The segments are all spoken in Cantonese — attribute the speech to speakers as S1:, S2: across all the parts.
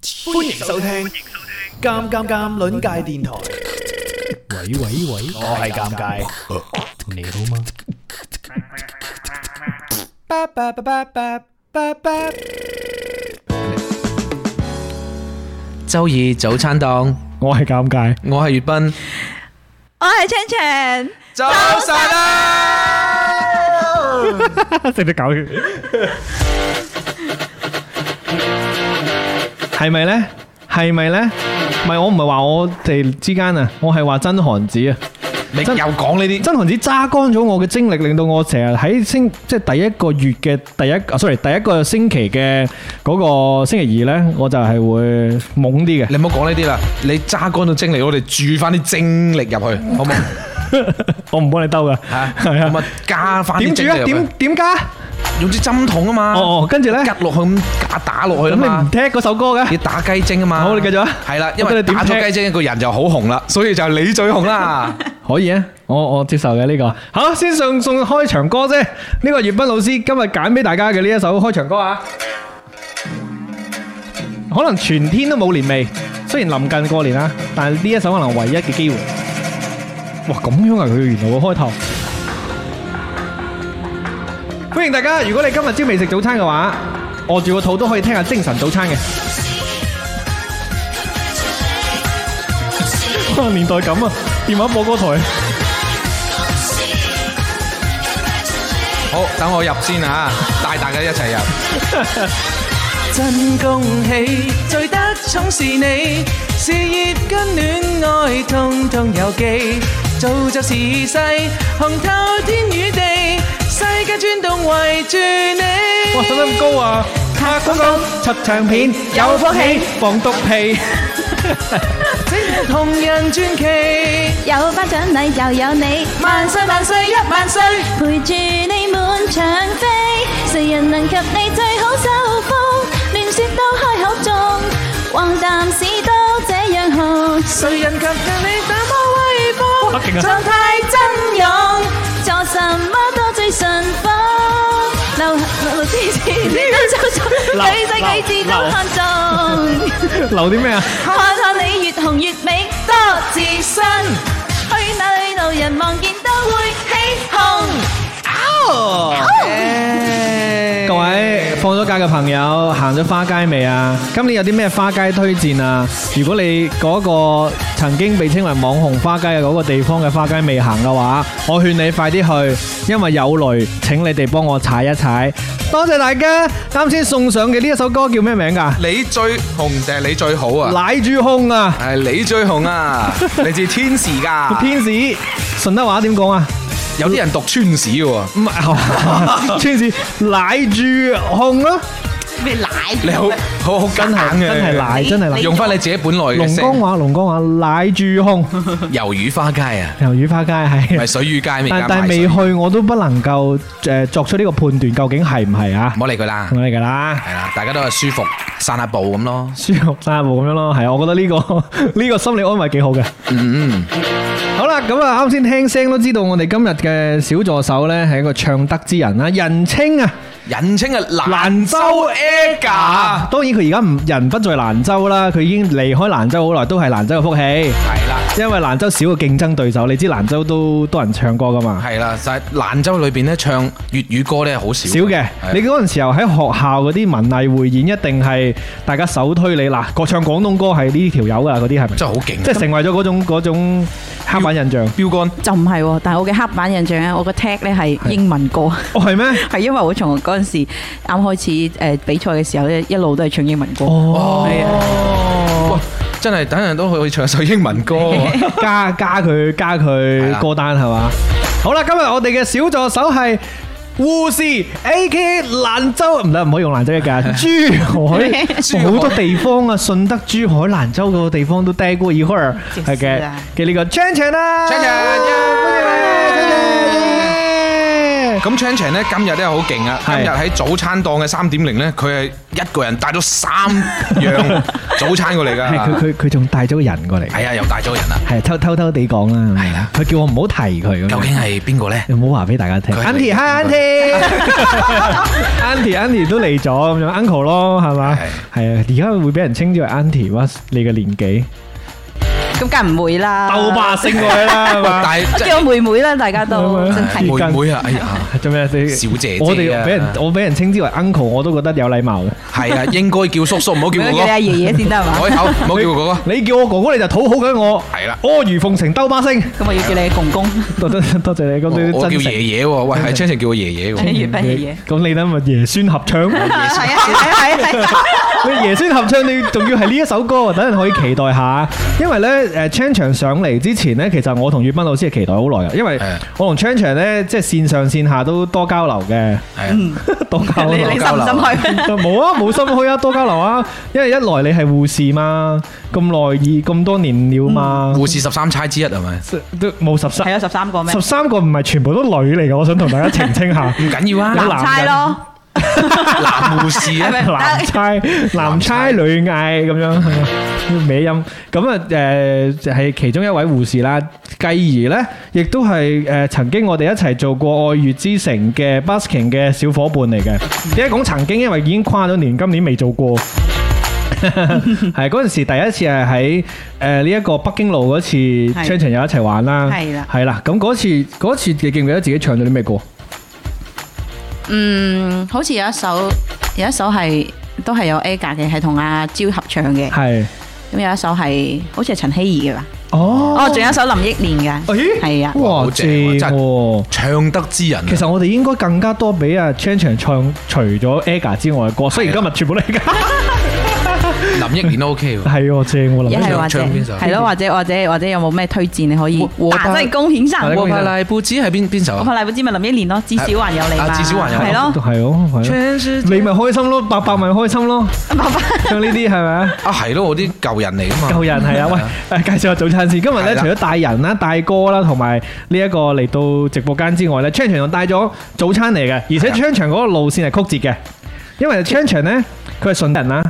S1: 歡迎收聽《尷尷尷》鄰界電台。
S2: 喂喂喂，
S1: 我係尷尬，
S2: 你好嗎？
S1: 巴巴巴巴巴巴巴。
S3: 周二早餐檔，
S2: 我係尷尬，
S3: 我係月斌。
S4: 我係 Chan Chan，
S3: 早晨啦！
S2: 食得搞血，係咪呢？係咪呢？唔係我唔係話我哋之間啊，我係話真寒子啊！
S3: 你又講呢啲，
S2: 真寒子榨乾咗我嘅精力，令到我成日喺星即係第一個月嘅第一啊，sorry，第一個星期嘅嗰個星期二呢，我就係會懵啲 嘅。
S3: 你唔好講呢啲啦。你揸乾到精力，我哋注翻啲精力入去，好 冇？
S2: 我唔幫你兜噶，
S3: 嚇，
S2: 係
S3: 咁
S2: 啊
S3: 啊，加翻啲
S2: 點煮
S3: 精
S2: 啊？
S3: 力入去
S2: 點，點加？
S3: 用支針筒啊嘛。
S2: 哦哦，跟住呢，
S3: 吉落去咁打打落去
S2: 咁
S3: 啦
S2: 你唔
S3: 嘛。
S2: 聽嗰首歌嘅？
S3: 要打雞精啊嘛。
S2: 好你繼續啊
S3: 係啦，因
S2: 我覺
S3: 為
S2: 得你點
S3: 打咗
S2: 聽
S3: 雞精，個人就好紅啦，所以就你最 紅啦。
S2: 可以啊，我我接受嘅呢、個。好，先送送開場歌啫。呢、個粵斌老師今日揀俾大家嘅呢一首開場歌啊，可能全天都冇年味，雖然臨近過年啦，但係呢一首可能唯一嘅機會。哇，咁樣啊，佢原來個開頭。歡迎大家，如果你今日朝未食早餐嘅話，餓住個肚都可以聽下精神早餐嘅。 哇，年代感啊！電話播歌台。
S3: 好，等我入先啊，帶大家一齊入。
S5: 真恭喜，最得寵是你，事業跟戀愛通通有記，造就時勢，紅透天與地，世界轉動圍住你。
S2: 哇，使得咁高啊！拍廣告、出唱片、有福 氣、放毒屁，
S5: 同人傳奇，
S4: 有頒獎禮又有你，
S5: 萬歲萬歲一萬歲，
S4: 陪住你滿場飛，誰人能及你最好手風？亂說都開口中，黃疸市都這樣紅，
S5: 誰人及得你這麼威風？
S4: 狀態真勇，做什麼都最順風。流流之前你都走中，女仔舉止都看中。
S2: 留啲咩啊？
S4: 看看你越紅越美，多自信。去哪裏路人望見都會起哄。
S2: 各位放咗假嘅朋友，行咗花街未啊？今年有啲咩花街推薦啊？如果你嗰個曾經被稱為網紅花街嘅嗰個地方嘅花街未行嘅話，我勸你快啲去，因為有雷，請你哋幫我踩一踩。多謝大家，啱先送上嘅呢一首歌叫咩名㗎？
S3: 你最紅定係你最好啊？
S2: 奶豬胸啊！
S3: 係你最 紅啊！嚟自天時㗎。
S2: 天使，順德話點講啊？
S3: 有啲人讀川史喎，
S2: 唔係， 天使奶住控咯，
S3: 你好好好
S2: 真係
S3: 緊硬嘅，
S2: 真係奶，真係奶。
S3: 用翻啊你自己本來嘅
S2: 龍
S3: 聲。
S2: 江話，龍江話奶住控，
S3: 魷魚花街啊，
S2: 由魚花街
S3: 唔係
S2: 係，
S3: 水魚街未
S2: 嗯但
S3: 加
S2: 但係
S3: 埋
S2: 未
S3: 水，唔
S2: 去我都不能夠誒作出呢個判斷，究竟係唔係啊？
S3: 好理佢啦
S2: 我。嚟㗎啦，
S3: 係啦，大家都係舒服，散下步咁咯。
S2: 舒服散步咁樣咯，係啊，我覺得呢個 呢個心理安慰幾好嘅。
S3: 嗯，
S2: 好啦，咁啊，啱先聽聲都知道，我哋今日嘅小助手呢係一個唱得之人啦，人稱啊。
S3: 人稱係
S2: 蘭
S3: 蘭
S2: 州
S3: 州 Aga，
S2: 當然佢而家唔人不在蘭州啦，佢已經離開蘭州好耐，都係蘭州嘅福氣。
S3: 係啦。
S2: 因為蘭州少個競爭對手，你知蘭州都多人唱歌噶嘛，
S3: 係啦，就係蘭州裏邊咧唱粵語歌咧好少
S2: 少嘅。
S3: 係啊
S2: 你嗰陣時候喺學校嗰啲文藝匯演，一定係大家首推你嗱，個唱廣東歌係呢條友噶啦，嗰啲係咪？
S3: 真係好勁，啊
S2: 即係成為咗嗰種嗰種刻板印象。
S3: 標杆。
S4: 就唔係喎，但係我嘅黑板印象咧，我個 tag 咧係英文歌，
S2: 哦，係咩？
S4: 係因為我從嗰陣時啱開始誒比賽嘅時候咧，一路都係唱英文歌。
S2: 哦，
S4: 係啊
S3: 哇，真係等人都可以唱首英文歌 喎。
S2: 加加佢加
S3: 係
S2: 佢
S3: 啦
S2: 歌單係嘛？好啦，今日我哋嘅小助手係護士 A K 蘭州，唔得唔可以用蘭州一 架，珠海好多地方啊，順德、珠海、蘭州個地方都低過一會兒係嘅嘅呢個 Chan Chan 啦
S3: 啊 Chan Chan，耶
S2: 歡迎你 Chan Chan
S3: 咁 Chan Chan 咧今日咧好勁啊！今
S2: 係
S3: 日喺早餐檔嘅三點零咧，佢係一個人帶咗三樣早餐過嚟 㗎。
S2: 係佢佢佢仲帶咗個人過嚟，
S3: 係啊，又帶咗人啦。
S2: 係偷偷偷地講啦，啊
S3: 係啦
S2: 佢叫我唔好提佢咁樣
S3: 究竟係邊個咧？
S2: 你唔好話俾大家聽。
S3: 佢
S2: Auntie hi Auntie，Auntie Auntie 都嚟咗咁樣，Uncle 咯係嘛？係啊，而家會俾人稱之為 Auntie，哇！你嘅年紀，
S6: 咁梗唔會啦，
S2: 鬥霸勝過佢啦係嘛？
S3: 但係
S6: 我
S3: 即
S6: 叫我妹妹啦，大家都
S2: 妹妹
S6: 真係。
S3: 係妹妹啊！哎呀，
S2: 做咩？你
S3: 小姐姐啊
S2: 我哋俾人我俾人稱之為 Uncle，我都覺得有禮貌嘅。
S3: 係啊，應該叫叔叔，唔好叫
S6: 咁
S3: 哥哥。
S6: 樣叫你阿
S3: 改
S6: 爺爺先得係嘛？
S3: 口，唔好叫哥哥。
S2: 你叫我哥哥，你就討好緊我。
S3: 係啦
S2: 阿谀奉承，鬥霸勝。
S6: 咁我要叫你公公，
S2: 多多多謝你，咁
S3: 我
S2: 你
S3: 我
S2: 真
S3: 叫
S2: 誠
S3: 爺。爺喎，喂，係 c h 叫我爺爺喎。
S6: 粵賓爺爺。
S2: 咁你等咪爺孫合唱？
S6: 係啊係啊係啊！
S2: 喂，爺孫合唱，你仲要係呢一首歌，等人可以期待下。因為咧，誒 Chan Chan 上嚟之前咧，其實我同粵斌老師係期待好耐啊嘅，因為
S3: 係
S2: 我同 Chan Chan 咧，啊即係線上線下都多交流 嘅，
S3: 係啊
S2: 多交
S6: 你
S2: 流
S6: 你。心唔心虛？
S2: 冇啊，冇心虛啊，多交流啊！因為一來你係護士嘛，咁耐已咁多年了嘛，
S3: 護士十三钗之一係咪？
S2: 都冇十
S6: 係
S2: 三
S3: 啊
S6: 有十三個咩
S2: 十？三個唔係全部都女嚟嘅，我想同大家澄清下。
S3: 唔緊要啊，
S2: 有
S6: 男差咯，
S3: 男護士啊
S6: 係，咪
S2: 男差男差女嗌咁 樣，歪音咁啊誒就係其中一位護士啦。繼而呢，亦都係誒曾經我哋一齊做過愛粵之城嘅 busking 嘅小伙伴嚟 嘅。點解講曾經？因為已經跨咗年，今年未做過。係嗰陣時第一次係喺呃誒呢一個北京路嗰次
S6: 係
S2: c h a n c h n 有一齊玩啦，
S6: 係啦哦
S2: 係啦。咁嗰次嗰次你記唔記得自己唱咗啲咩歌？
S6: 嗯，好似有一首有一首係都係有 A 格嘅，係同阿蕉合唱嘅。
S2: 係
S6: 咁有一首係好似係陳希怡嘅吧？
S2: 哦
S6: 哦，仲有一首林憶蓮嘅。
S2: 咦
S6: 係啊。
S2: 哇
S3: 好正
S2: 正
S3: 喎真係
S2: 喎！
S3: 唱得之人啊。
S2: 其實我哋應該更加多俾阿 Chan Chan 唱除咗 Aga 之外嘅歌，雖然今日全部都 Aga，
S3: 林憶蓮都 OK 喎。
S2: 係喎正喎
S6: 一
S2: 林
S6: 係
S3: 想
S6: 或者
S3: 唱邊首
S6: 係咯，或者或者或者有冇咩推薦你可以
S3: 我我
S6: 大真係公顯神
S2: 大真
S6: 喎？
S3: 我怕賴布子係邊邊首
S6: 我
S3: 啊？
S6: 怕賴寶芝咪林憶蓮咯，至少還有你嘛，
S3: 啊至少還有你
S6: 係咯，
S2: 係咯係咯，你咪開心咯，伯伯咪開心咯，唱呢啲係咪 啊？
S3: 啊係咯，我啲舊人嚟噶嘛。
S2: 救人係啊，喂！誒介紹下早餐先。今日咧，
S3: 係啦
S2: 除咗帶人啦、帶歌啦，同埋呢一個嚟到直播間之外咧，Chan Chan 仲帶咗早餐嚟嘅，而且
S3: 係啊
S2: Chan Chan 嗰個路線係曲折嘅，因為 Chan Chan 咧佢係順德人啦，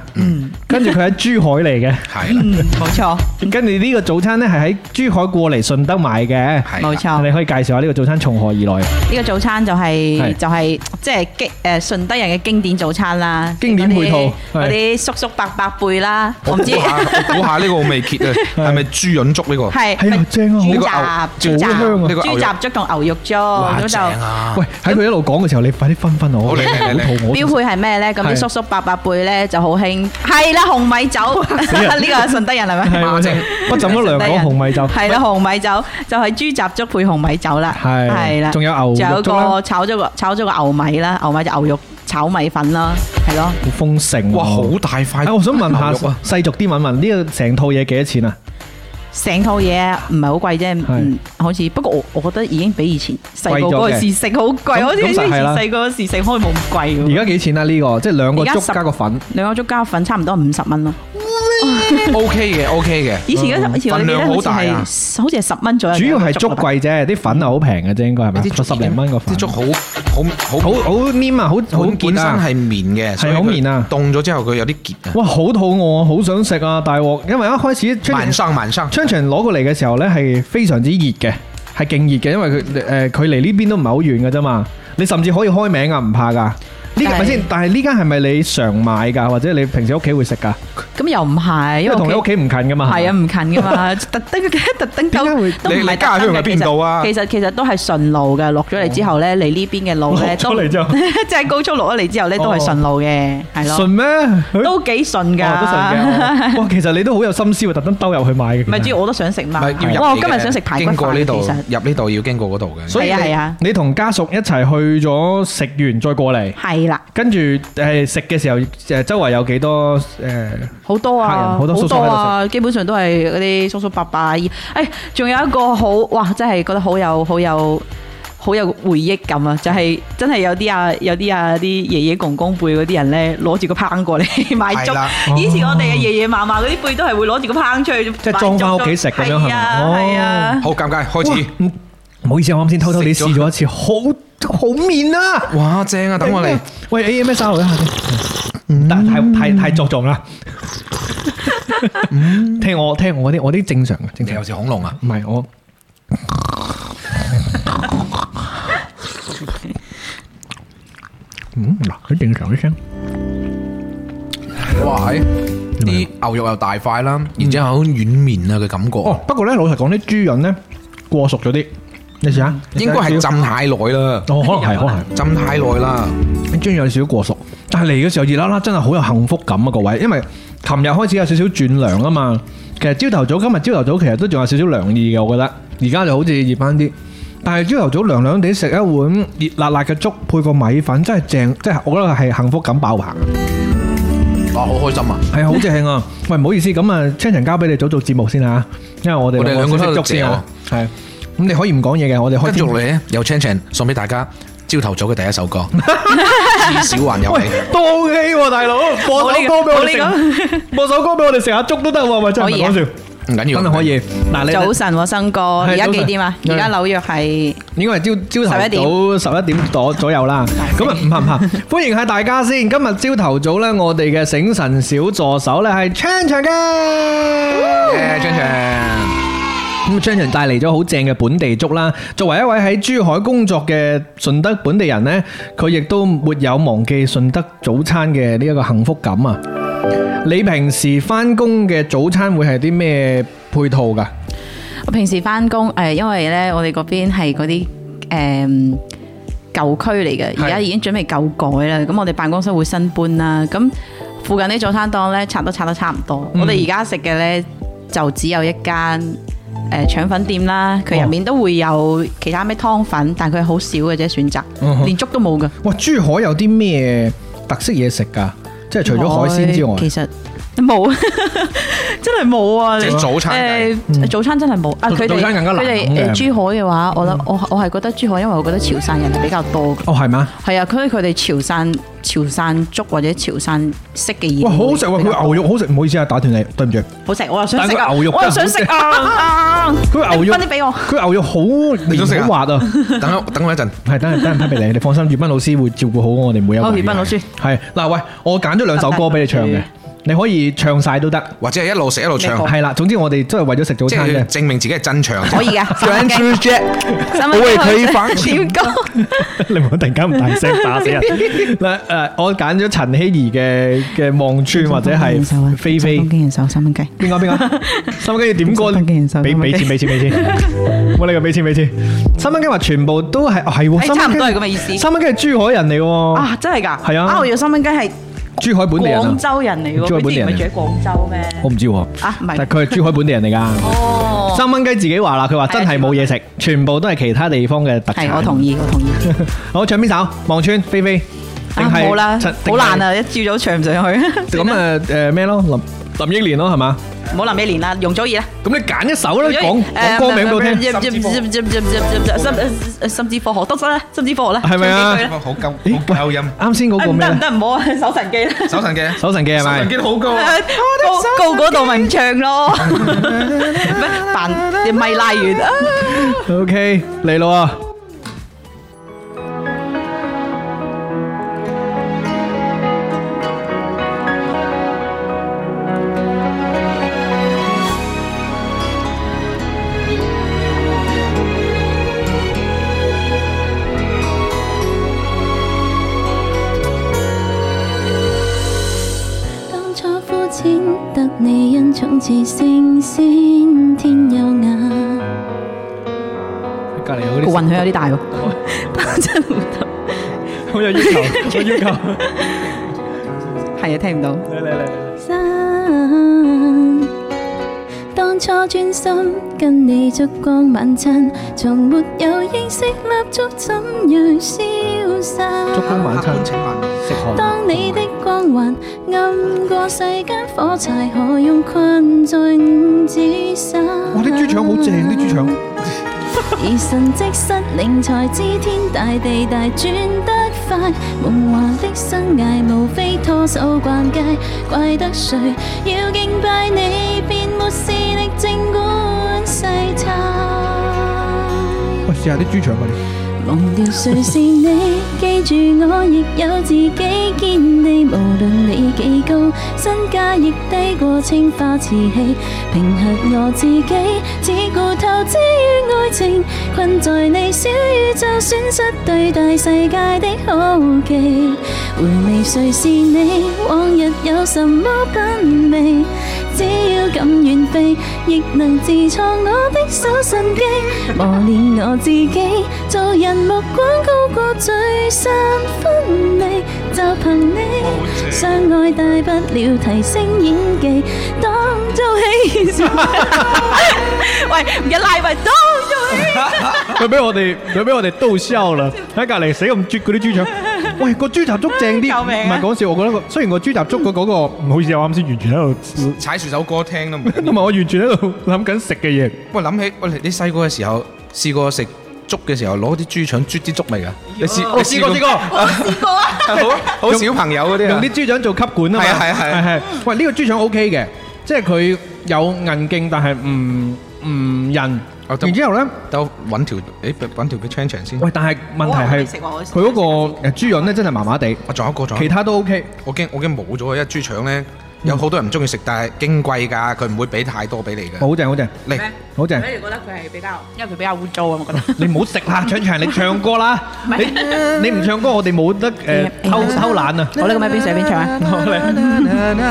S2: 跟住佢喺珠海嚟
S3: 係啦，
S6: 冇錯
S2: 嘅，跟住呢個早餐咧係喺珠海過嚟順德買嘅。
S3: 係啦
S6: 冇錯。
S2: 你可以介紹下呢個早餐從何而來？
S6: 呢個早餐就
S2: 係
S6: 係就係即係經誒順德人嘅經典早餐啦，
S2: 經典配套
S6: 嗰啲
S2: 係
S6: 嗰啲叔叔伯伯輩啦，我唔知
S3: 估下我估下呢個我 未揭啊，係咪豬潤粥呢個？
S6: 係
S2: 係啊正啊
S3: 好
S6: 豬
S3: 呢個牛呢
S6: 雜豬
S3: 個
S6: 雜
S3: 牛
S6: 豬雜粥同牛肉粥
S3: 哇
S6: 咁
S3: 正
S6: 就。
S3: 啊！
S2: 喂，喺佢一路講嘅時候，你快啲分分我，
S3: 好嚟嚟嚟
S2: 好肚餓
S6: 標配係咩咧？咁
S2: 係
S6: 啲叔叔伯伯輩咧就好興，係啦，紅米酒
S2: 啊
S6: 呢個係順德人係 咪？
S2: 係我真係不怎 麼良
S6: 順德
S2: 講
S6: 人
S2: 紅米酒，
S6: 係啦，紅米酒就係豬雜粥配紅米酒啦，
S2: 係
S6: 係啦，
S2: 仲有牛
S6: 仲有
S2: 肉粥啦
S6: 個炒咗個炒咗個牛米啦，牛米就牛肉炒米粉啦，係咯。
S2: 好豐盛喎。
S3: 哇，好大塊
S2: 啊！我想問下
S3: 牛肉啊，
S2: 細俗啲問問呢個成套嘢幾多錢啊？
S6: 成套嘢唔係好貴啫，嗯，好似不過我我覺得已經比以前細個嗰個試食好貴，
S2: 貴咗嘅
S6: 好似以
S2: 咁咁
S6: 前
S2: 就係啦
S6: 細個嗰時食開冇咁貴
S2: 而
S6: 喎。
S2: 家幾錢啊？呢個即係兩個
S6: 而家
S2: 粥
S6: 十
S2: 加個粉，
S6: 兩個粥加粉差唔多五十蚊咯。
S3: ，OK 嘅，OK 嘅。
S6: 以前
S2: 嗯
S6: 嗰以前我哋
S3: 份
S6: 記得
S3: 量
S6: 好
S3: 好
S6: 似
S3: 大
S6: 係
S3: 啊
S6: 好似係十蚊左右。啊
S2: 主要係粥。貴啫，啲粉係好平嘅啫，應該係咪？
S3: 啲粥
S2: 十零蚊個粉
S3: 啲，粥好好
S2: 好
S3: 好
S2: 好黏啊，好好
S3: 佢本
S2: 結
S3: 身
S2: 啊！
S3: 係綿嘅，所以
S2: 好
S3: 佢
S2: 綿啊
S3: 凍咗之後佢有啲結啊。
S2: 哇，好肚餓啊，好想食啊！大鑊，因為一開始
S3: 慢
S2: Chan
S3: 生慢生，
S2: Chan 攞過嚟嘅時候呢，係非常之熱嘅，係勁熱嘅，因為佢誒佢離呢邊都唔係好遠嘅啫嘛。你甚至可以開名啊，唔怕㗎。呢間
S6: 但係
S2: 咪先？但係呢間係咪你常買㗎，或者你平時屋企會食㗎？
S6: 咁又唔係，因
S2: 因為
S6: 為
S2: 同你屋
S6: 屋企
S2: 企唔近㗎嘛。
S6: 係啊唔近噶嘛，特登 特登
S2: 點解會
S6: 夠都唔
S3: 你你
S6: 係
S3: 家鄉喺
S6: 特登嘅
S3: 邊度啊
S6: 其實其實其實都係順路嘅，落咗嚟之後咧，嚟呢邊嘅路咧都
S2: 落咗嚟之後
S6: 即係高速落咗嚟之後咧都係順路嘅，係咯
S2: 信。咩？
S6: 都幾順㗎，
S2: 哦 哦，都順嘅。哇，其實你都好有心思喎，特登兜入去買嘅。
S6: 唔係主要我都想食嘛
S3: 唔係。要
S6: 哇！
S3: 入
S6: 我
S3: 嚟
S6: 今日
S3: 嘅
S6: 想食排骨
S3: 經過呢
S6: 飯，啊
S3: 度
S6: 其實
S3: 入呢度要經過嗰度嘅，
S2: 所以
S6: 係啊
S2: 你
S6: 係啊
S2: 你同家屬一齊去咗食完再過嚟，
S6: 係啦，
S2: 跟住誒食嘅時候誒周圍有幾多誒？
S6: 好多
S2: 客人
S6: 啊，
S2: 好多叔叔喺度食
S6: 啊，基本上都係嗰啲叔叔伯伯阿姨。誒，仲有一個好哇，真係覺得好有好有。好有回憶感啊！就係、真係有啲啊，有啲啊，啲爺爺公公輩嗰啲人咧，攞住個烹過嚟 買
S3: 係
S6: 粥
S3: 啦。
S6: 以前我哋嘅爺爺嫲嫲嗰啲輩都係會攞住個烹出去，
S2: 即係裝返屋企食咁樣係咪
S6: 啊，
S2: 哦
S6: 係啊，
S3: 好尷尬，開始。
S2: 哇唔好意思，我啱先偷偷地試咗一次，好好面啊！
S3: 哇，正啊！等我嚟，
S2: 嗯喂 A M S 一下先，但係太太太着重啦，聽我聽我啲我啲正常嘅，正
S3: 你
S2: 常
S3: 又是恐龍啊？
S2: 嗯唔係我。嗯，嗱，好正常嘅聲。
S3: 哇！係啲牛肉又大塊啦，然之後好軟綿啊嘅感
S2: 哦
S3: 覺，，
S2: 不過咧，老實講，啲豬潤咧過熟咗啲，你試下。
S3: 應該係浸太耐啦，
S2: 哦，可能係，可能係。
S3: 浸太耐啦。
S2: 將有少少過熟，但係嚟嘅時候熱辣辣，真係好有幸福感啊！各位，因為琴日開始有少少轉涼啊嘛，其實朝頭早今日朝頭早其實都仲有少少涼意嘅，我覺得而家就好似熱翻啲。但係朝頭早涼涼地食一碗熱辣辣嘅粥配個米粉，真係正，即係我覺得係幸福感爆棚啊！
S3: 哇！好開心啊！
S2: 係啊好正啊！喂，唔好意思，咁啊，Chan 交俾你早做節目先啊，因為我哋
S3: 我哋兩個
S2: 識
S3: 都喺度
S2: 粥先啊，係咁你可以唔講嘢嘅，我哋開
S3: 跟
S2: 天
S3: 住嚟咧，有 Chan Chan 送俾大家朝頭早嘅第一首歌《至少還有
S2: 喂
S3: 你》。，
S2: 多機喎，大佬，播首歌俾我哋食，播首歌俾我哋食下粥都得喎，咪真係唔係
S3: à?
S2: 講笑，
S3: 唔緊要，
S2: 真係可以。嗱，你
S6: 早晨喎，生哥，而家
S2: 早晨
S6: 幾點啊？
S2: 嗯
S6: 而家紐約係
S2: 應該係朝朝頭早十一點左左右啦。咁啊，唔怕唔怕，歡迎下大家先。今日朝頭早咧，我哋嘅醒神小助手咧係 Chan Chan 嘅。
S3: 誒 Chan Chan，
S2: 咁張人帶嚟咗好正嘅本地粥啦。作為一位喺珠海工作嘅順德本地人呢，佢亦都沒有忘記順德早餐嘅呢一個幸福感啊！你平時翻工嘅早餐會係啲咩配套㗎？
S6: 我平時翻工誒，因為咧我哋嗰邊係嗰啲誒舊區嚟嘅，
S2: 係
S6: 而家已經準備舊改啦。咁我哋辦公室會新搬啦，咁附近啲早餐檔咧拆都拆得差唔多。
S2: 嗯
S6: 我哋而家食嘅咧就只有一間誒、腸粉店啦，佢
S2: 哦
S6: 入面都會有其他咩湯粉，但佢好少嘅啫選擇，
S2: 嗯哼
S6: 連粥都冇嘅。
S2: 哇！珠海有啲咩特色嘢食㗎？即係除咗海鮮之外，
S6: 其實冇， 真係冇啊！
S3: 即係早餐計
S6: 誒、
S2: 嗯
S6: 早餐真係冇啊！
S2: 早
S6: 佢哋
S2: 早餐更加難
S6: 佢哋
S2: 嘅嗯
S6: 誒珠海嘅話，我諗我我係覺得珠海，因為我覺得潮汕人比較多嘅，
S2: 哦係嘛？
S6: 係啊，所以佢哋潮汕潮汕粥或者潮汕式嘅嘢，
S2: 哇！好好食喎，佢牛肉好食，唔好意思啊，打斷你，對唔住。
S6: 好食，我又想食
S2: 但係
S6: 啊！
S2: 佢牛肉
S6: 我又
S2: 真係好
S6: 想食
S2: 正
S6: 啊！
S2: 佢 牛肉
S6: 分啲俾我
S2: 佢牛肉好
S3: 想食啊
S2: 綿好滑啊！
S3: 等我等我一陣。
S2: 系，等陣等陣批俾你，你放心，粵斌老師會照顧好我哋每一位。
S6: 好粵斌老師
S2: 係嗱，喂，我揀咗兩首歌俾你唱
S6: 得
S2: 嘅
S6: 得，
S2: 你可以唱晒都得。
S3: 或者係一路食一路
S6: 咩歌
S3: 唱，
S2: 係啦，總之我哋都係為咗食早
S3: 即
S2: 餐
S3: 係
S2: 嘅。
S3: 證明自己係真唱。
S6: 可以嘅， 三蚊雞
S3: Jack，
S6: 三
S3: 我為佢
S6: 蚊
S3: 反
S6: 雞點歌？
S2: 你唔好突然間唔大聲打死人。嗱誒，我揀咗陳希怡嘅嘅望穿或者係菲菲
S6: 東。京人手三蚊雞。
S2: 邊個邊個？三蚊雞要點歌？
S6: 三蚊雞人手
S2: 俾俾錢俾錢俾錢！我你個俾錢俾錢！三蚊雞話全部都係哦係喎，
S6: 誒
S2: 三蚊雞
S6: 差唔多係咁嘅意思
S2: 三蚊雞係珠海人嚟喎，
S6: 啊，真係㗎！
S2: 係啊
S6: 我要三蚊雞係
S2: 珠海本地人啊
S6: 廣。州人嚟喎，
S2: 珠海本
S6: 佢之
S2: 地
S6: 前
S2: 人
S6: 咪住喺廣州咩？
S2: 我唔知喎，
S6: 啊唔係
S2: 但係佢係珠海本地人嚟㗎。
S6: 哦，
S2: 三蚊雞自己話啦，佢話真係冇嘢食，全部都係其他地方嘅特產。
S6: 係我同意，我同意。
S2: 好，唱邊首？望川菲菲，定
S6: 啊，
S2: 係
S6: 冇啦，
S2: 陳
S6: 好難！啊！一朝早唱唔上去，
S2: 定係咁誒誒咩咯？林林憶蓮咯係嘛？
S6: 唔好林憶蓮啦，容祖兒啦，
S2: 咁你揀一首啦，
S6: 容祖兒
S2: 講講歌名俾我聽。
S6: 聽。心之科學得唔得咧？心之科學啦，
S2: 係咪啊
S6: 唱幾句啦
S3: 好鳩
S2: 咦
S3: 好鳩音，
S2: 啱先嗰
S6: 哎
S2: 個
S6: 唔
S2: 咩
S6: 得唔
S2: 咧？
S6: 得，唔好啊！手神機啦，
S3: 手神嘅，
S2: 手神記係咪
S3: 手神機好高啊。
S6: 高高嗰度咪唔唱咯，咩扮你咪拉完啊！
S2: ？OK，嚟咯啊！
S4: 當初膚淺得你欣賞至勝先天優雅，
S2: 隔離有
S6: 個
S2: 嗰啲
S6: 混響有啲大喎，真係唔得，
S2: 好有要求，好 要求。
S6: 係啊，聽唔到。
S2: 嚟嚟嚟，
S4: 三當初專心跟你燭光晚餐，從沒有認識蠟燭怎樣消散。
S2: 燭光晚餐食韓
S4: 當你的光環暗過世間火柴，何用困在五指山？
S2: 哇！啲豬腸好正，啲豬腸。
S4: 而神迹失靈才知天大地大轉得快，夢幻的生涯無非拖手逛街，怪得誰要敬拜你，便沒視力正管世態。
S2: 喂，試下啲豬腸啊！你
S4: 忘掉誰是你，記住我亦有自己見地。無論你幾高，身價亦低過青花瓷器。平衡我自己，只顧投資於愛情，困在你小宇宙，損失對大世界的好奇。回味誰是你，往日有什麼品味？只要敢遠飛，亦能自創我的手神機，磨練我自己，做人目光高過聚散分離，就憑你相愛大不了提升演技，當做喜事。
S6: 喂，唔一拉埋都做戲。
S2: 佢俾我哋，佢俾我哋都笑啦！喺隔離死咁啜嗰啲豬腸，喂個豬雜粥正啲，
S6: 救
S2: 唔
S6: 命啊
S2: 係講笑。我覺得個雖然個豬雜粥嘅嗰個唔好意思，我啱先完全喺 度，
S3: 踩住首歌聽都唔緊要
S2: 同埋我完全喺度諗緊食嘅嘢。
S3: 喂，諗起喂，你你細個嘅時候試過食粥嘅時候攞啲豬腸啜啲粥未㗎？你試你試哦過試過，好好小朋友嗰 啲
S2: 用
S3: 啊
S2: 啲，豬腸做吸管啊嘛。
S3: 係啊係啊係啊
S2: 係係。喂，呢個豬腸 O K 嘅，即係佢有韌勁，但係唔唔韌。
S3: 我哦就
S2: 然之後咧，
S3: 等我揾條誒揾條俾 Chan Chan 先。
S2: 喂，但係問題
S6: 我未
S2: 係
S6: 食過我食
S2: 佢嗰個誒豬潤咧真係麻麻地，
S3: 我仲有一個仲有一
S2: 其
S3: 個
S2: 他都 O K。
S3: 我驚我驚冇咗啊！因為豬腸咧有好多人唔中意食，但係矜貴㗎，佢唔會俾太多俾你嘅。
S2: 好正好正
S3: 嚟
S2: 好正。
S6: 你覺得佢係比較，因為佢比較污糟啊，我覺得。
S2: 你唔好食啦，搶場你唱歌啦，你你唔唱歌我哋冇得誒偷偷懶啊！
S6: 我呢個咪邊寫邊唱啊？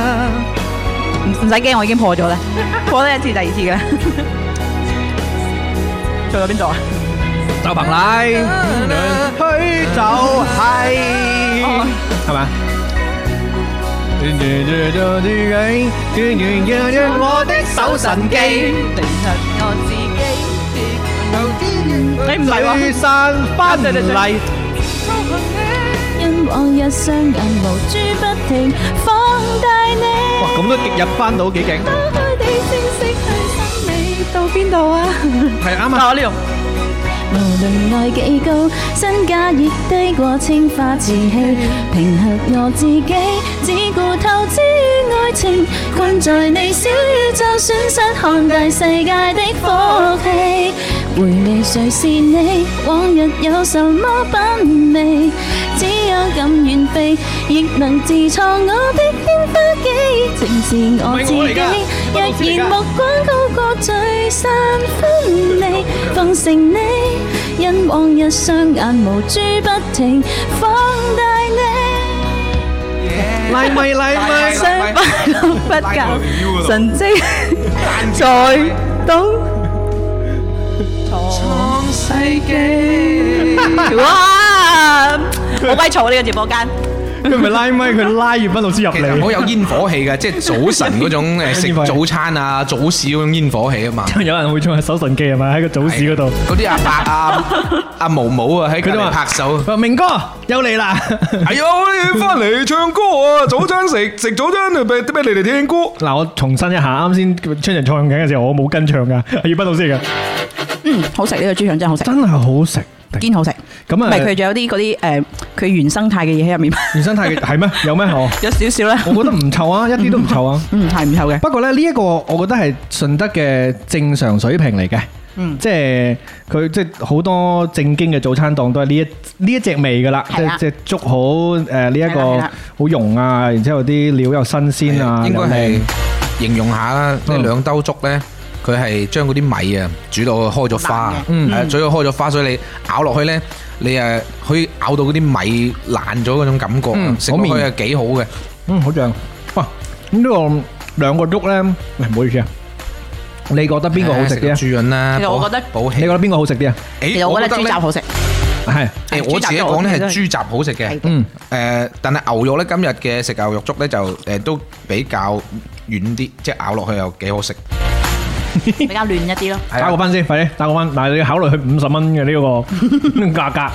S6: 唔唔使驚，我已經破咗啦，破咗一次第二次㗎啦。做到邊度啊？
S2: 就憑奶，佢就係係嘛？我的手神機，
S6: 你唔係喎
S2: 聚散分離，
S4: 因往日雙眼無珠不停放大你
S2: 哇，咁都極日翻到幾勁，
S4: 打開地聲色向心你到邊度啊？
S2: 係啱啊！
S6: 嗱，我呢度。
S4: 無論愛幾高，身價亦低過青花瓷器。平衡我自己，只顧投資於愛情，困在你小宇宙，損失看大世界的火氣。回味誰是你，往日有什麼品味？只有敢遠飛，亦能自創我的天花機。正是我自
S2: 唔係我嚟㗎我
S4: 己，
S2: 知嚟
S4: 若然
S2: 㗎
S4: 目光高過聚散分離，奉承你，因往日雙眼無珠不停放大你，
S2: 嚟咪嚟咪，
S6: 相不落不教，神迹在東。
S5: 創世紀。
S6: 哇！好鬼嘈呢個直播間，
S2: 佢唔係拉咪，佢拉葉斌老師入
S3: 其實好
S2: 嚟，
S3: 有煙火氣嘅，即係早晨 嗰種誒
S2: 煙火
S3: 食
S2: 氣
S3: 早餐啊、早市嗰種煙火氣啊嘛。
S2: 有人會唱下手神機係咪喺個早市嗰度？
S3: 嗰啲阿伯啊、阿毛毛啊喺
S2: 佢
S3: 隔
S2: 都話
S3: 離拍 手。
S2: 喂明哥又嚟啦！
S3: 係啊，你翻嚟唱歌啊，早餐食食早餐就俾俾你哋聽歌。
S2: 嗱，我重申一下，啱先 c h a n 唱緊嘅時候，我冇跟唱噶， 係葉斌老師嘅，
S6: 嗯，好食呢個豬腸真係好食，
S2: 真係好食。
S6: 堅好食。
S2: 咁
S6: 唔
S2: 啊，
S6: 係佢仲有啲嗰啲誒，佢原生態嘅嘢喺 入面，
S2: 原生態嘅係咩？有咩？我
S6: 有少少咧。
S2: 我覺得唔臭啊，一啲都唔臭啊。
S6: 嗯，係唔臭嘅。
S2: 不過咧，呢一個我覺得係順德嘅正常水平嚟嘅，
S6: 嗯
S2: 即係佢即係好多正經嘅早餐檔都係呢一呢一隻味噶啦，即
S6: 係啦
S2: 係即係粥好誒呢一
S6: 係啦係
S2: 個
S6: 啦
S2: 好溶啊，然之後啲料又新鮮啊，
S3: 應該係
S2: 又靚
S3: 形容下啦，呢
S2: 嗯
S3: 兩兜粥咧，佢係將嗰啲米啊煮到開咗花
S6: 爛嘅，
S2: Ừ.
S3: 嗯，誒煮到開咗花，所以你咬落去咧，你誒可以咬到嗰啲米爛咗嗰種感覺啊
S2: 嗯，
S3: 食落去
S2: 好
S3: 係幾好嘅。
S2: 嗯好正。哇！咁呢個兩個粥咧，喂唔好意思啊，你覺得邊個好食啲啊？
S3: 誒？豬潤啦，
S6: 其實我
S3: 補
S6: 覺得
S3: 補
S2: 你
S3: 氣
S2: 覺。得邊個好食啲啊？
S3: 誒
S6: 其實我覺得豬
S3: 咧
S6: 雜 好食，
S2: 係。
S3: 誒
S6: 係
S3: 我
S6: 豬雜
S3: 自己
S6: 就
S3: 講咧
S6: 我覺
S3: 係
S6: 得
S3: 豬雜好食嘅
S6: 係，
S2: 嗯，
S3: 誒但係牛肉咧今日嘅食牛肉粥咧就誒都比較軟啲，即係咬落去又幾好食。
S6: 比較嫩一啲咯。
S3: 係啊
S2: 打個分先，快啲打個分。但係你要考慮佢五十蚊嘅呢 個呢個價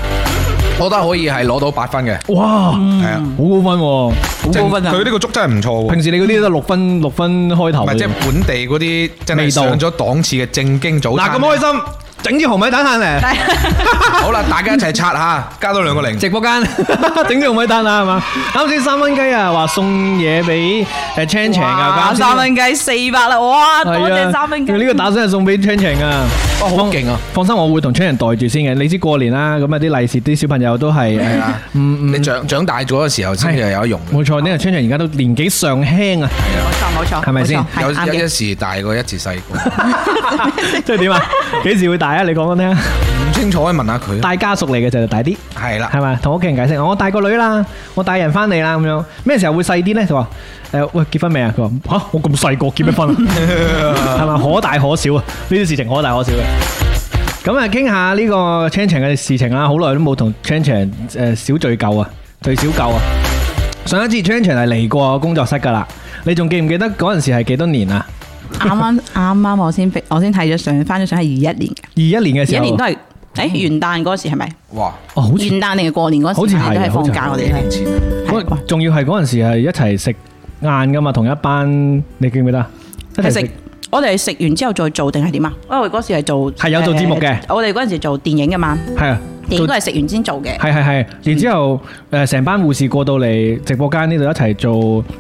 S3: 我覺得可以係攞到八分嘅，
S2: 格，哇，
S3: 係啊，
S2: 好高分喎！
S3: 好
S6: 高分啊
S3: 佢呢個粥真係唔錯喎。
S2: 平時你嗰啲都六分六分開頭
S3: 唔係
S2: 嘅
S3: 即係
S2: 啫。
S3: 本地嗰啲真係
S2: 哦味道
S3: 上咗檔次嘅正經早餐。
S2: 嗱咁開心，整支紅米蛋下嚟，
S3: 好啦，大家一齊刷下，加多兩個零。
S2: 直播間 整支紅米蛋啦，係嘛？啱先三蚊雞啊，話送嘢俾誒 Chan Chan 啊，啱
S6: 哇
S2: 先
S6: 三蚊雞四百啦，哇！多謝三蚊雞。
S2: 呢個打賞係送俾 Chan Chan 啊，
S3: 哇，好勁啊！
S2: 放心，我會同親人袋住先嘅。你知過年啦，咁啊啲利是，啲小朋友都係
S3: 係啊，
S2: 嗯
S3: 你長長大咗嘅時候先至有得用嘅。
S2: 冇錯，呢個 c h 而家都年紀尚輕啊，
S6: 嗯冇錯冇錯，
S2: 係咪先
S6: 冇錯
S3: 有
S6: 係啱
S3: 有
S6: 嘅
S3: 一時大過一次細個，
S2: 即係點啊？幾時會大啊？你講講聽啊，
S3: 唔清楚可以問下佢。
S2: 大家屬嚟嘅就大啲，
S3: 係 啦，
S2: 係咪？同屋企人解釋，我帶個女啦，我帶人翻嚟啦，咁樣咩時候會細啲呢？佢話誒喂結婚未啊？佢話吓我咁細個結咩婚啊？係咪可大可小啊？呢啲事情可大可小嘅。咁啊，傾下呢個 c h a n c h 嘅事情啦，好耐都冇同 c h a n c h 誒小聚舊啊，聚小舊啊。上一次 c h a n c h 係嚟過工作室噶啦，你仲記唔記得嗰陣時係幾多年啊？
S6: 啱啱啱啱我先我先睇咗相，翻咗相係二一年嘅，
S2: 二一年嘅時
S6: 二一
S2: 候
S6: 年都。係誒元旦嗰時係咪？
S3: 哇！
S2: 哦，啊嗯好似
S6: 元旦定係過年嗰時，
S2: 好似係啊
S6: 反正都係放假，
S2: 好
S6: 我
S2: 似
S6: 哋
S3: 年
S6: 係
S3: 前
S6: 係
S2: 仲要係嗰陣時係一齊食晏噶嘛，同一班你記唔記得啊？一齊
S6: 係食。我哋係食完之後再做定係點啊？因為嗰時係做
S2: 係有做節目嘅
S6: 誒我哋嗰陣時做電影嘅嘛，
S2: 係啊，
S6: 電影都係食完先做嘅。
S2: 係係係，然之後誒成班護士過到嚟直播間呢度一齊做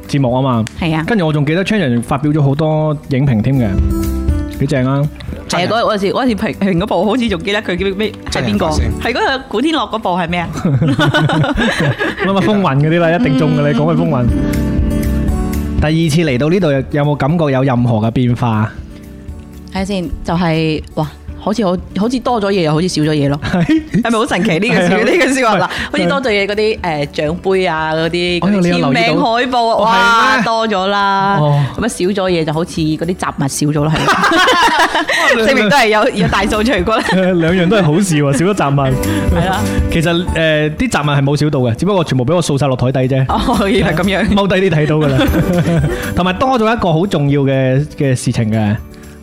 S2: 節目啊嘛，
S6: 係啊，
S2: 跟住我仲記得 Chan 發表咗好多影評添嘅，幾正啊！
S6: 係啊，嗰嗰陣時嗰陣時評評嗰部好似仲記得佢叫咩係邊個？
S3: 真人
S6: 係嗰個古天樂嗰部係 咩啊？
S2: 諗下風雲啊嗰啲啦，一定中
S6: 嗯
S2: 嘅你講起風雲。第二次嚟到呢度有有冇感覺有任何嘅變 化？
S6: 睇下先，就係哇，好似好好似多咗嘢，又好似少咗 嘢咯。係咪好神奇呢個
S2: 係
S6: 笑
S2: 啊
S6: 呢個笑話嗱？好似
S2: 係
S6: 多咗嘢嗰啲誒獎杯啊，嗰啲
S2: 哎
S6: 嗰
S2: 呦
S6: 啲
S2: 你有留
S6: 簽
S2: 意
S6: 名
S2: 到
S6: 海報啊，
S2: 哦係
S6: 哇
S2: 咩
S6: 多咗啦。
S2: 哦
S6: 咁啊少咗嘢就好似嗰啲雜物少咗啦，係咪證明都係有有大掃除過啦，
S2: 兩樣都係好事喎，少咗雜物。
S6: 係啦。
S2: 其實誒啲雜物係冇少到嘅，只不過全部俾我掃晒落台底啫。
S6: 哦，原來咁樣。
S2: 踎低啲睇到噶啦， 同埋多咗一個好重要嘅嘅事情嘅，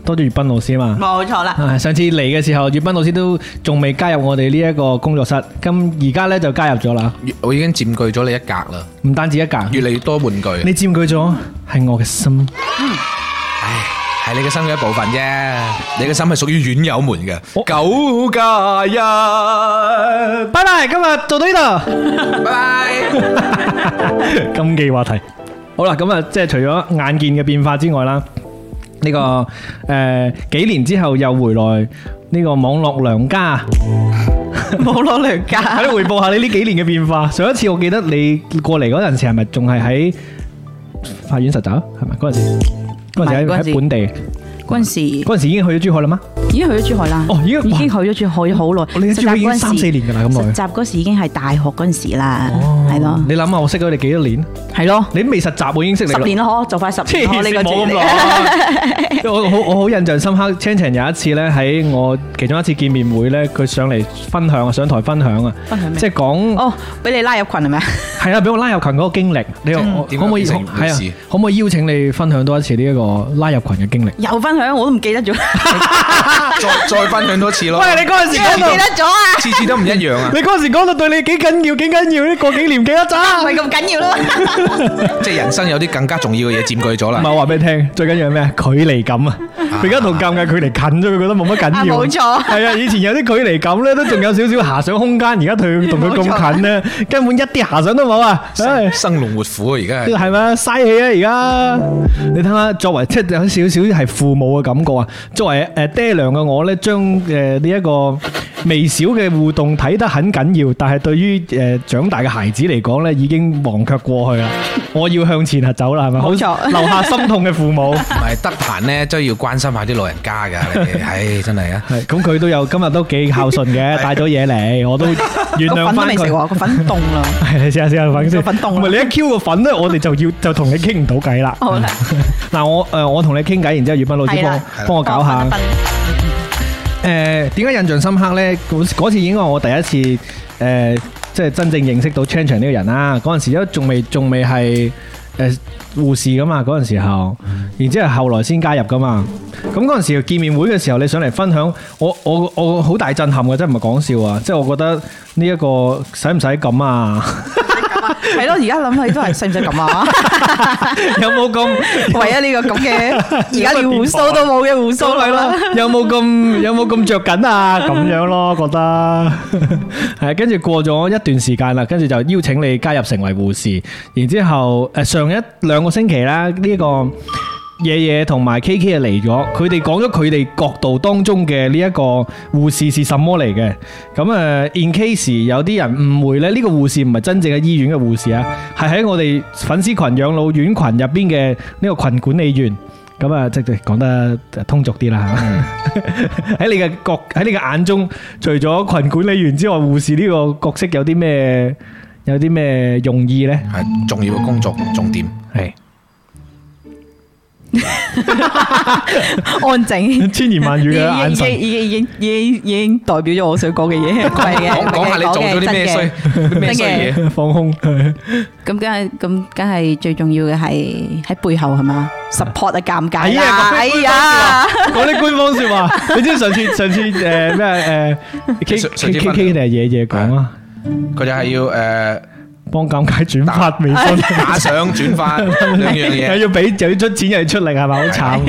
S2: 多咗粵斌老師啊嘛。
S6: 冇錯啦，
S2: 啊！上次嚟嘅時候，粵斌老師都仲未加入我哋呢一個工作室，咁而家呢就加入咗啦。
S3: 越我已經佔據咗你一格啦，
S2: 唔單止一格，
S3: 越嚟越多玩具，
S2: 嗯你佔據咗係我嘅心。
S3: 唉，係你嘅心嘅一部分啫。你嘅心係屬於院友們嘅。
S2: 我
S3: 九加一，
S2: 拜拜，今日做到呢度。
S3: 拜拜。
S2: 禁忌話題。好啦，咁啊，即係除咗眼見嘅變化之外啦，呢、個誒、呃、幾年之後又回來呢個網絡良 家，
S6: 冇攞嚟
S2: 喺
S6: 㗎。
S2: 度回報下你呢幾年嘅變化。上一次我記得你過嚟嗰陣時係咪仲係喺法院實習？係咪嗰陣時？嗰陣時
S6: 唔係嗰
S2: 喺
S6: 陣時
S2: 喺本地，
S6: 嗰陣時
S2: 嗰陣時已經去咗珠海啦嗎？
S6: 已經去咗珠海啦，
S2: 哦已經
S6: 已經去咗珠海好耐。
S2: 你喺珠海已經
S6: 實習嗰陣時
S2: 三四年㗎啦咁耐
S6: 實習嗰時已經係大學嗰陣時啦，係咯，
S2: 你諗下我識咗你幾多年？
S6: 係咯。
S2: 你都未實習我已經識你
S6: 十
S2: 啦。
S6: 年咯，嗬，就快 十
S2: 黐
S6: 年咯，呢
S2: 線
S6: 個
S2: 冇咁
S6: 字
S2: 耐，我好我好印象深刻。Chan Chan 有一次咧喺我其中一次見面會咧，佢上嚟分享啊，上台分享啊，
S6: 分享咩
S2: 即係講
S6: 哦，俾你拉入群 係咪？
S2: 係啊，俾我拉入群嗰個經歷。你話
S6: 嗯
S2: 我
S3: 點
S2: 可唔可以
S3: 樣變成回
S2: 係
S3: 事
S2: 啊？可唔可以邀請你分享多一次呢一個拉入群嘅經歷？
S6: 又分享我都唔記得 咗，
S3: 再再分享多次 咯。
S2: 喂，你嗰陣時
S6: 唔
S2: 講
S6: 記得
S2: 到，
S6: 咗啊，
S3: 次次都唔一樣啊
S2: 你！嗰陣時講到對你幾緊要，幾緊要，呢過幾年記得咋？
S6: 唔係
S2: 唔
S6: 咁緊要咯。
S3: 即係人生有啲更加重要嘅嘢佔據咗啦
S2: 係。我話俾你聽，最緊要係咩啊？距離感啊！佢而家同尷尬距離近咗，佢覺得冇乜緊要。
S6: 啊冇錯
S2: 係啊，以前有啲距離感咧，都仲有少少遐想空間。而家佢同佢咁近咧，根本一啲遐想都冇啊！唉
S3: 生生龍活虎啊！而家係
S2: 係咪嘥氣啊？而家你睇下，作為即係有少少係父母嘅感覺啊。作為誒爹娘嘅我咧，將誒呢一個微小嘅互動睇得很緊要，但係對於誒長大嘅孩子嚟講咧，已經忘卻過 去啦。我要向前啊走啦，係咪？
S6: 冇錯
S2: 好留下心痛嘅父 母。
S3: 唔係得閒咧，都要關心下啲老人家㗎。你哋唉，真係啊！
S2: 系，咁佢都有今日都幾孝順嘅， 帶咗嘢嚟，我都原
S6: 個
S2: 諒
S6: 粉都
S2: 翻
S6: 未食
S2: 佢。
S6: 喎，個粉凍啦。
S2: 係你試下試下粉先，
S6: 個粉凍啦啊哦
S2: 唔係你一 Q 個粉咧，我哋就要就同你傾唔到偈啦。
S6: 好啦，
S2: 嗱，我誒我同你傾偈，然之後葉斌老師
S6: 係
S2: 幫
S6: 啦哦
S2: 幫我搞下。誒點解印象深刻呢？嗰嗰次應該係我第一次誒、呃即係真正認識到 Chan Chan 呢個人啦。嗰陣時都仲未仲未係誒護士噶嘛，嗰陣時候，然之後後來先加入噶嘛。咁嗰陣時見面會嘅時候，你上嚟分享，我我我好大震撼嘅，真係唔係講笑啊！即係我覺得呢、一個使唔使咁啊？
S6: 係咯，而家諗起都係使唔使咁啊？
S2: 有冇咁
S6: 為咗呢個咁嘅，而家連胡鬚都冇嘅 胡鬚女啦。？
S2: 有冇咁有冇咁着緊啊？咁樣咯，覺 得係跟住過咗一段時間啦，跟住就邀請 à, 你加入成為護士，然之後誒上一兩個星期啦，呢、個。爺爺同埋 K K 啊嚟咗，佢哋講咗佢哋角度當中嘅呢一個護士是什麼嚟嘅。咁诶，in à, case 有啲人誤會咧，呢、個護士唔係真正嘅醫院嘅護士啊，係喺我哋粉絲群養老院群入邊嘅呢個群管理員。咁啊，即係講得通俗啲啦。 喺你嘅角，喺你嘅眼中，除咗群管理員之外，護士呢個角色有啲咩有啲咩用意呢？
S3: 係重要嘅工作重 點。
S2: 係。
S6: 安靜。
S2: 千言萬語嘅眼神。
S6: 已經已經已經已經已經代表咗我想講嘅嘢，唔係嘅，
S3: 講講下你做咗啲咩衰咩衰嘢？
S2: 放空，
S6: 咁梗係咁梗係最重要嘅係喺背後係嘛？support 啊，尷
S2: 哎
S6: 尬
S2: 呀
S6: 啦，，哎呀，
S2: 講啲官方説話，你知上次上次誒咩誒 K
S3: 上
S2: K
S3: 上
S2: K
S3: 次分
S2: K 定係爺爺講啊？
S3: 佢就係要诶
S2: 幫尷尬轉發微信。
S3: 打賞轉發兩樣嘢
S2: 又。要俾又要出錢又要出力係咪好慘？啊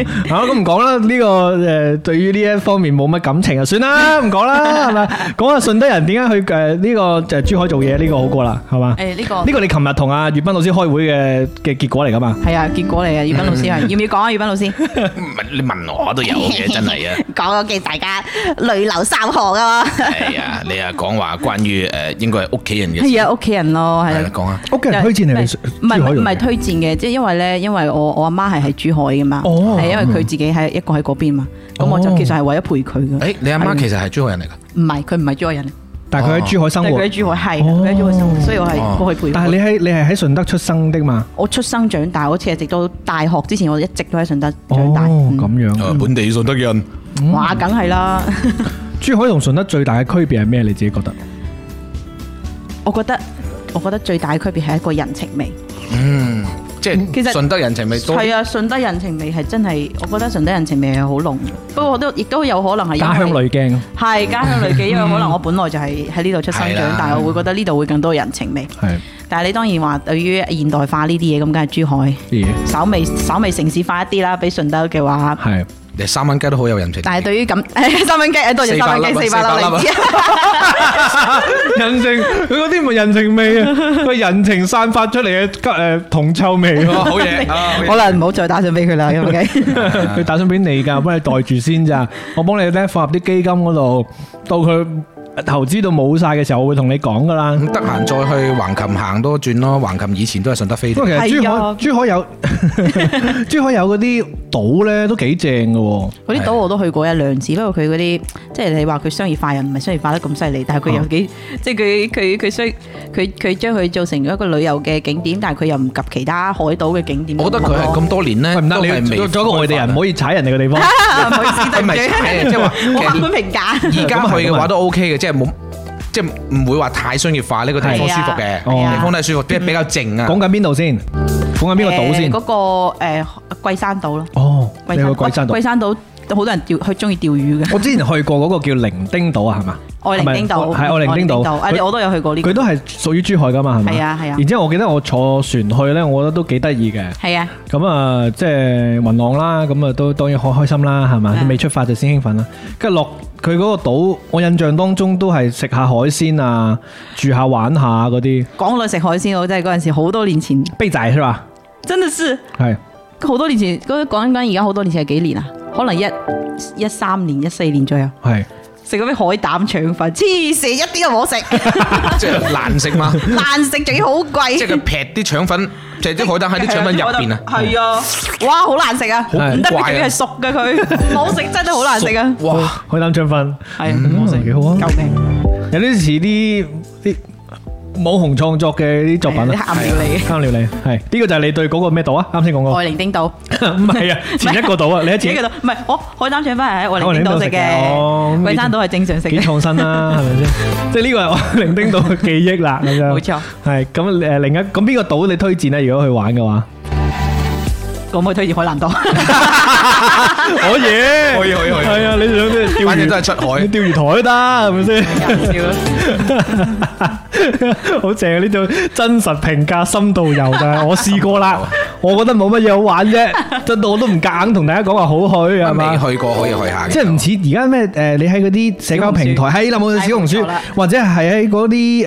S2: 咁唔講啦，呢個誒對於呢一方面冇乜感情啊，算啦，唔講啦，係咪？講下順德人點解去誒呢個就係珠海做嘢呢個好過啦，係嘛？
S6: 誒呢個
S2: 呢個你琴日同阿粵斌老師開會嘅嘅結果嚟㗎嘛？
S6: 係啊，結果嚟啊，宇斌老師啊，要唔要講啊？宇斌老師
S3: 唔係你問我都有嘅，真 係啊！
S4: 講咗嘅大家淚流三河啊！
S3: 係啊，你啊講話關於诶，應該係屋企人嘅事。
S6: 係啊，屋企人咯，
S3: 係
S6: 係啊
S3: 啦，。講啊，
S2: 屋企
S6: Dạ,
S2: 人推薦你去珠
S6: 唔係唔
S2: 海
S6: 係
S2: 做
S6: 唔
S2: 嘢
S6: 係推薦嘅，即係因為咧，因為我我阿媽係喺珠海噶嘛，
S2: 哦
S6: 係因為佢自己喺一個喺嗰邊嘛，咁
S2: 哦
S6: 我就其實係為咗陪佢嘅。
S3: 诶，你阿媽其實係珠海人嚟㗎。
S6: 唔係佢唔係珠海人，
S2: 但係佢喺珠海生
S6: 但係
S2: 活
S6: 佢喺。珠海係
S2: 哦
S6: 佢喺珠海生活，所以我係過去陪佢。
S2: 但係你喺你係喺順德出生的嘛？
S6: 我出生長大，我其實直到大學之前，我一直都喺順德
S2: 哦，
S6: 長大。嗯
S2: 咁樣。
S3: 本地順德人。
S6: 哇，梗係啦！
S2: 珠海同順德最大嘅區別係咩？你自己覺得？
S6: 我覺得我覺得最大嘅區別係一個人情味。
S3: 嗯，即
S6: 其
S3: 係
S6: 實
S3: 順德人情味多。
S6: 係啊，順德人情味係真係，我覺得順德人情味係好濃。不過我都亦都有可 Dạ，能係因為
S2: 家鄉濾鏡
S6: 係家鄉 類嘅，因為可能我本來就係喺呢度出生
S3: 係啦
S6: 長
S2: 啊
S6: 大，我會覺得呢度會更多人情味。
S2: 係
S6: 但係你當然話對於現代化呢啲嘢，咁梗係珠海
S2: 啲嘢
S6: 稍微稍微城市化一啲啦，比順德嘅話。
S2: 係。
S3: 你三蚊雞都好有人情。
S6: 但係對於咁 三蚊雞，誒多謝
S3: 四
S6: 三
S3: 百粒啊
S6: 蚊雞四
S3: 四
S6: 百粒
S3: 百粒啊
S6: 荔枝。
S2: 人情，佢嗰啲咪人情 味啊，佢人情散發出嚟嘅诶铜臭 味
S3: 哦
S2: 咯。
S3: 好嘢，啊好嘢
S6: 好啦，唔好再打信俾佢啦， 咁 OK。
S2: 佢打算俾你㗎，我幫你袋住先咋，我幫你咧放入啲基金嗰度，到佢投資到冇晒嘅時候，我會同你講㗎啦。
S3: 咁得閒再去橫琴行多轉咯，橫琴以前都係順德飛
S2: 不
S3: 的
S2: 過。其實珠
S6: 係
S2: 海
S6: 啊
S2: 珠 海有珠海有嗰啲島咧都幾正㗎喎。
S6: 嗰啲島我都去過一兩次，不過佢嗰啲即係你話佢商業化又唔係商業化得咁犀利，但係佢有幾即係佢佢佢需佢佢將佢做成一個旅遊嘅景點，但係佢又唔及其他海島嘅景點咁
S3: 我
S6: 多。
S3: 覺得佢係咁多年咧，
S2: 喂唔得，
S3: 都係
S2: 你
S3: 未
S2: 做做一個外地人，唔可以踩人哋嘅地 方。
S6: 啊，唔好意思，對
S3: 唔 係踩啊即係話
S6: 唔住，我客觀評價。
S3: 而家去嘅話都 OK 嘅，即係冇即係唔會話太商業化呢個地方舒服嘅，
S6: 係啊
S3: 地方都係舒服，即係比較靜啊。
S2: 講緊邊度先？講緊邊個島先
S6: 誒？嗰個誒桂山島咯，
S2: 哦，你去過桂山島
S6: 桂。山島好多人釣，佢中意釣魚嘅，
S2: 我之前去過嗰個叫伶仃島啊，係嘛？
S6: 愛玲丁島
S2: 係咪愛伶仃島。
S6: 愛玲丁啊我都有去過呢個
S2: 佢。都係屬於珠海噶嘛，係咪？
S6: 係啊係啊
S2: 然之後我記得我坐船去咧，我覺得都幾得意嘅。
S6: 係啊，
S2: 咁啊，即係雲浪啦，咁啊都當然開開心啦，係啊嘛？
S6: 嗯
S2: 未出發就先興奮啦。跟住落佢嗰個島，我印象當中都係食下海鮮啊，住下玩下嗰啲。
S6: 講到食海鮮，我真係嗰陣時好多年前，
S2: 悲仔係嘛？
S6: 真的是。
S2: 係
S6: 好多年前，嗰講緊而家好多年前係幾年啊？可能一一三年、一四年左右，
S2: 係。
S6: 食嗰啲海膽腸粉，黐線一啲都冇食，
S3: 即係難食嘛，
S6: 難食仲要好貴。
S3: 即係佢劈啲腸粉，就係啲海膽喺啲腸 粉入邊啊。
S6: 係啊，哇，好難食啊，
S2: 怪啊
S6: 唔得，佢仲要係熟嘅佢， 唔好食真係好難食啊，
S3: 哇！
S2: 海膽腸粉
S6: 係唔好
S2: 嗯幾好啊
S6: 食，救命！
S2: 有啲似啲啲網紅創作嘅啲作品
S6: 係
S2: 啊。
S6: 啲鹹料理
S2: 啱料理係呢個就係你對嗰個咩島啊？啱先講過。
S6: 愛玲丁島，
S2: 唔係啊，前一個島 啊，你喺
S6: 自己
S2: 前一
S6: 嗰度唔係我海膽腸粉係喺愛玲丁島
S2: 愛玲丁島
S6: 食
S2: 食嘅哦咁
S6: 嘅，桂山島係正常食
S2: 幾
S6: 嘅，
S2: 創新啦，係咪先？即係呢個係我伶仃島嘅記憶啦，咁樣。
S6: 冇錯。
S2: 係咁誒，另一咁邊個島你推薦咧？如果去玩嘅話，
S6: 我唔可以推薦海南島，
S2: 可以，
S3: 可以可以可以
S2: 係啊，你想咩？釣魚
S3: 反正都係出海
S2: 你釣魚台都得，係咪先？
S6: 笑啊
S2: 好正啊！呢度真實評價深度遊就 係我試過啦，我覺得冇乜嘢好玩啫，真到我都唔夾硬同大家講話好去係嘛。
S3: 未去過可以去下嘅
S2: 即係唔似而家咩誒？你喺嗰啲社交平台，係啦冇小紅
S6: 係冇
S2: 書
S6: 錯啦，
S2: 或者係喺嗰啲誒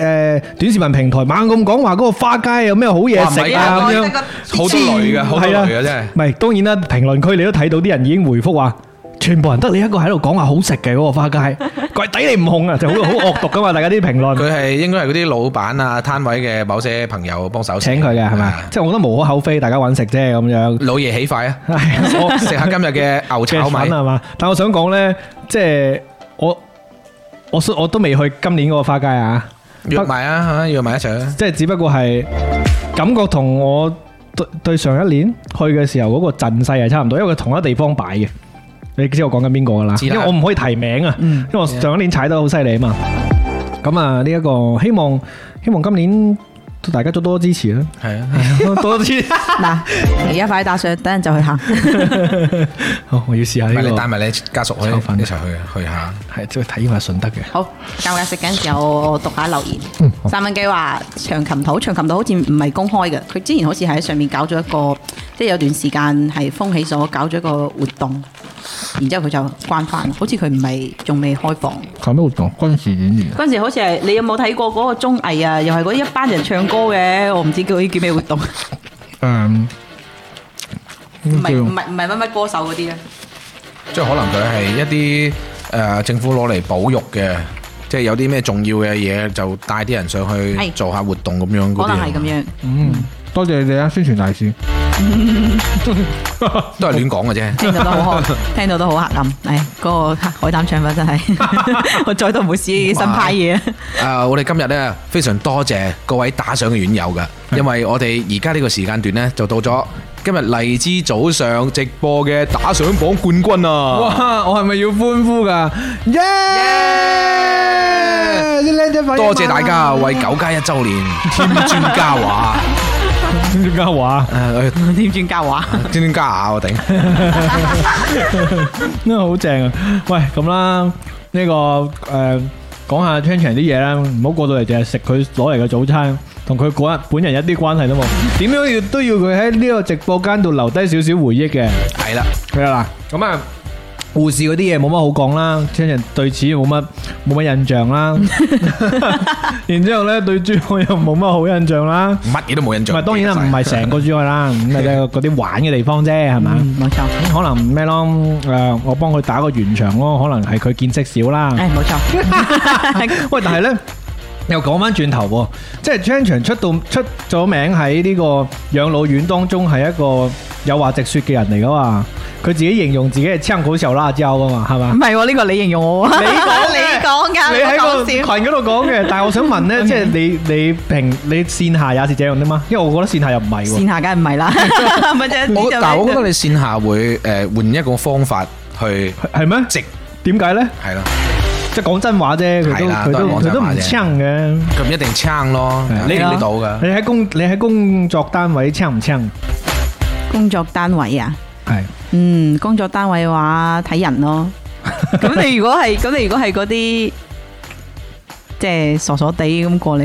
S2: 短視頻平台猛咁講話嗰個花街有咩好嘢食啊
S6: 哇唔係
S2: 咁
S6: 啊
S2: 樣，
S3: 好多類嘅，好多
S2: 係啊
S3: 類嘅真係。
S2: 唔係當然啦，評論區你都睇到啲人已經回覆話。全部人得你一個喺度講話好食嘅嗰個 花街，佢係抵你唔紅啊，就好好惡毒噶嘛！大家啲評 論，
S3: 佢係應該係嗰啲老闆啊、攤位嘅某些朋友幫手
S2: 請佢嘅係咪
S3: 啊？
S2: 即係我覺得無可厚非，大家揾食啫咁樣。
S3: 老爺起筷啊！
S2: 係我
S3: 食下今日嘅
S2: 嘅
S3: 牛炒米
S2: 粉，啊係嘛？但我想講咧，即係我我我都未去今年嗰個花街啊，
S3: 約埋啊嚇，約埋一齊啊！
S2: 即係只不過係感覺同我對對上一年去嘅時候嗰個陣勢係差唔多，因為佢同一地方擺嘅。你知我講緊邊個噶啦？
S3: 知
S2: 因
S3: 啦嗯
S2: 為我唔可以提名啊，因為我上一年踩得好犀利啊嘛。咁啊，呢一個希望希望今年大家都多支持啦，
S3: 係啊，
S2: 多支持。
S6: 嗱，而家快啲打上，等陣就去行。
S2: 好，我要試下
S3: 唔
S2: 呢
S3: 係你
S2: 個
S3: 帶。埋你家屬去
S2: 炒粉啊
S3: 一齊去去下。
S2: 系即系睇埋順德嘅。
S6: 好，尷尬食緊時候，我讀下留言。
S2: 嗯
S6: 三蚊雞話長琴島，長琴島好似唔係公開嘅，佢之前好似喺上面搞咗一個，即係有段時間係風起所搞咗一個活動，然之後佢就關翻，好似佢唔係仲未開放。
S2: 搞咩活動？軍事啊演員。
S6: 嗰陣時好似係你有冇睇過嗰個綜藝啊？又係嗰一班人唱歌嘅，我唔知叫叫咩活 動，唔
S2: 誒，
S6: 係唔係唔係乜乜歌手嗰啲啊咧。
S3: 即係可能佢係一啲誒、呃政府攞嚟保育嘅，即係有啲咩重要嘅嘢就帶啲人上去
S6: 係
S3: 做下活動咁樣
S2: 啊
S3: 嗰
S6: 可
S3: 啲啊
S6: 能係咁
S3: 嘢，
S6: 樣，
S2: 多謝你哋啊，宣傳大使。
S3: 都係亂講嘅啫。
S6: 聽到都好黑，聽到都好黑暗。唉，嗰個海膽腸粉真係，我再都唔會試新派嘢。
S3: 啊、我哋今日呢，非常多謝各位打賞嘅院友
S2: 嗯
S3: 嘅，因為我哋而家呢個時間段呢，就到咗今日荔枝早上直播嘅打賞榜冠軍啊！
S2: 哇！ 我係咪要歡呼噶？耶！啲靚仔快啲
S3: 多謝大
S2: 買啊！
S3: 家為九加一周年添磚加瓦，
S2: 點解話？
S3: 誒
S6: 點轉交話？
S3: 添磚加瓦我頂。
S2: 呢個好正啊！喂，咁啦，呢個誒講下 c h a n c h a n 啲嘢啦，唔好過到嚟淨係食佢攞嚟嘅早餐，同佢嗰日本人一啲關係都冇。點樣要都要佢喺呢個直播間度留低少少回憶嘅。
S3: 係啦，
S2: 係啦，咁啊。護士嗰啲嘢冇乜好講啦 c h a n 對此冇乜冇乜印 象啦，然之後咧對珠海又冇乜好印象啦，
S3: 乜嘢都冇印
S2: 唔
S3: 象。
S2: 係啊當然啦，唔係成個珠海 啦，咁咪咧嗰啲玩嘅地方啫，係嘛？
S6: 嗯，冇錯。
S2: 可能咩咯？誒，我幫佢打個圓場咯，可能係佢見識少 啦。
S6: 唉，冇錯。
S2: 喂，但係咧又講翻轉頭喎，即係 c h a n 出到出咗名喺呢個養老院當中係一個有話直説嘅人嚟噶嘛，佢自己形容自己係槍口受辣椒啊嘛，係嘛
S6: 唔？係喎，呢個你形容我喎。
S2: 你講嘅
S6: 嗯 你講㗎，
S2: 你喺
S6: 我
S2: 個
S6: 講嗯
S2: 群
S6: 笑。
S2: 嗰度講嘅，但係我想問咧，即係你你平你線下也是這樣的嘛？因為我覺得線下又唔係喎
S6: 線。下梗係唔係啦，咪就係
S3: 我
S6: 就係
S3: 但係我覺得你線下會誒換一個方法去
S2: 係係咩？
S3: 直
S2: 點解咧？
S3: 係啦，
S2: 即係講真話啫，佢都
S3: 係啦
S2: 佢都
S3: 都係講
S2: 佢
S3: 真
S2: 都唔
S3: 話啫
S2: 撐嘅。
S3: 佢唔一定撐咯，
S2: 係啊
S3: 你
S6: 係啊
S3: 睇到㗎。
S2: 你喺工你喺工作單位撐唔撐？
S6: 工作單位啊。
S2: 係
S6: 嗯，工作單位嘅話睇人咯。咁你如果係咁，你如果係嗰啲即係傻傻地咁過嚟，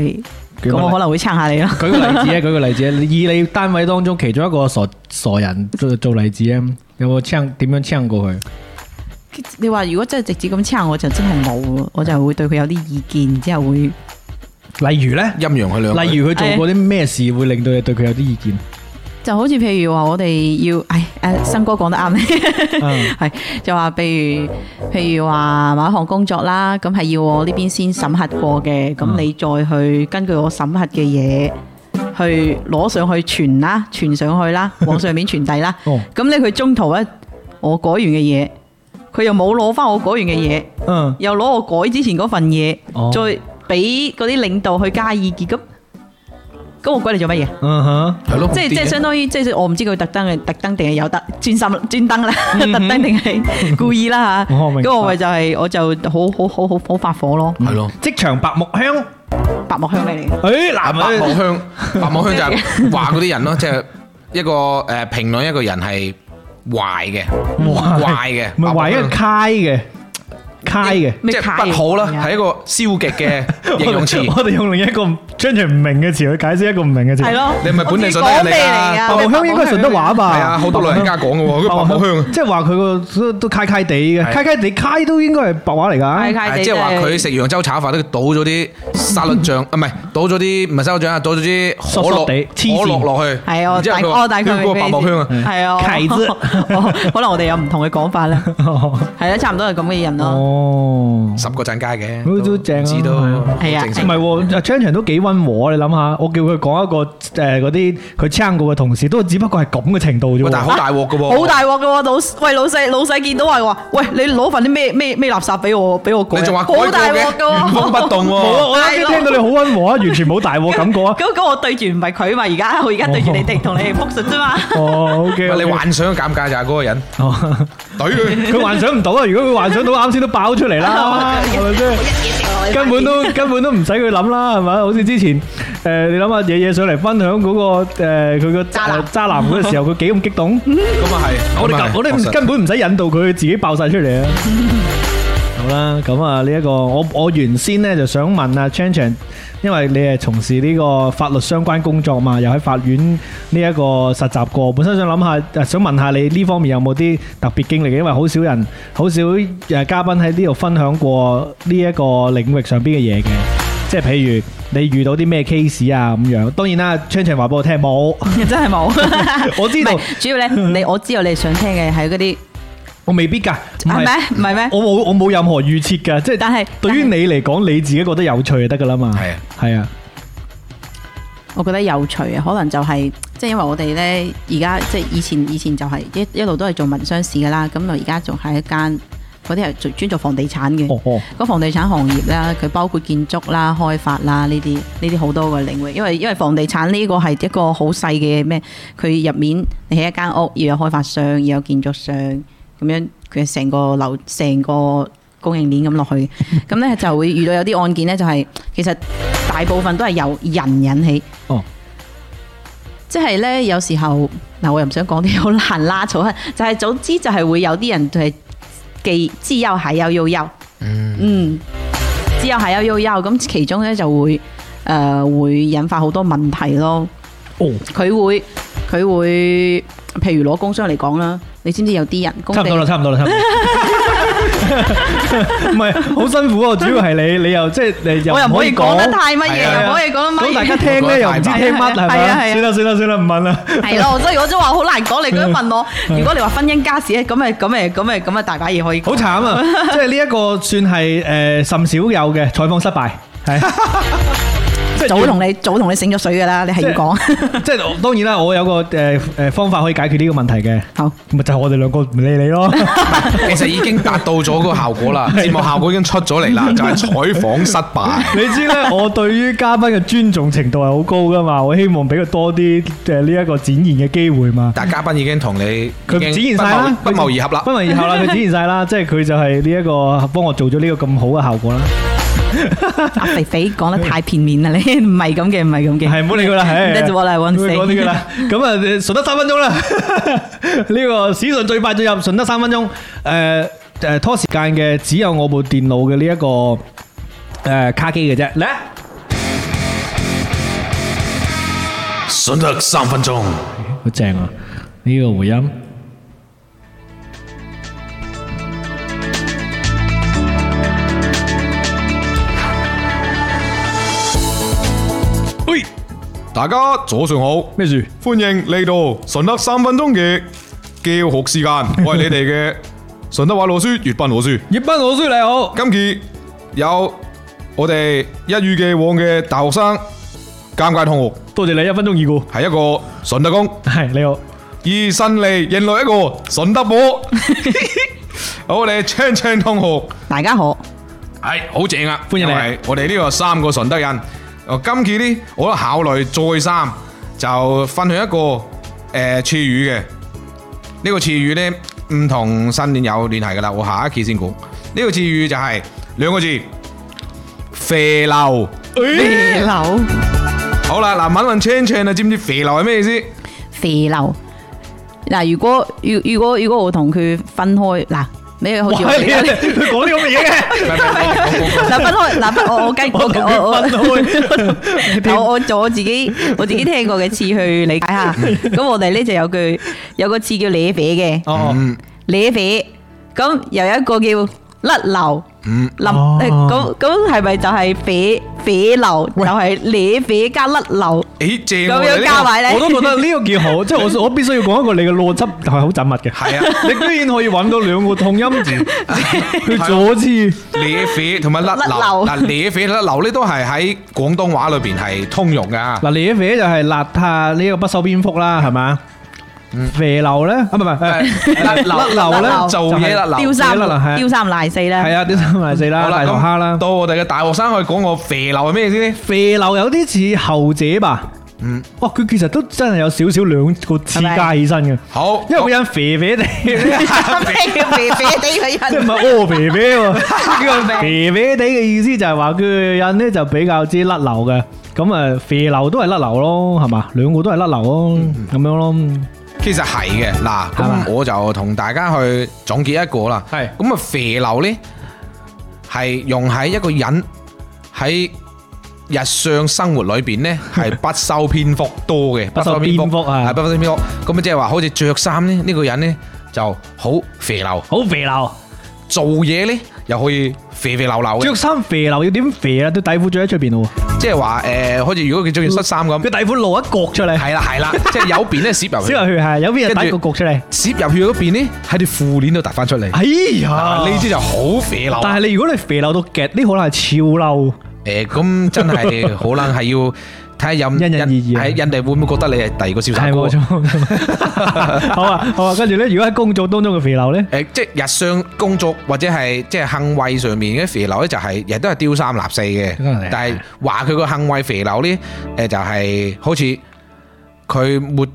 S2: 舉個
S6: 咁我
S2: 例
S6: 可能會撐下你咯。
S2: 舉個例子啊，舉個例子啊，以你單位當中其中一個傻傻人做做例子啊，有冇撐點樣撐過佢？
S6: 你話如果真係直接咁撐，我就真係冇喎，我就會對佢有啲意見，之後會
S2: 例如咧，
S3: 陰陽佢兩個，
S2: 例如佢做過啲咩事會令到你對佢有啲意見？
S6: 就好似譬如話我哋要，唉，誒新哥講得啱。
S2: 嗯
S6: 係就話，譬如譬如話某一項工作啦，咁係要我呢邊先審核過嘅，
S2: 嗯
S6: 咁你再去根據我審核嘅嘢去攞上去傳啦，傳上 去啦，往上面傳遞啦。
S2: 哦
S6: 咁咧佢中途咧，我改完嘅嘢，佢又冇攞翻我改完嘅嘢，
S2: 嗯，
S6: 又攞我改之前嗰份嘢，
S2: 哦
S6: 再俾嗰啲領導去加意見，咁咁我改嚟做乜嘢？
S2: 嗯哼。
S3: 係咯，
S6: 即係即係相當於即係我唔知佢特登係特登定係有得專心專登啦， 特登定 係故意啦嚇。
S2: 我明白
S6: 咁我咪就係我就好好好好好發火咯，
S3: 係咯。
S2: 職場白木香，
S6: 白木香嚟嘅。
S2: 誒
S3: 啊白
S2: 嗱，
S3: 木 ờ, 香，白木香就係話嗰啲人咯，即係一個誒評論一個人係壞嘅，
S2: 壞
S3: 壞嘅，
S2: 唔係話一個揩嘅，揩嘅。
S3: 哎即係不好啦，係一個消極 嘅形容詞。
S2: 我哋用另一個完全唔明嘅詞去解釋一個唔明嘅詞。
S6: 係咯，
S3: 你係咪本地順德人嚟㗎
S2: 白
S6: 白
S2: 毛香應該係順德話哦吧？
S3: 係啊，好多老人家講嘅喎，佢白
S2: 白
S3: 毛
S2: 毛
S3: 香
S2: 香，。即係話佢個都都揩揩地嘅，
S3: 係
S2: 揩揩地揩都應該係白話嚟
S6: 係
S2: 㗎。
S6: 係
S3: 係即係話佢食揚州炒飯都倒咗啲沙律醬，啊唔係倒咗啲唔係沙律醬啊，倒咗啲可
S2: 索索
S3: 樂
S2: 地
S3: 可
S2: 黐線
S3: 樂落去。
S6: 係啊我
S3: 然之後
S6: 大
S3: 佢話
S6: 我大概
S3: 佢嗰個
S6: 明
S3: 白
S6: 咩
S3: 毛香啊，
S6: 意思 係啊，
S2: 揩啫
S6: 我可能我哋有唔同嘅講法啦，係啦，差唔多係咁嘅人咯，
S2: 哦，
S3: 十個陣街嘅，
S2: 都都正啊
S3: 知道
S2: 係啊
S6: 係啊
S3: 正
S2: 唔
S3: 常
S2: 係喎，張翔都幾温和，你諗下，我叫佢講一個誒嗰啲佢撐過嘅同事，都只不過係咁嘅程度啫
S3: 喂但係
S2: 喎。
S3: 好大鑊嘅喎，
S6: 好大鑊嘅喎，老喂老細老細見到話話，喂你攞份啲咩咩咩垃圾俾我俾我改啊，
S3: 你仲話改
S6: 好大鑊嘅
S3: 過嘅，
S6: 喎，
S3: 原封不動
S2: 冇啊！
S3: 喎。
S2: 我啱先聽到你好温和啊，完全冇大鑊感覺啊。
S6: 咁咁我對住唔係佢嘛，而家 我而家對住你哋同你哋復述啫嘛。
S2: 哦，OK，
S3: 喂你幻想嘅尷尬就係嗰個人，
S2: 哦，
S3: 懟佢。
S2: 佢幻想唔到啊！如果佢幻想到，啱先都爆出嚟 啦，
S6: 哦
S2: 係咪先？根本都根本都唔使佢諗啦，係咪？好似之前誒，你諗下野野上嚟分享嗰個誒佢個
S6: 渣男
S2: 誒渣男嗰個時候，佢幾咁激動？
S3: 咁啊係，
S2: 我哋
S3: 咁啊
S2: 根
S3: 係
S2: 我
S3: 確
S2: 哋
S3: 實
S2: 根本唔使引導佢，自己爆晒出嚟啊！好啦，咁啊呢一個我我原先咧就想問啊 Chan Chan，因為你係從事呢個法律相關工作嘛，又喺法院呢一個實習過，本身想諗下，呃想問下你呢方面有冇啲特別經歷嘅？因為好少人，好少誒嘉賓喺呢度分享過呢一個領域上邊嘅嘢嘅，即係譬如你遇到啲咩 case 啊咁樣。當然啦，Chan Chan 話俾我聽冇，
S6: 真係冇，
S2: 我知道
S6: 唔係主要咧，你我知道你想聽嘅係嗰啲
S2: 我未必㗎，唔
S6: 係
S2: 係
S6: 咪？唔係咩？
S2: 我冇我冇任何預設㗎，即係
S6: 但係
S2: 對於你嚟講，你自己覺得有趣就得㗎啦嘛。
S3: 係啊
S2: 係啊，
S6: 我覺得有趣啊，可能就係、即係因為我哋咧而家即係以前以前就係、一一路都係做民商事噶啦，咁我而家仲係一間嗰啲係做專做房地產嘅。
S2: 哦哦，
S6: 個房地產行業啦，佢包括建築啦、開發啦呢啲呢啲好多個領域，因為因為房地產呢個係一個好細嘅咩，佢入面你起一間屋要有開發商，要有建築商，咁樣佢成個樓成個供應鏈咁落去，咁呢就會遇到有啲案件呢，就係、其實大部分都係由人引起。
S2: 哦
S6: 即係呢，有時候嗱，我又唔想講啲好難拉草，就係、總之就係會有啲人就係既之憂係憂憂憂，嗯，之憂係憂憂憂，咁其中呢就會誒、呃、會引發好多問題咯。
S2: 哦，
S6: 佢會佢會，譬如攞工傷嚟講啦，你知唔知有啲人工
S2: 差唔多啦，
S6: 地
S2: 差唔多啦， 差唔多。唔係好辛苦啊，主要係你，你又即係你又
S6: 我又唔可以講
S2: 講
S6: 得太乜
S3: 係
S6: 嘢，
S3: 啊
S6: 又唔可以講得乜
S2: 咁大家
S6: 嘢。
S2: 聽咧又唔知聽乜係
S6: 係啊係啊係
S2: 咪？
S6: 啊
S2: 算啦算啦算啦，唔問啦。
S6: 係咯，所以我都話好難講。你咁樣 問我，如果你話婚姻家事咧，咁咪咁咪咁咪咁咪大把嘢可以講。
S2: 好慘 啊！即係呢一個算係誒甚少有嘅採訪失敗，係 即係
S6: 早同你早同你醒咗水噶啦，你係要講。
S2: 即係我當然啦，我有個誒誒方法可以解決呢個問題嘅，
S6: 好，
S2: 咪就係我哋兩個唔理你咯。
S3: 其實已經達到咗嗰個效果啦，節目效果已經出咗嚟啦，就係採訪失敗。
S2: 你知咧，我對於嘉賓嘅尊重程度係好高噶嘛，我希望俾佢多啲誒呢一個展現嘅機會嘛。
S3: 但嘉賓已經同你
S2: 佢
S3: 已
S2: 展
S3: 經
S2: 現晒啦，
S3: 不謀不謀而合啦
S2: 不。謀而合啦，佢展現晒啦，即係佢就係呢一個幫我做咗呢個咁好嘅效果啦。
S6: 阿肥肥講得太片面啦，你唔係咁嘅，唔係咁嘅。
S2: 係唔好理佢啦，唉
S6: That's what I want to say
S2: 唔好講呢個啦。咁啊，順德三分鐘啦， 呢個史上最快進入順德三分鐘。誒誒，拖時間嘅只有我部電腦嘅呢一個誒卡機嘅啫。嚟啊！
S3: 順德三分鐘，
S2: 好正啊！呢、個回音。喂，
S3: 大家早上好，
S2: 咩事？
S3: 歡迎嚟到順德三分鐘嘅教學時間。我係你哋嘅順德話老師粵賓老師。
S2: 葉斌老師你好。
S3: 今期有我哋一如既往嘅大學生尷尬同學，
S2: 多謝你一分鐘已故。
S3: 係一個順德公。
S2: 係你好。
S3: 以新嚟迎來一個順德婆。好，我哋昌昌同學，
S6: 大家好，
S3: 係好正啊！
S2: 歡迎你
S3: 因為我哋呢個三個順德人，哦今期呢，我都考慮再三就分享一個誒詞語嘅，呢、個詞語呢，唔同新年有聯繫噶啦，我下一期先講。呢、個詞語就係、兩個字，肥流。
S6: 肥流
S3: 好啦，嗱，問問昌昌啊，知唔知肥流係咩意思？
S6: 肥流，嗱，如果如如果如果我同佢分開，嗱，你 好似我哋
S2: 哇，你-佢講啲咁嘅嘢嘅？
S6: 嗱分開嗱分我我跟
S2: 我同
S6: 我我我
S2: 佢分開，
S6: 我我做我自己我自己聽過嘅詞去理 解下。咁我哋咧就有句有個詞叫咧啡嘅
S2: 哦，
S6: 咧啡，咁又有一個叫甩流。
S3: 嗯
S6: 淋
S2: 哦
S6: 誒咁咁係咪就係啡啡流就係咧啡加甩流
S3: 咦，正
S6: 咁
S3: 喎，
S6: 樣
S3: 你
S6: 加
S3: 呢
S6: 埋咧？
S2: 我都覺得呢個幾好，即係我-我必須要講一個你嘅邏輯係好縝密嘅。
S3: 個 係啊，
S2: 你居然可以揾到兩個同音字去佐之。
S3: 咧啡同埋甩
S6: 甩
S3: 流
S6: 流
S3: 嗱，咧啡甩流呢都係喺廣東話裏邊係通用噶。
S2: 嗱，瀨啡就係邋遢呢個不修邊幅啦，係咪？ 肥流呢？啊，唔係，唔係，誒，甩流呢？
S3: 做嘢甩流
S6: 丟。三
S2: 甩流係啊
S6: 丟三賴四 啦，
S2: 係啊，啲三埋四啦，
S3: 好啦，
S2: 大頭蝦啦。
S3: 咁到我哋嘅大學生去講個肥流係咩意思咧？
S2: 肥流有啲似後者吧？
S3: 嗯，
S2: 哇，佢其實都真係有少少兩個字加起身嘅。
S3: 好，
S2: 因為嗰個人肥肥地，
S6: 咩叫 啡啡地嘅人？
S2: 即係唔係屙肥肥喎，呢個肥肥地嘅意思就係話佢個人呢就比較之甩流嘅，咁啊，肥流都係甩流咯，係嘛？兩個都係甩流咯，咁樣咯。
S3: 其實係嘅，嗱，
S2: 係嘛
S3: 咁我就同大家去總結一個啦。
S2: 係
S3: 咁啊，肥流呢，係用喺一個人喺日常生活裏 邊呢，係不修邊幅多嘅，
S2: 不修邊幅啊
S3: 係不修邊幅。咁啊，即係話好似着衫呢，呢個人呢就好肥流，做嘢呢又可以肥肥流流嘅，
S2: 好肥流，着衫肥流要點肥啊？對底褲着喺出邊咯喎，佢底褲露一角出嚟。
S3: 即係話誒，好似如果佢中意恤衫咁，係啦係 啦，即係有邊呢，攝入去，
S2: à, 小牛血係，有邊人打個角出嚟？
S3: 攝入去嗰邊呢，喺條褲鏈度突翻出嚟。
S2: 哎呀！
S3: 啊呢啲就好肥流啊。
S2: 但係你如果你肥流到夾，呢可能係潮流。
S3: 诶，咁真係可能係要睇下 印
S2: 因人而異啊
S3: 係印地會唔會覺得你係第二個小
S2: 係
S3: 三哥
S2: 冇？錯， 好啊好啊，跟住咧，如果喺工作當中嘅肥流咧，
S3: 诶，即係日常工作或者係即係行為上面嘅肥流咧，就係日都係丟三立四
S2: 真係
S3: 嘅。但係話佢個行為肥流咧，诶就係好似佢抹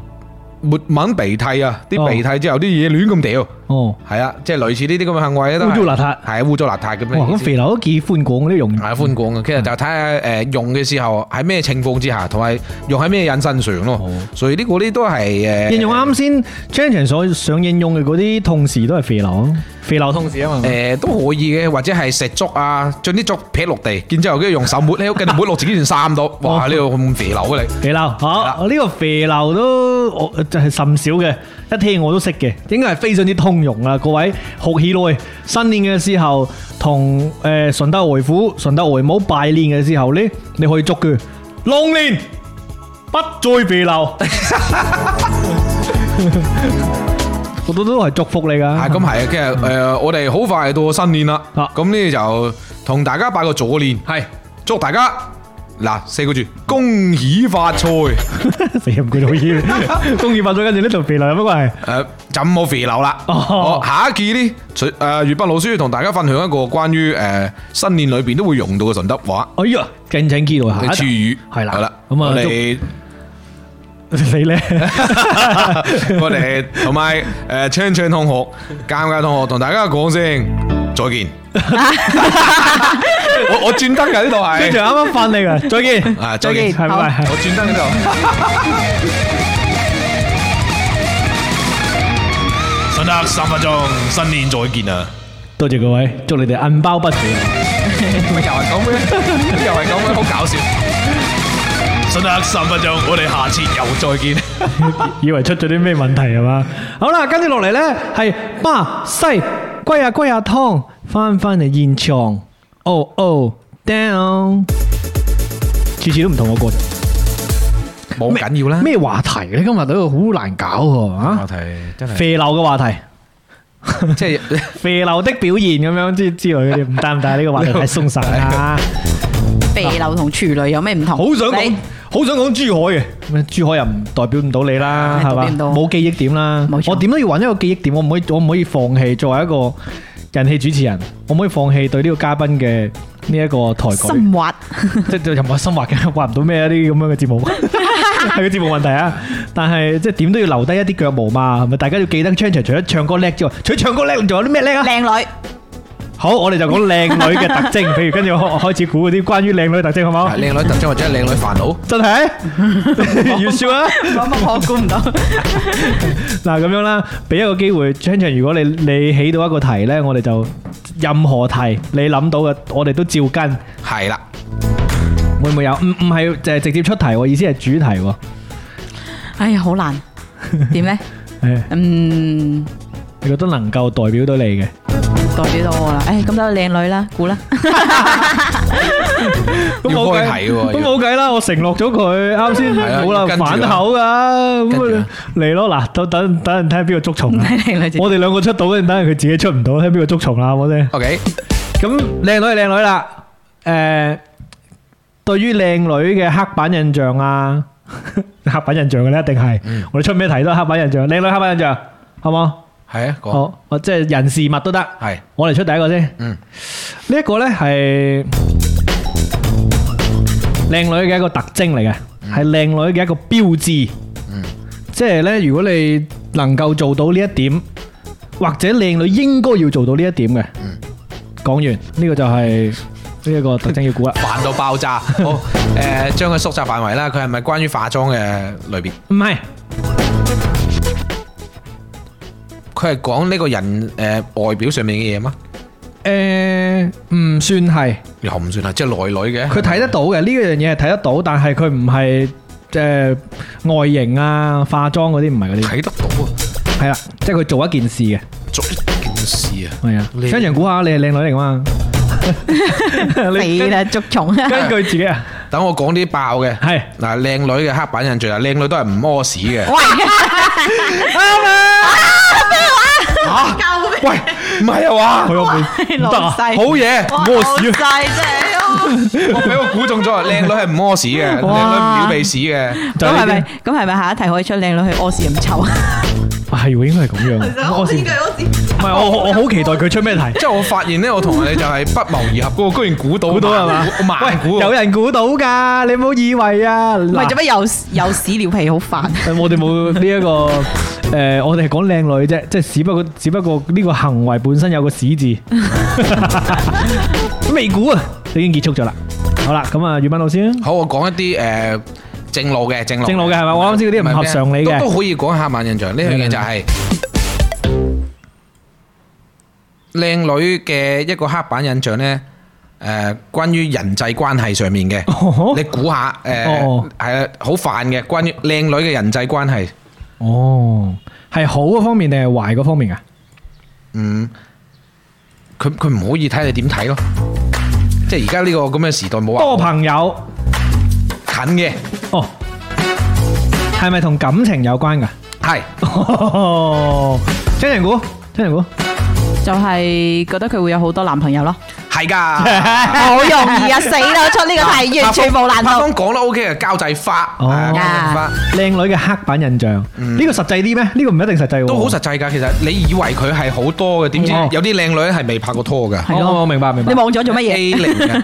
S3: 抹抿鼻涕啊，啲
S2: 哦
S3: 鼻涕之後啲嘢亂咁掉，
S2: 哦，
S3: 係啊，即係類似呢啲咁嘅行為咧，都
S2: 污糟
S3: 係
S2: 邋遢，
S3: 係啊污糟邋遢咁
S2: 哇，
S3: 嘅意
S2: 咁
S3: 思。
S2: 肥流都幾寬廣嗰啲用語，
S3: 係寬廣嘅，其實就睇下誒用嘅時候喺咩情況之下，同埋用喺咩人身上咯。所以呢個啲都係誒
S2: 應用啱先 Channing 所想應用嘅嗰啲同事都係肥流啊，肥流同事啊嘛。
S3: 誒都可以嘅，或者係食粥啊，將啲粥撇落地，然之後跟住用手抹咧，跟住抹落自己件衫 度。哇！呢個咁肥流嘅你，
S2: 肥流，
S3: 啦
S2: 好呢個肥流都我就係甚少嘅，一聽我都識嘅，應該係非常之通用啦。各位學起來，新年嘅時候同誒順德外父、順德外母拜年嘅時候呢，你可以祝佢龍年不再肥 流。我都都係祝福你
S3: 係
S2: 噶，
S3: 咁係啊，跟住誒我哋好快到新年啦，
S2: 啊
S3: 咁呢就同大家拜個早年，係祝大家嗱四個字恭喜發財，
S2: 死人佢老嘢， 公義發咗跟住呢度肥流有乜關係？
S3: 誒就冇肥流啦。
S2: 哦
S3: 好，下一期呢，除誒粵北老師同大家分享一個關於誒新年裏邊都會用到嘅順德話
S2: 哎呀，敬請期待下一
S3: 嘅詞
S2: 集。
S3: 語，
S2: 係啦
S3: 係啦，
S2: 咁啊
S3: 我哋
S2: 你咧？
S3: 我哋同埋誒昌昌同學、尷尬同學同大家講聲 再見。我我專登嘅呢度
S2: 跟住
S3: 係，
S2: 啱啱翻嚟 噶，再見，
S3: 啊再見
S2: 係咪？
S3: 我專 登呢度。順德三分鐘，新年再見啊！
S2: 多謝各位，祝你哋銀包不啊斷。
S3: 咪又係咁嘅，又係咁嘅，好搞笑。順德三分鐘，我哋下次又再見。
S2: 以為出咗啲咩問題係嘛？好啦，跟住落嚟呢，係巴西龜啊龜啊湯翻返嚟現場，oh oh down，次次都唔同我過程。
S3: 冇緊要啦，
S2: 咩話題呢？今日都好難搞喎啊！
S3: 題真係
S2: 肥流嘅話題，
S3: 即係
S2: 肥流的表現咁樣之之類嗰啲，唔得唔得，呢個話題太鬆散 啦。
S6: 肥流同處女有咩唔同？
S2: 好想講
S6: 你，
S2: 好想講珠海嘅，咁珠海又唔代表唔到你啦，
S6: 係
S2: 係嘛
S6: 代表唔？到
S2: 冇記憶點啦
S6: 冇，錯
S2: 我點都要揾一個記憶點，我唔可以，我唔可以放棄作為一個人氣主持人，我唔可以放棄對呢個嘉賓嘅呢一個抬舉。
S6: 心 滑
S2: 即係又唔係深畫嘅， 畫唔到咩呢啲咁樣嘅 節目，係個節目問題啊！但係即係點都要留低一啲 腳毛嘛，係咪？大家要記得 c h a n 除咗唱歌叻之外，除咗唱歌叻，你仲有啲咩叻啊？
S6: 靚女，
S2: 好，我哋就講靚女嘅特徵，譬如跟住我開始估嗰啲關於靚女嘅特徵，好冇？
S3: 呃靚女特徵或者係靚女煩惱。
S2: 真係 要笑啊！
S6: 我我估唔到，
S2: 嗱咁樣啦，俾一個機會 c h a n c h a n 如果你你起到一個題呢，我哋就任何題你諗到嘅，我哋都照跟。
S3: 係 啦，
S2: 會唔會有？唔唔係就係直接出題喎，意思係主題喎。
S6: 哎呀，好難，點咧？
S2: 誒，
S6: 嗯，
S2: 你覺得能夠代表到你嘅？
S6: 代表到我啦。哎，咁都係靚女啦，估啦。
S2: 咁
S3: 要
S2: 冇
S3: 開
S2: 計
S3: 題喎
S2: 咁
S3: 要
S2: 冇計啦，我承諾咗佢，啱先
S3: 係啊
S2: 冇啦
S3: 要跟住啊
S2: 反口噶，
S3: 跟住
S2: 咁
S3: 啊
S2: 嚟咯嗱，等等等人睇下邊個捉蟲啊。
S6: 靚女姐
S2: 我哋兩個出到，等下佢自己出唔到，睇下邊個捉蟲啦，好唔好先？
S3: OK，
S2: 咁靚女係靚女啦，ờ, 誒，對於靚女嘅黑板印象 啊，黑板印象嘅咧一定係，我哋出咩題都係黑板印象，靚女黑板印象，好冇？
S3: 係啊，講
S2: 好，我即係人事物都得。
S3: 係
S2: 我嚟出第一個先。
S3: 嗯，
S2: 呢一個呢係靚女嘅一個特徵嚟嘅，係靚女嘅一個標誌。嗯，即係呢，如果你能夠做到呢一點，或者靚女應該要做到呢一點嘅。嗯，講完呢個就係呢一個特徵要 估啦。
S3: 煩到爆 炸。好，誒將佢縮窄範圍啦，佢係咪關於化妝嘅類別？
S2: 唔係，
S3: 佢係講呢個人呃誒外表上面嘅嘢嗎？
S2: 誒唔算係，
S3: 又唔算係，即係內裏嘅。
S2: 佢睇得到嘅呢樣嘢係睇得到，但係佢唔係誒外形啊、化妝嗰啲唔係嗰啲。
S3: 睇得到啊，
S2: 系啦，即系佢做一件事嘅，系
S3: 做一件事啊。
S2: 啊。
S3: 你
S2: 張揚估下，你係靚女嚟噶嘛？你
S6: 死啦，捉蟲啊！
S2: 根據自己啊，
S3: 等我講啲爆嘅。
S2: 係
S3: 嗱，靚女嘅黑板印象啊，靚女都係唔屙屎嘅。
S6: 救命！
S3: 喂，唔係
S2: 佢
S3: 啊話，
S2: 有冇唔得啊？
S3: 好嘢，
S6: 哇
S2: 唔好笑
S6: 老細真係
S3: 我俾我估中咗，靚女係唔屙屎嘅，靚女唔撩鼻屎嘅。
S2: 就
S6: 咁係
S2: 係
S6: 咪
S2: 呢？
S6: 咁係咪下一題可以出靚女去屙屎咁臭？
S2: 啲啊係喎，應該係咁樣嘅。我先唔係我我我好期待佢出咩題，
S3: 即係我發現咧，我同你就係不謀而合嗰個，居然估到，
S2: 估到係嘛？
S3: 我盲估
S2: 喂，有
S3: 喎。
S2: 人估到㗎，你唔好以為啊。唔
S6: 唔係做咩又又屎尿屁好煩？
S2: 我哋冇呢一個誒，我哋係講靚女啫，即係只不過只不過呢個行為本身有個屎字，未估啊，已經結束咗啦。好啦，咁啊，宇斌老師啊。
S3: 好，我講一啲誒正路嘅正路
S2: 正路嘅係咪？我啱先嗰啲唔合常理
S3: 都
S2: 嘅，
S3: 都可以講下萬印象呢樣嘢就係靚女嘅一個黑板印象咧。誒，關於人際關係上面嘅，你估下誒
S2: 哦
S3: 係啊，好煩嘅，關於靚女嘅人際關係，
S2: 哦，係好嗰方面定係壞嗰方面啊？
S3: 嗯，佢佢唔可以睇你點睇咯，即係而家呢個咁嘅時代冇話
S2: 多朋友
S3: 近嘅，
S2: 哦，係咪同感情有 關噶？
S3: 係
S2: 真人估，真 人估，
S6: 就係覺得佢會有好多男朋 友咯，
S3: 係㗎。
S6: 好容易啊！死啦，出 呢個題完全冇難
S3: 發
S6: 度。
S3: 方講得 OK 嘅，交際花，
S2: 哦
S3: 係啊交際花
S2: 靚女嘅黑板印象，呢個實際啲咩？呢個唔一定實際喎。
S3: 都好實際㗎。其實你以為佢係好多嘅，點知
S2: 哦
S3: 有啲靚女係未拍過拖㗎。
S2: 係咯，我明白明白
S6: 你，望咗做乜嘢？
S3: A 零 嘅，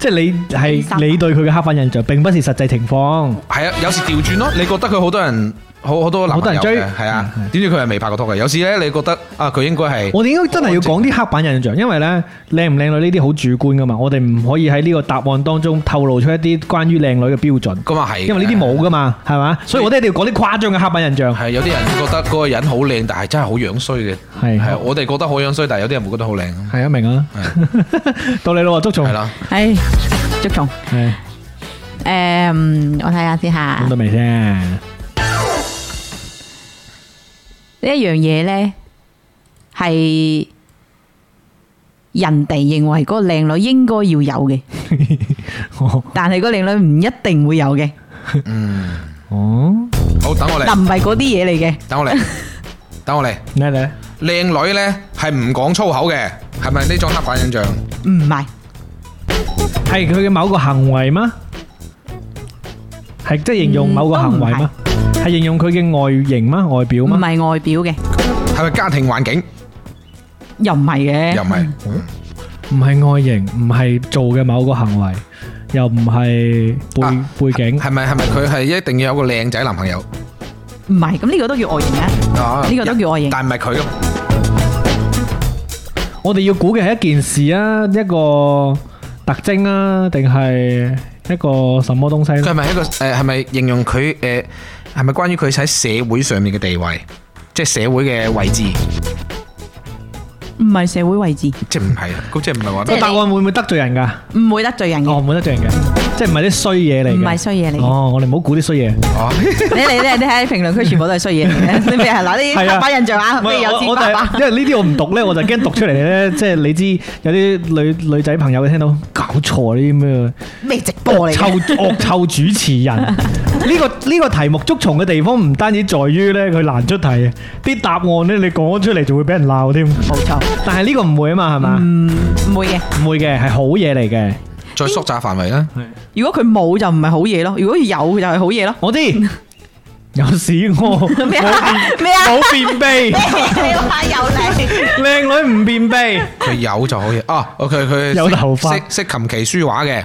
S2: 即係你係你對佢嘅黑板印象，並不是實際情況。
S3: 係啊，有時調轉咯。你覺得佢好多人，好好多男朋友
S2: 好多
S3: 嘅，
S2: 人追
S3: 係啊
S2: 嗯，係
S3: 點知佢係未拍過拖嘅。有時咧，你覺得啊，佢應該係
S2: 我哋應該真係要講啲黑板印象，因為呢靚唔靚女呢啲好主觀噶嘛，我哋唔可以喺呢個答案當中透露出一啲關於靚女嘅標準，
S3: 咁啊係嘅，
S2: 因為呢啲冇噶嘛，係嘛？所以我哋一定要講啲誇張嘅黑板印象。
S3: 係有啲人覺得嗰個人好靚，但係真係好樣衰嘅。
S2: 係
S3: 係啊，我哋覺得好樣衰，但係有啲人會覺得好靚。
S2: 係啊，明啊， 到你咯，捉蟲
S3: 係。啦，
S6: 唉，捉蟲。
S2: 係
S6: 誒，嗯我睇下先嚇。
S2: 諗到
S6: 呢
S2: 未先？
S6: 一樣嘢咧係人哋認為嗰個靚女應該要有嘅，但係嗰個靚女唔一定會有嘅。
S2: 哦，
S3: 好，等我嚟
S6: 嗱，，唔係嗰啲嘢嚟嘅。
S3: 等我嚟，等我嚟。
S2: 咩咧？
S3: 靚女咧係唔講粗口嘅，係咪呢種黑板印象？
S6: 唔係，
S2: 係佢嘅某個行為嗎？係即係形容某個行為嗎？係形容佢嘅外形嗎？外表
S6: 唔
S2: 嗎？
S6: 係外表嘅，
S3: 係咪家庭環境？
S6: 又唔係
S3: 又唔
S6: 嘅，
S3: 係，
S2: 唔係外形，唔係做嘅某個行為，又唔係
S3: 啊
S2: 背背景。
S3: 係咪係咪佢係一定要有個靚仔男朋友？
S6: 唔係。咁呢個都叫外形啊？
S3: 啊
S6: 呢個都叫外形
S3: 但唔係佢咯。
S2: 我哋要估嘅係一件事啊，一個特徵啊，定係一個什麼東西
S3: 佢係
S2: 咧？
S3: 咪一個诶？係咪形容佢诶？係咪關於佢喺社會上面嘅地位，即係社會嘅位置？
S6: 唔係社會位置，
S3: 即係唔係啊？咁即係唔係話
S6: 即係你
S2: 答案會唔會得罪人㗎？
S6: 唔會得罪人
S2: 哦，
S6: 嘅，
S2: 唔會得罪人嘅，即係唔係啲衰嘢嚟嘅？
S6: 唔係衰嘢嚟嘅
S2: 哦，我哋唔好估啲衰嘢。
S3: 哦，
S6: 你你你你喺評論區全部都係衰嘢嚟嘅，你咪係嗱
S2: 係
S6: 啲
S2: 啊
S6: 黑白印象啊，
S2: 唔
S6: 咩
S2: 係
S6: 有
S2: 我
S6: 錢
S2: 我就
S6: 爸爸
S2: 係，因為呢啲我唔讀咧，我就驚讀出嚟 咧，即係你知有啲女女仔朋友聽到搞錯呢啲咩
S6: 咩直播嚟
S2: 臭
S6: 嘅，
S2: 惡臭主持 人。呢個呢個題目捉蟲嘅地方唔單止在於咧佢難出題，啲答案咧你講出嚟就會俾人鬧添。
S6: 冇錯，
S2: 但係呢個唔會啊嘛，係
S6: 嗯
S2: 嘛？
S6: 唔會嘅。
S2: 唔會嘅，係好嘢嚟嘅。
S3: 再縮窄範圍啦。
S6: 如果佢冇就唔係好嘢咯，如果佢有就係好嘢咯。
S2: 我知有屎屙，冇
S6: 咩
S2: 便
S6: 啊咩啊
S2: 冇便 秘，
S6: 你話有你，
S2: 靚女唔便秘，
S3: 佢有就好嘢。哦，佢佢
S2: 有
S3: 識
S2: 頭髮
S3: 識識琴棋書畫嘅，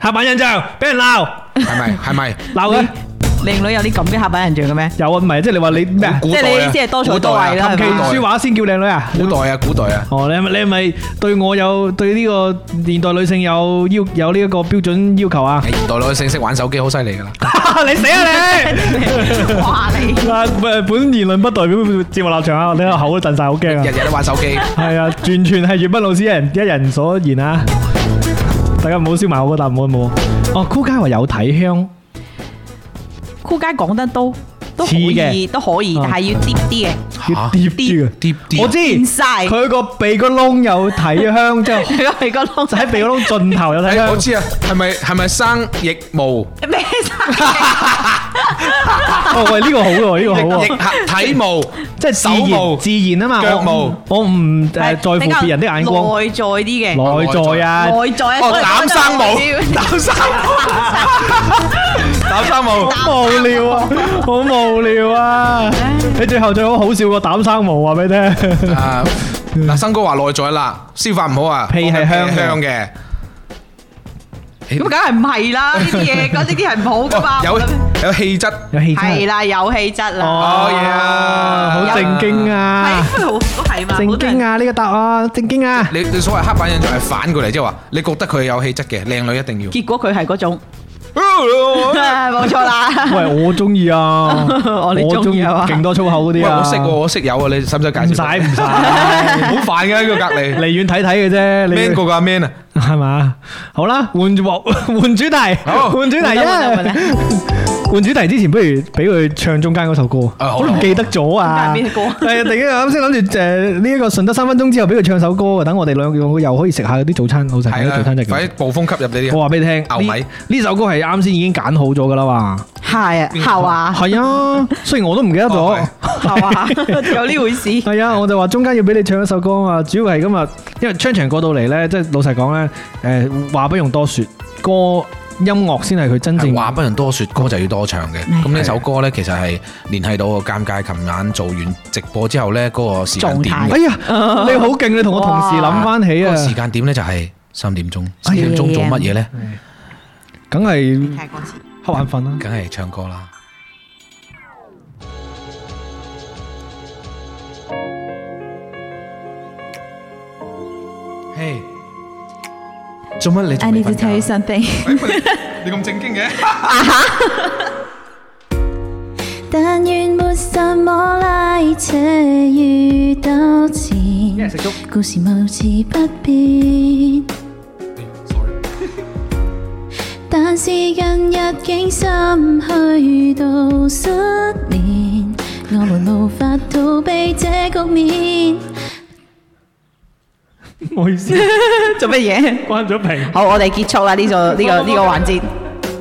S2: 刻板印象俾人鬧
S3: 係咪？係咪？
S2: 鬧佢。
S6: 靚女有啲咁嘅黑白印象嘅咩？
S2: 有啊，唔係即係你話你咩啊？
S3: 古
S6: 即係
S3: 代啊
S6: 你意思係多才
S3: 古代
S6: 多藝啦
S3: 啊
S2: 琴
S3: 古
S6: 係嘛
S3: 代啊
S2: 棋書畫先叫靚女啊？
S3: 古代啊，古代啊，
S2: 哦，你係咪你係咪對我有對呢個現代女性有要有呢一個標準要求 啊？
S3: 現代女性識玩手機好犀利㗎啦。
S2: 你死啊你！
S6: 哇你！
S2: 啊，本言論不代表節目立場啊！你個口都震晒，好驚啊
S3: 日！日都玩手機，
S2: 係啊，完全係粵斌老師一人一人所言啊！大家唔好燒埋我個答案冇。哦，酷街話有體香，
S6: 酷街講得都都可
S2: 似
S6: 以，
S2: 嘅
S6: 都可以，
S2: 啊
S6: 但係要疊啲嘅，
S2: 要
S3: 嚇
S2: 疊住嘅。
S3: 啲啲
S2: 我知，
S6: 變晒
S2: 佢個鼻個窿有體香， 即係
S6: 如果係個窿
S2: 就喺鼻個窿盡頭有體
S3: 誒
S2: 香
S3: 我。知啊，係咪係咪生腋毛？
S6: 咩
S2: 哦，喂，呢個好喎，呢個好
S3: 腋
S2: 喎。
S3: 腋體毛，
S2: 即係自
S3: 手毛
S2: 然自然啊嘛，
S3: 腳
S2: 我唔
S3: 毛
S2: 我唔誒在
S6: 晒？
S2: 乎別人的眼光，
S6: 內在啲嘅，
S2: 內在啊，
S6: 內在啊，
S3: 哦
S6: 所以
S3: 膽生毛
S6: 我就
S3: 膽生膽生毛，
S2: 好無聊啊，好無聊啊！你最後最好好笑過膽生毛話俾你 聽，
S3: 啊嗱，生哥話內在啦，消化唔好啊，
S2: 屁係香嘅
S3: 香嘅，
S6: 咁梗係唔係啦？呢啲 嘢，嗰呢啲係唔好噶嘛。
S3: 有有氣質，
S2: 有氣
S6: 係
S2: 質。
S6: 啦，有氣質啦，
S2: 哦
S3: 哦呀
S2: 好正經啊，
S6: 係好都係嘛，
S2: 正經
S6: 啊！
S2: 啊，呢個答案正經啊，
S3: 你你所謂黑板印象係反過嚟，即係話你覺得佢有氣質嘅靚女一定要。
S6: 結果佢係嗰種，冇錯啦。
S2: 喂，我中意啊，
S6: 我哋
S2: 鍾
S6: 中意係嘛
S2: 勁多粗口嗰
S3: 喂，
S2: 啲啊，
S3: 我識喎，我識有啊，你使唔使介
S2: 唔
S3: 紹？
S2: 使唔使，
S3: 好煩嘅喺佢隔離
S2: 離遠睇睇嘅啫，你
S3: ，man 過個阿 man 啊！
S2: 係嘛？好啦，換住 換主題，
S3: 好
S2: 換主題
S6: 換啦換啦換
S2: 啊！ 換主題之前，不如俾佢唱中間嗰首歌，
S3: 啊好啊
S2: 我都唔記得咗啊！
S6: 中間邊首歌
S2: 係突然間啱先諗住誒呢一個順德三分鐘之後，俾佢唱首歌，等我哋兩個又可以食下啲早餐，老實
S3: 係
S2: 講啲
S3: 啦
S2: 早餐真，係
S3: 快啲
S2: 勁。
S3: 暴風吸入你啲
S2: 我話俾你聽，
S3: 牛米
S2: 呢呢首歌係啱先已經揀好咗噶啦嘛，
S6: 係啊，係啊，
S2: 係啊，雖然我都唔記得咗
S3: 哦，
S6: 係 啊，有呢回事。
S2: 係啊，我就話中間要俾你唱一首歌啊嘛，主要係今日因為昌祥過到嚟咧，即係老實講咧，誒話不用多説，歌音樂先係佢真正
S3: 係。話不能多説，歌就要多唱嘅。咁呢首歌呢，其實係聯繫到我尷尬。琴晚做完直播之後呢，嗰個時間點
S6: 狀態
S3: 嘅
S2: 哎呀，你好勁！你同我同事諗翻起
S3: 嗰個時
S2: 啊，
S3: 間點呢，就係三點鐘。三點
S6: 哎
S3: 鐘
S6: 呀
S3: 做乜嘢呢？
S2: 梗係
S6: 係 嗰次
S2: 瞌眼瞓啦。
S3: 梗係唱歌啦。嘿，做乜你仲
S4: I
S3: 未
S4: need to
S3: 瞓
S4: tell
S3: 覺
S4: you
S3: 啊？
S4: something。
S3: 你咁正經嘅？
S4: 但願沒什麼拉扯與糾纏，故事無似不變。 但是近日竟心虛到失眠，我們無法逃避這局面。
S2: 唔好意思，
S6: 做乜嘢？
S2: 關咗屏。
S6: 好，我哋結束啦呢個呢個呢個環節。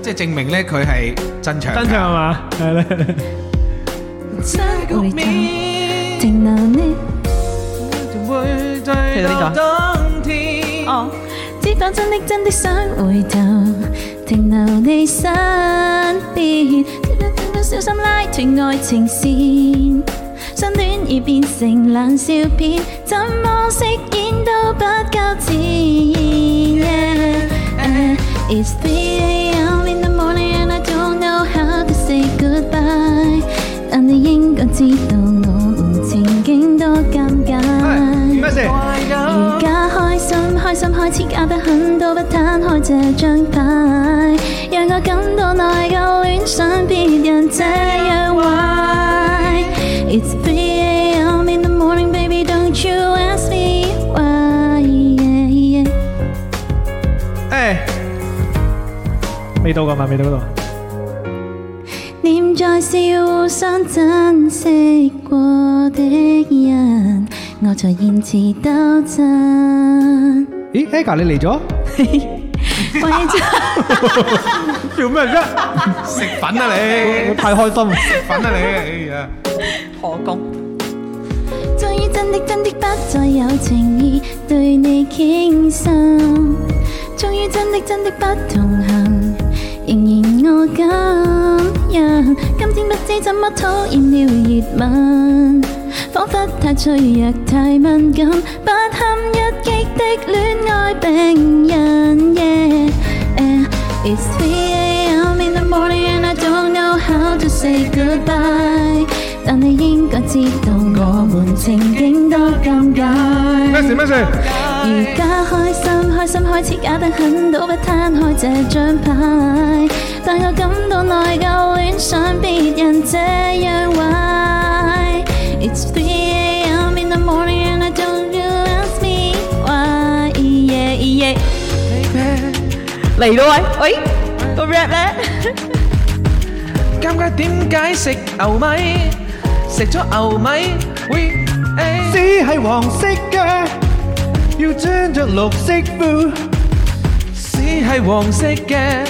S3: 即係證明呢，佢係真唱。
S2: 真唱啊係嘛？係啦。
S4: 回答停留你，
S6: 去到呢度。哦，
S4: 只把真的真的想回頭，停留你身邊，小心拉斷愛情線。相戀已變成冷笑片，怎麼飾演都不夠自然。Yeah, uh, It's 3 a.m. in the morning and I don't know how to say goodbye。但你應該知道我們前景多尷尬。
S2: 咩事？
S4: 如心，開心開始搞得很多，不攤開這張牌，讓我感到內疚，戀上別人這樣壞。It's 3 a.m. in the morning, baby, don't you ask me why. yeah, yeah.
S2: 未到噶嘛，未到嗰度。
S4: 念在是互相珍惜過的人，我在延遲鬥 爭，
S2: 咦，Aga 你嚟咗？
S4: 為咗。
S2: 做咩啫？
S3: 食粉啊你
S2: 我，太開心啦。
S3: 食粉啊你，哎呀！
S6: 破功。
S4: 終於真的真的不再有情意對你傾心，終於真的真的不同行，仍然我感人。今天不知怎麼討厭了熱吻，彷彿太脆弱太敏感，不堪一擊的戀愛病人。Yeah, yeah. It's 3 a.m. in the morning and I don't know how to say goodbye，但你應該知道我們情景多尷尬。
S3: 咩事咩事？
S4: 而家開心，開心開始假得很，都不攤開這張牌。但我感到內疚，戀上別人這樣壞。It's 3 a.m. in the morning and I don't you ask me why. Yeah, yeah.
S6: 嚟咯喂，喂，個 rap 咧，
S5: 尷尬點解食牛米？食咗牛米會誒
S2: 只係黃色嘅，要穿着綠色褲。
S5: 屎係黃色嘅，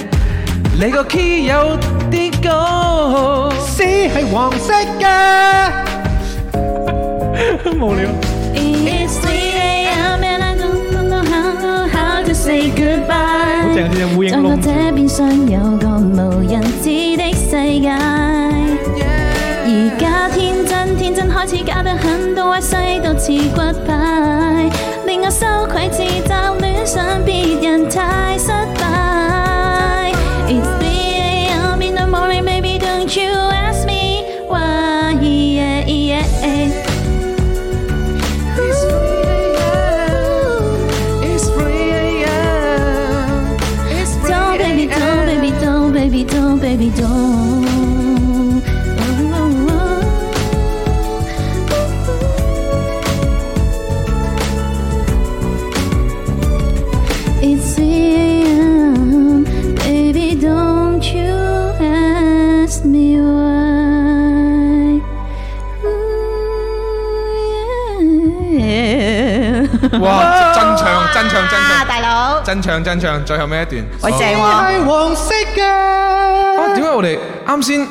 S5: 你個 key 有啲高。
S2: 只係黃色嘅。無聊。
S4: It's 3 a.m. and I don't know how, how to say goodbye.
S2: 好正啊呢隻烏蠅
S4: 在我
S2: 窿。
S4: 這邊上有個無人知的世界。而家天真天真開始假得很，到歪西到似骨牌，令我羞愧自責，戀上別人太失敗。It's 3 a.m. in the morning, baby, don't you ask me why. Yeah, yeah, yeah.
S5: It's 3 a.m. It's 3
S4: Don't baby, don't
S5: a.m.
S4: baby, don't baby, don't baby, don't. It's 3 a.m. Baby, don't you ask me why. Ooh, yeah.
S3: 哇！真唱真唱真
S6: 啊
S3: 唱
S6: 大佬，
S3: 真唱真唱，最後尾一段。
S6: 喂正喎，
S2: 係黃色
S3: 啊！
S2: 嘅。
S3: 點解我哋啱先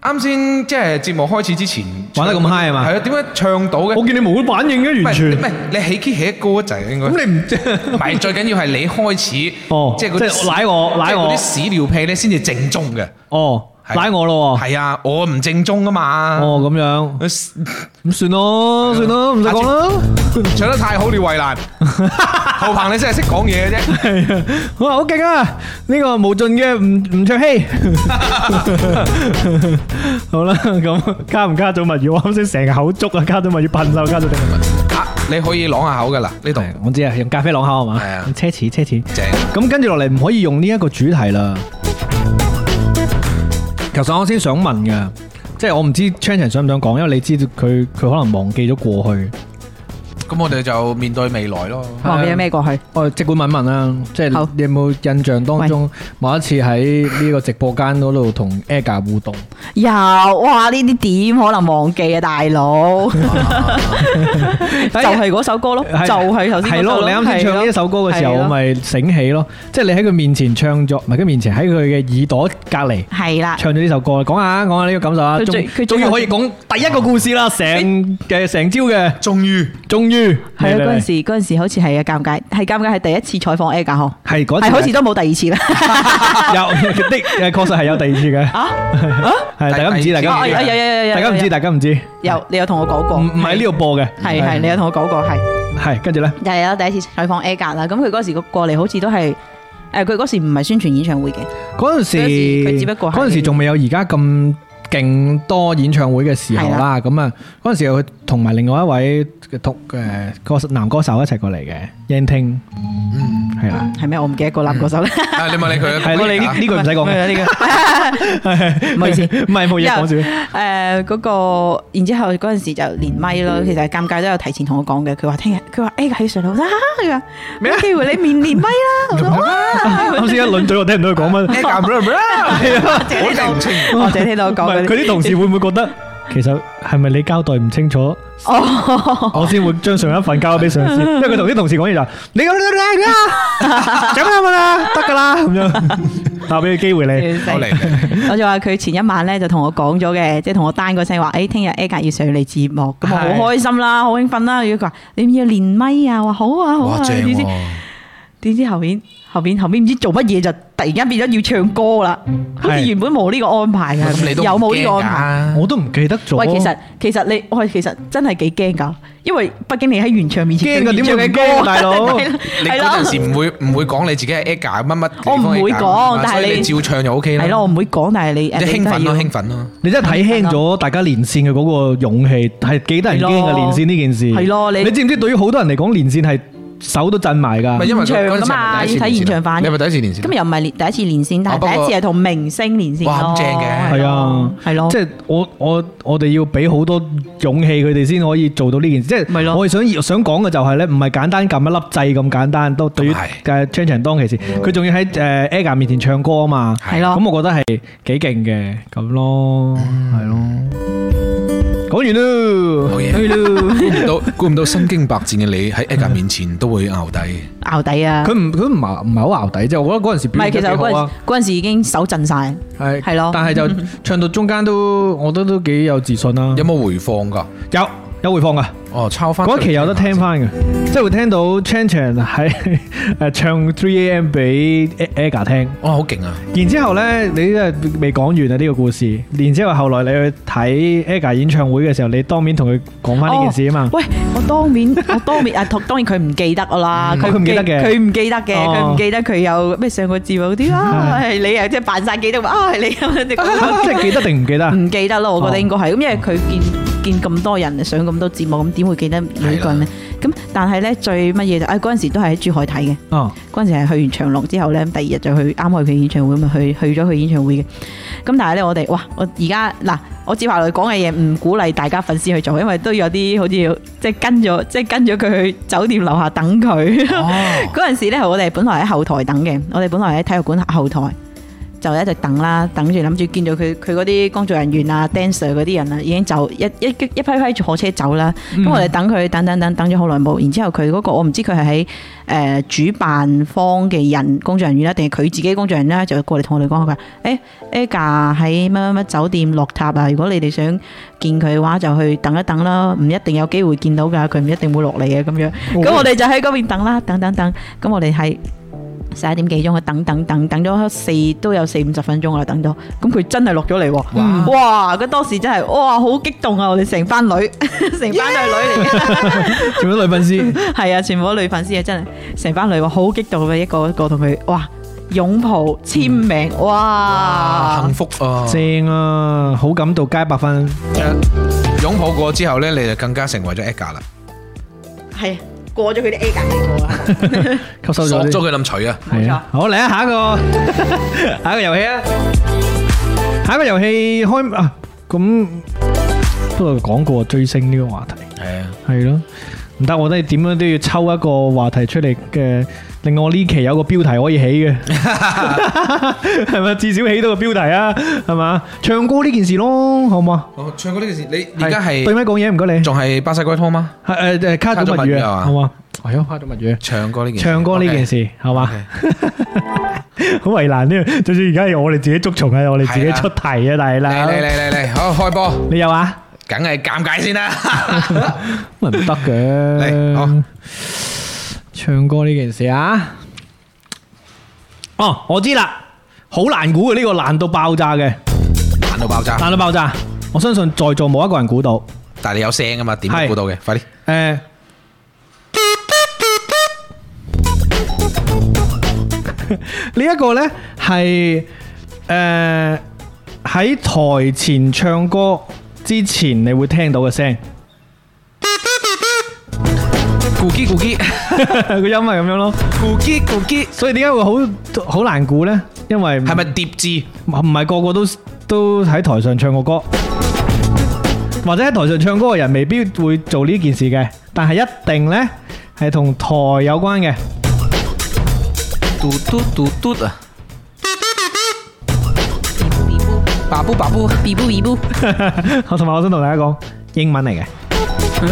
S3: 啱先即係節目開始之前
S2: 玩得咁 high 係嘛
S3: 係啊，點解唱到嘅？
S2: 我見你冇反應嘅，
S3: 唔
S2: 完
S3: 係唔
S2: 全。
S3: 係你起 key 起得高一陣應該。
S2: 咁你唔
S3: 唔係最緊要係你開始，
S2: 哦
S3: 即係嗰
S2: 即
S3: 啲
S2: 係舐我
S3: 即係
S2: 舐我
S3: 嗰啲屎尿屁咧先至正宗嘅。
S2: 哦，
S3: 係
S2: 拉我咯喎。
S3: 係啊，我唔正宗啊嘛。
S2: 哦，咁樣咁算咯，算咯，唔使講啦。
S3: 唱得太好了， 衞蘭。後鵬你真係識講嘢嘅啫。
S2: 係啊，哇，好勁啊！呢個無盡嘅吳吳卓羲，好啦，咁加唔加咗物語？我啱先成口粥啊，加咗物語，笨手加咗定物
S3: 啊，你可以朗下口㗎啦，呢度
S2: 語。我知啊，用咖啡朗口係嘛？
S3: 係啊
S2: 奢侈奢侈。
S3: 正。
S2: 咁跟住落嚟唔可以用呢一個主題啦。其實我先想問嘅，即係我唔知 Chan Chan 想唔想講，因為你知道佢佢可能忘記咗過去。
S7: 咁我哋就面對未來咯。
S6: 望你咩過去？
S2: 我即管問一問啦，即係
S6: 好
S2: 你有冇印象當中某一次喺呢個直播間嗰度同 AGA 互動？
S6: 有哇！呢啲點可能忘記啊，大佬，就係嗰首歌咯，就係頭先嗰
S2: 係
S6: 首
S2: 咯，你啱先唱呢一首歌嘅時候，
S6: 係咯
S2: 我咪醒起咯，即係你喺佢面前唱咗，唔係佢面前喺佢嘅耳朵隔離
S6: 係啦，
S2: 唱咗呢首歌，講下講下呢個感受啊！
S6: 佢最
S2: 終
S6: 佢最
S2: 終於
S6: 後
S2: 可以講第一個故事啦，成嘅成朝嘅，
S3: 終於
S2: 終於嚟
S6: 係啊！
S2: 嚟
S6: 嗰陣
S2: 嚟
S6: 時嗰陣時好似係啊，尷尬，係尷尬，係第一次採訪 A 架嗬，
S2: 係嗰次
S6: 係 好似都冇第二次啦。
S2: 有的誒，確實係有第二次嘅，
S6: 啊
S2: 係大家唔知，大家
S6: 啊！
S2: 唔
S6: 有有
S2: 知，
S6: 有有有，
S2: 大家唔知，大家唔知，
S6: 有你有同我講過，
S2: 唔唔喺呢度播嘅，
S6: 係係，你有同我講過係。
S2: 係跟住咧。
S6: 又係啦，第一次採訪 A 格啦，咁佢嗰時個過嚟好似都係，誒佢嗰時唔係宣傳演唱會嘅，
S2: 嗰陣時，
S6: 嗰陣時佢只不過係
S2: 嗰陣時仲未有而家咁勁多演唱會嘅時候啦，咁啊嗰陣時佢同埋另外一位嘅同誒歌手男歌手一齊過嚟嘅 Yan Ting，嗯，係啦，
S6: 係咩？我唔記得個男歌 手啦。
S7: 啊，你咪理佢啊，
S2: 係咯，你呢呢句唔 使講嘅，呢個
S6: 唔好意思
S2: 唔係冇嘢講住，
S6: 誒嗰個，然之後嗰陣時就連咪咯，其實尷尬都有提前同我講嘅。佢話聽日，佢話誒喺上路啦，佢話咩機會你面連咪啦，我 話哇
S2: 啱先一輪嘴我聽唔到佢講乜，
S3: 我哋唔清。
S6: 我淨係聽到我
S2: 唔
S6: 講
S2: 係
S6: 嗰
S2: 佢啲同事會唔會覺得其實係咪你交代唔清楚？
S6: 哦，
S2: 我先會將上一份交咗俾 上司，因為佢同啲同事講嘢就係你咁啦，咁啦 啦，得噶啦咁樣，我俾個機會你。
S6: 笑死
S3: 我嚟，
S6: 我就話佢前一晚咧就同我講咗嘅，即係同我單嗰聲話，誒聽日 A 格要上嚟節目，咁我好
S2: 係
S6: 開心啦，好興奮啦。如果佢話你唔要連咪啊，我話好啊好啊，
S7: 哇，正
S6: 點知
S7: 喎！
S6: 點知後邊後邊後邊唔知做乜嘢就突然間變咗要唱歌啦，好似
S2: 係
S6: 原本冇呢個安排嘅，
S7: 咁你都唔
S6: 有冇呢個安
S7: 驚
S6: 排？
S7: 㗎
S2: 我都唔記得咗。
S6: 喂，其實其實你我其實真係幾驚㗎，因為畢竟你喺原唱面前
S2: 驚㗎
S6: 唱原
S2: 點
S6: 唱
S2: 會唔
S6: 嘅
S2: 驚
S6: 歌，
S2: 啊大佬
S6: 係啦
S7: 你
S6: 係
S7: 嗰
S6: 啦
S7: 陣時唔會唔會講你自己係 AGA 乜乜地
S6: 我
S7: 方 AGA，
S6: 唔會講
S7: 嘛
S6: 但係
S7: 所以
S6: 你
S7: 你照唱就 OK 啦。
S6: 係咯，我唔會講，但係你
S7: 即係
S6: 你
S7: 興
S6: 都係
S7: 奮
S6: 要
S7: 咯，興奮咯。
S2: 你真係睇輕咗大家連線嘅嗰個勇氣，係幾得人驚嘅
S6: 係咯
S2: 連線呢件事。
S6: 係咯你
S2: 你知唔知對於好多人嚟講，連線係手都震埋
S7: 唔係
S2: 㗎。
S7: 因為佢
S6: 現場
S7: 嗰陣時
S6: 㗎嘛
S7: 係第一次
S6: 要睇
S7: 連線
S6: 現場版
S7: 你係咪第一次連線？
S6: 咁又唔係連第一次連線，但
S7: 哦不過
S6: 係第一次係同明星連線
S7: 哇咁正嘅
S2: 係啊
S6: 係咯，
S2: 即係我我我哋要俾好多勇氣佢哋先可以做到呢件事，即
S6: 咪
S2: 係
S6: 咯
S2: 我哋想想講嘅就係咧，唔係簡單撳一粒掣咁簡單，都對於
S7: 係
S2: 誒 Chan Chan 當其時，佢仲要喺誒 AGA 面前唱歌啊嘛，
S6: 係咯
S2: 咁我覺得係幾勁嘅咁咯，係咯。講完咯，
S7: 好嘢
S2: 去咯。
S7: 估唔到，估唔到身經百戰嘅你喺 AGA 面前都會淆底。
S6: 拗底啊！
S2: 佢唔佢唔係唔係好淆底啫，我覺得嗰陣時
S6: 唔係，
S2: 表
S6: 其
S2: 現
S6: 實
S2: 得
S6: 我
S2: 幾好
S6: 嗰陣
S2: 啊，
S6: 嗰陣時已經手震晒，
S2: 係
S6: 係咯
S2: 但係就唱到中間都，我覺得都幾有自信啦。
S7: 有冇回放㗎？
S2: 有有回放啊噶，
S3: Ờ,
S7: 哦，抄翻
S2: 嗰期有得聽翻嘅，即係會聽到 Chan Chan 喺 誒唱 Three AM 俾 e g a 聽，
S3: Ờ,
S7: 哦，好勁啊！
S2: 然之後咧你真係未講完啊呢個故事，然之後後來你去睇 e g a 演唱會嘅時候，你當面同佢講翻呢件事啊嘛
S6: 哦。喂，我當面， 我當面啊，同當然佢唔記得我啦，
S2: 嗯佢唔記得嘅
S6: 佢唔記得嘅，
S2: 哦
S6: 佢唔記得佢有咩上過字幕嗰 啲啊，係你啊，即係扮晒記得話啊，係你咁樣
S2: 啊即係記得定唔記得啊？
S6: 唔記得咯，我覺得應該係，咁因為佢見見咁多人上咁多節目，咁點會記得每個人呢？咁但係呢，最乜嘢就，啊嗰陣時都係喺珠海睇嘅，
S2: 哦，
S6: 嗰陣時係去完長隆之後呢，咁第二日就去啱去佢演唱會，咪去去咗佢演唱會嘅。咁但係呢，我哋哇，我而家嗱，我接下來講嘅嘢唔鼓勵大家粉絲去做，因為都有啲好似即係跟咗，即係跟咗佢去酒店樓下等佢。
S7: 哦，
S6: 嗰陣時咧，我哋本來喺後台等嘅，我哋本來喺體育館後台就一直等啦，等住諗住見到佢佢嗰啲工作人員啊、dancer 嗰啲人啊，已經走一一一批批坐車走啦。咁、我哋等佢等等等等咗好耐冇，然之後佢嗰、個我唔知佢係喺誒主辦方嘅人工作人員啦，定係佢自己工作人員啦，就過嚟同我哋講佢話：誒 AGA 喺乜乜乜酒店落塔啊！如果你哋想見佢嘅話，就去等一等啦，唔一定有機會見到㗎，佢唔一定會落嚟嘅咁樣。咁我哋就喺嗰邊等啦，等等等。咁我哋係十一點幾鐘去等等等等咗四都有四五十分鐘啦，等到。咁佢真係落咗嚟喎！哇！佢當時真係哇好激動 啊！我哋成班女，成班都係女嚟嘅，
S2: 全部都女 粉絲，
S6: 係啊，全部都女粉絲啊，真係成班女話好激動啊！一個一個同佢哇擁抱簽名，哇
S3: Ờ,
S7: 幸！福啊！
S2: 正啊，好感度加一百分。
S7: 擁抱過之後咧，你就更加成為咗 AGA 啦，
S6: 係過咗佢啲 A 格嚟啊！
S2: 吸收
S7: 索
S2: 咗啲
S7: 咗佢冧錘
S3: à.
S7: 啊！
S2: 係啊，好嚟啊，下一個， 下一個遊戲啊，下一個遊戲開啊，咁不過講過追星呢個話題，
S7: 係啊，
S2: 係咯，唔得，我覺得點樣都要抽一個話題出嚟嘅，令我呢期有個標題可以 起嘅，係咪？至少起到個標題啊，係嘛？唱歌呢件事咯，好唔啊好？
S7: 哦，唱歌呢件事，你而家
S2: 對
S7: 係
S2: 咪講嘢？唔該你，
S7: 仲係巴西龜湯嗎？
S2: 係誒誒，卡咗物
S7: 卡咗物
S2: 語
S7: 語啊
S2: 啊，
S7: 嘛
S2: 好嘛？係咯，卡咗物語。
S3: 啊
S7: 唱歌呢件事，
S2: 唱歌呢件事係嘛？ 好為難呢，就算而家係我哋自己捉蟲啊，我哋自己出題啊，大
S7: 嚟嚟
S2: 佬，
S7: 嚟嚟嚟，好開波，
S2: 你有啊？
S7: 梗係尷尬先啦。
S2: 咪唔得嘅。
S7: 嚟好
S2: 唱歌呢件事啊，哦，我知啦，好難估嘅呢個難到爆炸嘅，
S7: 難到爆炸，
S2: 難到爆炸。我相信在座冇一個人估到。
S7: 但係你有聲啊嘛，點都
S2: 係
S7: 估到嘅，快啲！
S2: 誒， 呢一個呢係誒喺台前唱歌之前，你會聽到嘅聲，
S5: 咕叽咕 叽，
S2: 個音係咁樣咯。
S5: 咕叽咕叽，
S2: 所以點解會好好難估呢？因為
S3: 係咪疊字？
S2: 唔唔係個個都都喺台上唱過歌，或者喺台上唱歌嘅人未必會做呢件事嘅，但係一定呢係同台有關嘅。
S5: 嘟嘟嘟嘟啊！白布白布，
S6: 比布比布，
S2: 我同埋我想同大家講，英文嚟嘅，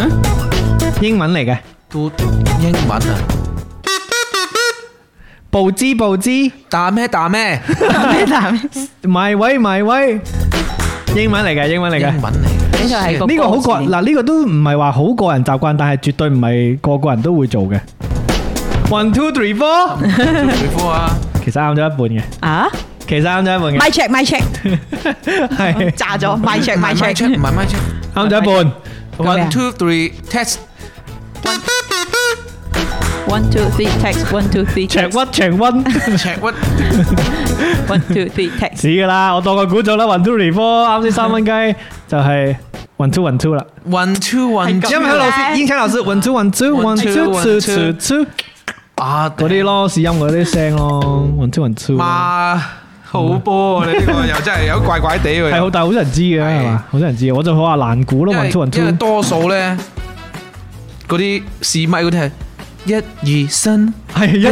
S2: 英文嚟嘅，
S5: 嘟嘟英文啊！
S2: 報知報知，
S5: 打咩打咩？
S6: 咩啖？呢
S2: 咪位咪位，英文嚟嘅，英文嚟嘅。
S5: 英文嚟
S6: 個係個
S2: 呢個好個
S6: 歌詞
S2: 人嗱，呢個都唔係話好個人習慣，但係絕對唔係個個人都會做嘅。One two three four，
S5: 嘅，回覆啊！
S2: 其實啱咗一半嘅，
S6: 啊
S2: 其實啱咗一半
S6: ，my check my check
S2: 嘅，係
S6: 炸 咗，my check
S5: 唔係
S6: my
S5: my check，
S6: check，
S5: 唔係 my check。
S2: 啱咗一半。
S5: One two three test，
S6: One two three text, one two three
S2: 長
S6: text,
S2: 屈長 屈，
S5: check what？
S6: one two three text。
S2: 屎噶啦！我當我估咗啦，one two three four，啱先三蚊雞就係 one two one two 啦。
S5: One two one
S6: 係
S5: two
S6: 咁
S2: 因為老師，英強老師 one two one two one two two two two
S5: 啊！
S2: 嗰啲咯，試音嗰啲聲咯，one two one two 係
S5: 媽好波啊！你呢個又真係有怪怪地喎。
S2: 好，但係好多人知嘅係嘛，好多人知，我就好話難估咯
S5: 因為
S2: ，one two one
S5: 因
S2: two
S5: 為。多數咧嗰啲試咪嗰啲係一二三。
S2: 係
S5: 一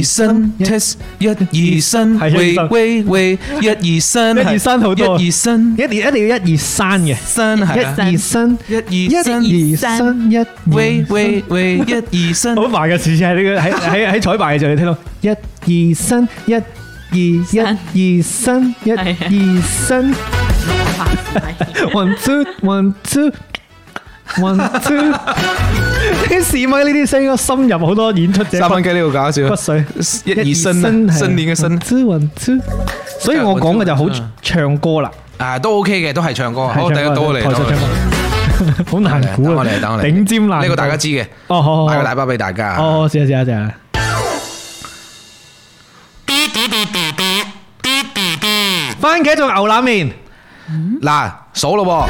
S5: 二三
S2: 一
S5: test，一二三
S2: 係一
S5: 喂
S2: 二三
S5: 喂喂，一二三，
S2: 一二三好多
S5: 一二三
S2: 一定一定要一二三嘅，
S5: 三係啊，
S2: 一二三，
S5: 一
S2: 一
S5: 二三，
S2: 二三，一二三
S5: 喂喂喂，一 二三
S2: 好，麻嘅，次次係呢個喺喺喺彩排嘅時候，你聽到一二三，一二一二三，一二三，one two one two one two，啲試咪呢啲聲音深入好多演出者
S8: 三蚊雞呢個搞笑，
S2: 骨髓。
S8: 一二新啊，新年嘅新，
S2: 之雲之，所以我講嘅就好唱歌啦，
S3: 啊，都 OK 嘅，都係唱歌。
S2: 係
S3: 好，嗯哦第一
S2: 唱
S3: 到
S2: 歌
S3: 我嚟，
S2: 台
S3: 到
S2: 上
S3: 我
S2: 唱
S3: 嚟
S2: 歌， 好難估啊
S3: 等我嚟，等我，嚟
S2: 頂尖難，
S3: 呢個大家，知嘅，
S2: 哦好好
S3: 買個
S2: 好
S3: 大，包俾大家。
S2: 哦試下試下試下，番茄仲牛腩麵，
S3: 嗱，數咯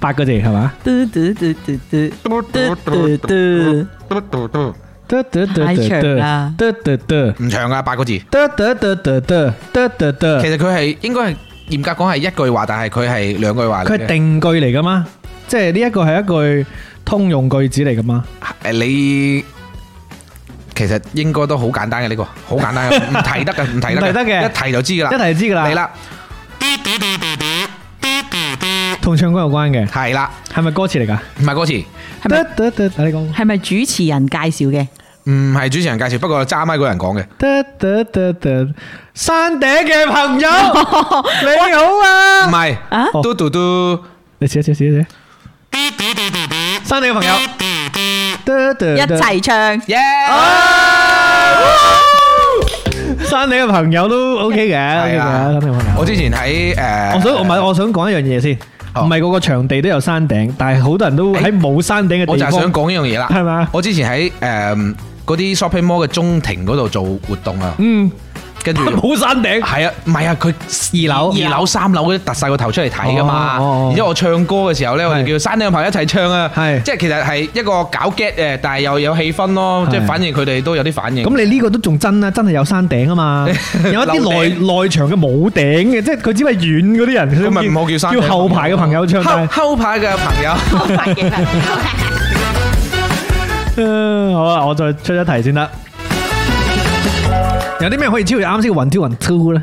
S2: 八個字係嘛？
S6: 嘟嘟嘟嘟嘟嘟嘟嘟，
S2: 嘟嘟嘟
S6: 太
S2: 嘟
S6: 長啦
S2: 嘟嘟嘟
S3: 噃，唔長噶，八個字。
S2: 嘟嘟嘟嘟嘟嘟嘟嘟，
S3: 其實佢係應該係嚴格講係一句話，但係佢係兩句話嚟
S2: 佢係
S3: 嘅。
S2: 定句嚟噶嘛？即係呢一個係一句通用句子嚟噶嘛？
S3: 誒，你其實應該都好簡單嘅呢個，好簡單嘅， 唔提得嘅，唔提得
S2: 唔提得嘅
S3: 一提就知噶
S2: 一
S3: 啦。
S2: 睇就知噶啦，
S3: 嚟啦，
S2: 同唱歌有關嘅，
S3: 係啦，
S2: 係咪歌詞嚟噶？
S3: 唔係歌詞，
S6: 係咪
S2: 得得得，你講。
S6: 係咪主持人介紹嘅？
S3: 唔係主持人介紹，不過揸咪嗰個人講嘅。
S2: 得得得得，山頂嘅朋友，你好啊！
S3: 唔係，嘟嘟嘟，
S2: 你試一試，試一試。山頂嘅朋友，得得
S6: 一
S2: 得，
S6: 齊唱，
S3: 耶！
S2: 山頂嘅朋友都 OK 嘅，
S3: 係
S2: OK 嘅，
S3: 啊
S2: 山頂嘅朋友。
S3: 我之前喺誒，
S2: 我想我唔係我想講一樣嘢先，
S3: 哦
S2: 唔係個個場地都有山頂，但係好多人都喺冇山頂嘅
S3: 我就
S2: 地
S3: 係想
S2: 方。
S3: 講呢樣嘢啦，
S2: 係嘛
S3: 我之前喺誒嗰啲 shopping mall 嘅中庭嗰度做活動啊，
S2: 嗯，
S3: 跟住
S2: 冇山頂，
S3: 係啊，唔係啊，佢
S2: 二樓
S3: 二樓、三樓嗰啲突晒個頭出嚟睇噶嘛
S2: 哦哦哦，
S3: 然之後我唱歌嘅時候咧，我哋
S2: 係
S3: 叫山頂嘅朋友一齊唱啊，
S2: 係
S3: 即係其實係一個搞 get 誒，但係又有氣氛咯，
S2: 係
S3: 即係反而佢哋都有啲反應。
S2: 咁你呢個都仲真啦，真係有山頂啊嘛。有一啲內內場嘅冇頂嘅，即係佢只係遠嗰啲人，佢
S3: 咁咪唔好叫山頂
S2: 叫後排嘅朋友唱，但係
S3: 後後排嘅朋 友，
S2: 嗯好啊，我再出一題先得。有啲咩可以超越啱先嘅雲 two 雲 two 咧？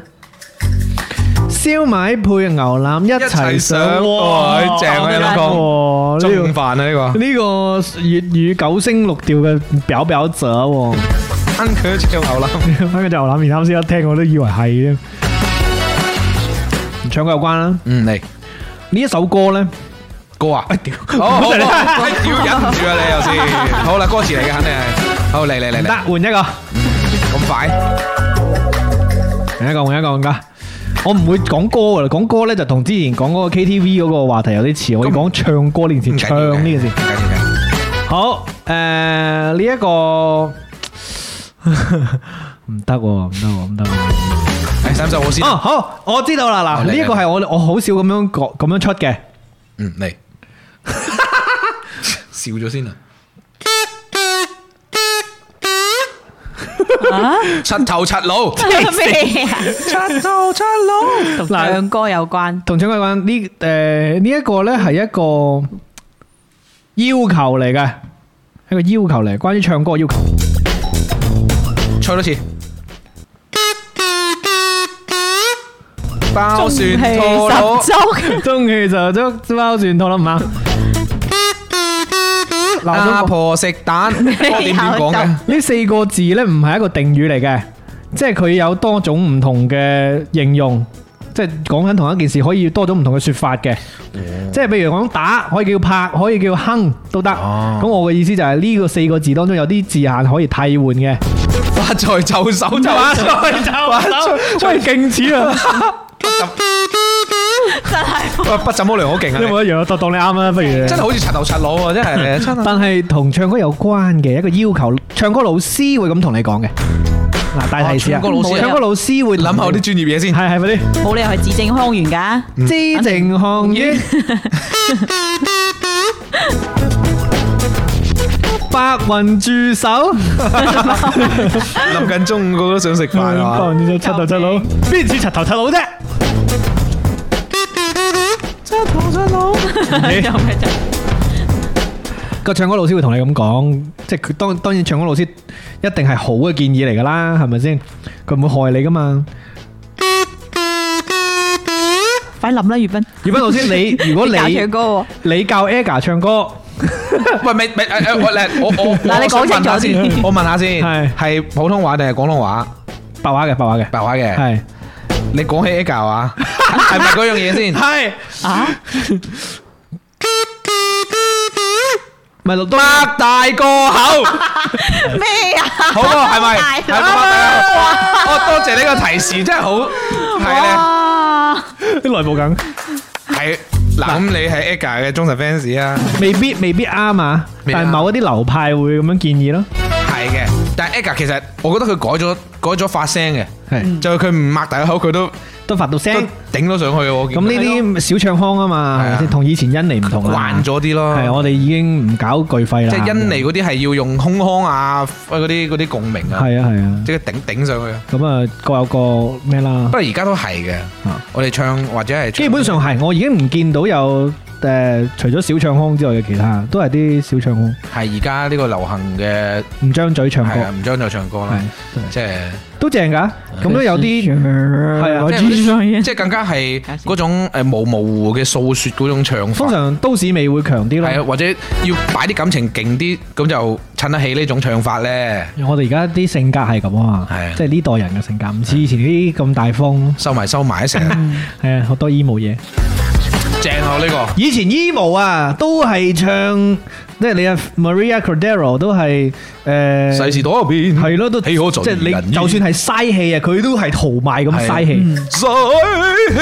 S2: 燒賣配牛腩一齊
S3: 一齊
S2: 上，
S3: 上哇正啊
S2: 呢
S3: 呢個
S2: 個
S3: 中午
S2: 呢
S3: 飯啊 呢個
S2: 個，呢個粵語九星六調嘅表表者喎，
S3: 單佢唱牛腩。
S2: 翻個牛腩麵啱先一聽我都以為係啫，唔唱歌有關啦。
S3: 嗯，嚟
S2: 呢一首歌咧，
S3: 歌啊！好，好，好，哎屌，忍唔住啊你又先。好啦，歌詞嚟嘅肯定係。好嚟嚟嚟
S2: 得
S3: 嚟，
S2: 換一個。
S3: 咁快。
S2: 另一個，另一個，另一個。我唔會講歌噶啦，講歌咧就同之前講嗰個 KTV 嗰個話題有啲似，我要講唱歌呢件
S3: 唔
S2: 事，
S3: 緊
S2: 唱
S3: 要嘅
S2: 呢件事呃
S3: 唔。緊要嘅。
S2: 好，誒呢一個唔 唔得喎，唔得喎，唔得喎。
S3: 誒使唔使我先？
S2: 哦，好，我知道啦，
S3: 哦
S2: 嗱，
S3: 嚟
S2: 呢個係我我好少咁樣講咁樣出嘅。
S3: 嗯， 嚟，笑咗先啊！七頭七腦，
S6: 咩啊？同
S2: 嗱
S6: 唱歌有關，
S2: 同請貴講呢誒呢一個咧係一個要求嚟嘅，一個要求嚟，關於唱歌嘅要求。
S3: 吹多次。包
S6: 中氣
S3: 船
S6: 十
S3: 拖佬，
S6: 足。
S2: 中意就捉包轉套啦，唔啱。嗱，我
S3: 阿
S2: 想講
S3: 婆食蛋，我點點講嘅？
S2: 呢四個字咧唔係一個定語嚟嘅，即係佢有多種唔同嘅應用，即係講緊同一件事可以多種唔同嘅説法嘅。
S3: 哦
S2: 即係譬如講打可以叫拍，可以叫哼都得。
S3: 哦
S2: 咁我嘅意思就係呢個四個字當中有啲字眼可以替換 嘅。
S3: 發財就手 就手，
S2: 喂，勁似啊！
S3: 喂不怎麼良好勁
S2: 你
S3: 啊！
S2: 冇一樣，當當你啱啊，不如。
S3: 真係好似柒頭柒腦啊！真係真係
S2: 但係同唱歌有關嘅一個要求，唱歌老師會咁同你講嘅。嗱，大提示啊！
S3: 哦唱歌老師啊
S2: 唱歌老師會
S3: 諗下我啲專業嘢先。
S2: 係係咪啲？
S6: 冇理由係字正腔圓㗎。
S2: 知情行冤，白雲駐守，
S3: 諗緊中午個個都想食飯啊！
S2: 住七頭七佬，邊似七頭七佬啫？七頭七佬，個唱歌老師會同你咁講，即係佢當當然唱歌老師一定係好嘅建議嚟㗎啦，係咪先？佢唔會害你㗎嘛。
S6: 快諗啦，月斌，
S2: 宇斌老師，你如果你
S6: 教唱歌喎。
S2: 你教 Aga 唱歌，
S3: 喂，咪咪誒誒，我嚟我我
S6: 嗱你講清楚啲
S3: 我我問下先，
S2: 係
S3: 係普通話定係廣東話、
S2: 白話嘅白話嘅，
S3: 白話嘅？
S2: 係
S3: 你講起 A 教啊，係咪嗰樣嘢先？
S2: 係
S6: 啊，
S2: 咪六都
S3: 擘大個口，
S6: 咩啊？
S3: 好喎，係咪？
S6: 大
S3: 係擘大個口。我多謝呢個提示，真係好係咧。
S6: 哇！
S2: 啲內部梗，
S3: 係嗱，咁你係 AGA 嘅忠實 fans 啊，
S2: 未必未必啱啊，
S3: 未
S2: 但係
S3: 啱
S2: 某一啲流派會咁樣建議咯，
S3: 係嘅。但係 AGA 其實我覺得佢改咗改咗發聲嘅，
S2: 係
S3: 就係佢唔擘大個口，佢都
S2: 都發到
S3: 都
S2: 聲。
S3: 頂到上去喎。我見
S2: 咁呢啲小唱腔啊嘛，
S3: 係
S2: 係
S3: 啊
S2: 咪先同以前恩妮唔同啦，
S3: 慣咗啲咯，
S2: 係我哋啊已經唔搞巨肺啦，
S3: 即係恩妮嗰啲係要用胸腔啊，嗰啲嗰啲共鳴啊，
S2: 係啊係啊，
S3: 即係頂頂上去啊。
S2: 咁啊各有各咩啦
S3: 不。過而家都係嘅
S2: 啊，
S3: 我哋唱或者係唱
S2: 基本上係，我已經唔見到有誒，除咗小唱腔之外嘅其他，都係啲小唱腔，
S3: 係而家呢個流行嘅
S2: 唔張嘴唱歌
S3: 係，啊，唔將就唱歌啦
S2: 係，真係
S3: 即係
S2: 都正㗎。咁都有啲係啊，
S3: 即係即係更加係 嗰種誒模模糊糊嘅訴説嗰種唱法
S2: 通。常都市味會強啲
S3: 係啊，
S2: 咯。
S3: 或者要擺啲感情勁啲，咁就襯得起呢種唱法咧。
S2: 我哋而家啲性格係咁啊嘛
S3: 係啊，
S2: 即係呢代人嘅性格，唔似以前啲咁大方，
S3: 收埋收埋，成日
S2: 係啊，好多 emo 嘢。
S3: 正啊！呢個
S2: 以前 emo 啊，都係唱，即係你啊 Maria Cordero 都呃係
S3: 世
S2: 誒，
S3: 事多變，
S2: 係咯，都即
S3: 豈可盡
S2: 係
S3: 人
S2: 你
S3: 意
S2: 就算係嘥氣啊，佢都係豪邁咁嘥
S6: 嗯
S2: 氣。
S3: 水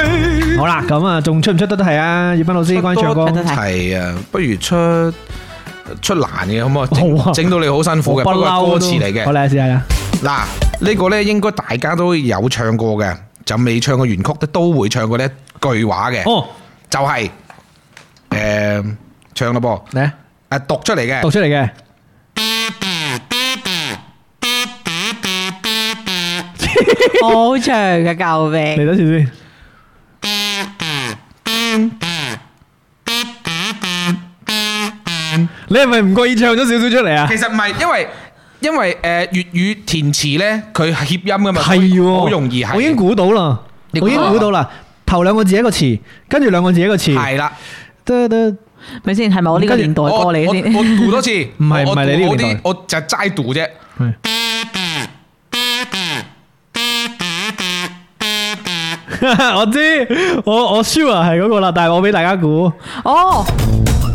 S3: 氣
S2: 好啦，咁啊，仲出唔出得都係啊，葉斌老師關於唱歌
S6: 出得
S3: 係啊，不如出出難嘅，可唔可以整
S2: 好啊
S3: 整到你好辛苦嘅？不過係歌詞嚟
S2: 好
S3: 嘅。
S2: 啦，試下啦。
S3: 嗱，呢個呢應該大家都有唱過嘅，就未唱過原曲都會唱過呢一句話嘅，
S2: 哦，
S3: 就係誒唱咯噃，
S2: 嚟啊
S3: 誒讀出嚟嘅
S2: 讀。出嚟嘅。
S6: 好長嘅救
S2: 嚟
S6: 命！
S2: 多次先。你係咪唔覺意唱咗少少出嚟啊
S3: 其？實唔係，因為因為誒粵語填詞咧，佢係協音噶嘛，
S2: 係
S3: 所以
S2: 喎，
S3: 好容易係。
S2: 我已經估到啦，
S3: 你
S2: 我已
S3: 估
S2: 經
S3: 到
S2: 估到啦。頭兩個字一個詞，跟住兩個字一個詞。
S3: 係啦，
S2: 得得，
S6: 咪先係咪我呢個年代歌
S3: 我
S6: 嚟嘅
S3: 我我
S6: 先？
S3: 讀多次，唔
S2: 係 唔係你呢個年代
S3: 我就齋讀啫。
S2: 係 我知，我我 sure 係嗰個啦，但係我俾大 家估，
S6: 哦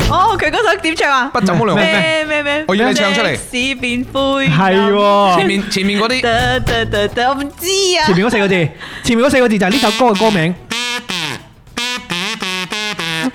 S6: 哦，佢嗰首點唱啊
S3: 不？怎麼良好。
S6: 咩咩咩？
S3: 我要你唱出嚟
S6: 即使變灰
S2: 係
S3: 前
S2: 喎，
S3: 面 前面嗰啲
S6: 得得得得，我唔知啊
S2: 前。面嗰四個字，前面嗰四個字就係呢首歌嘅歌名。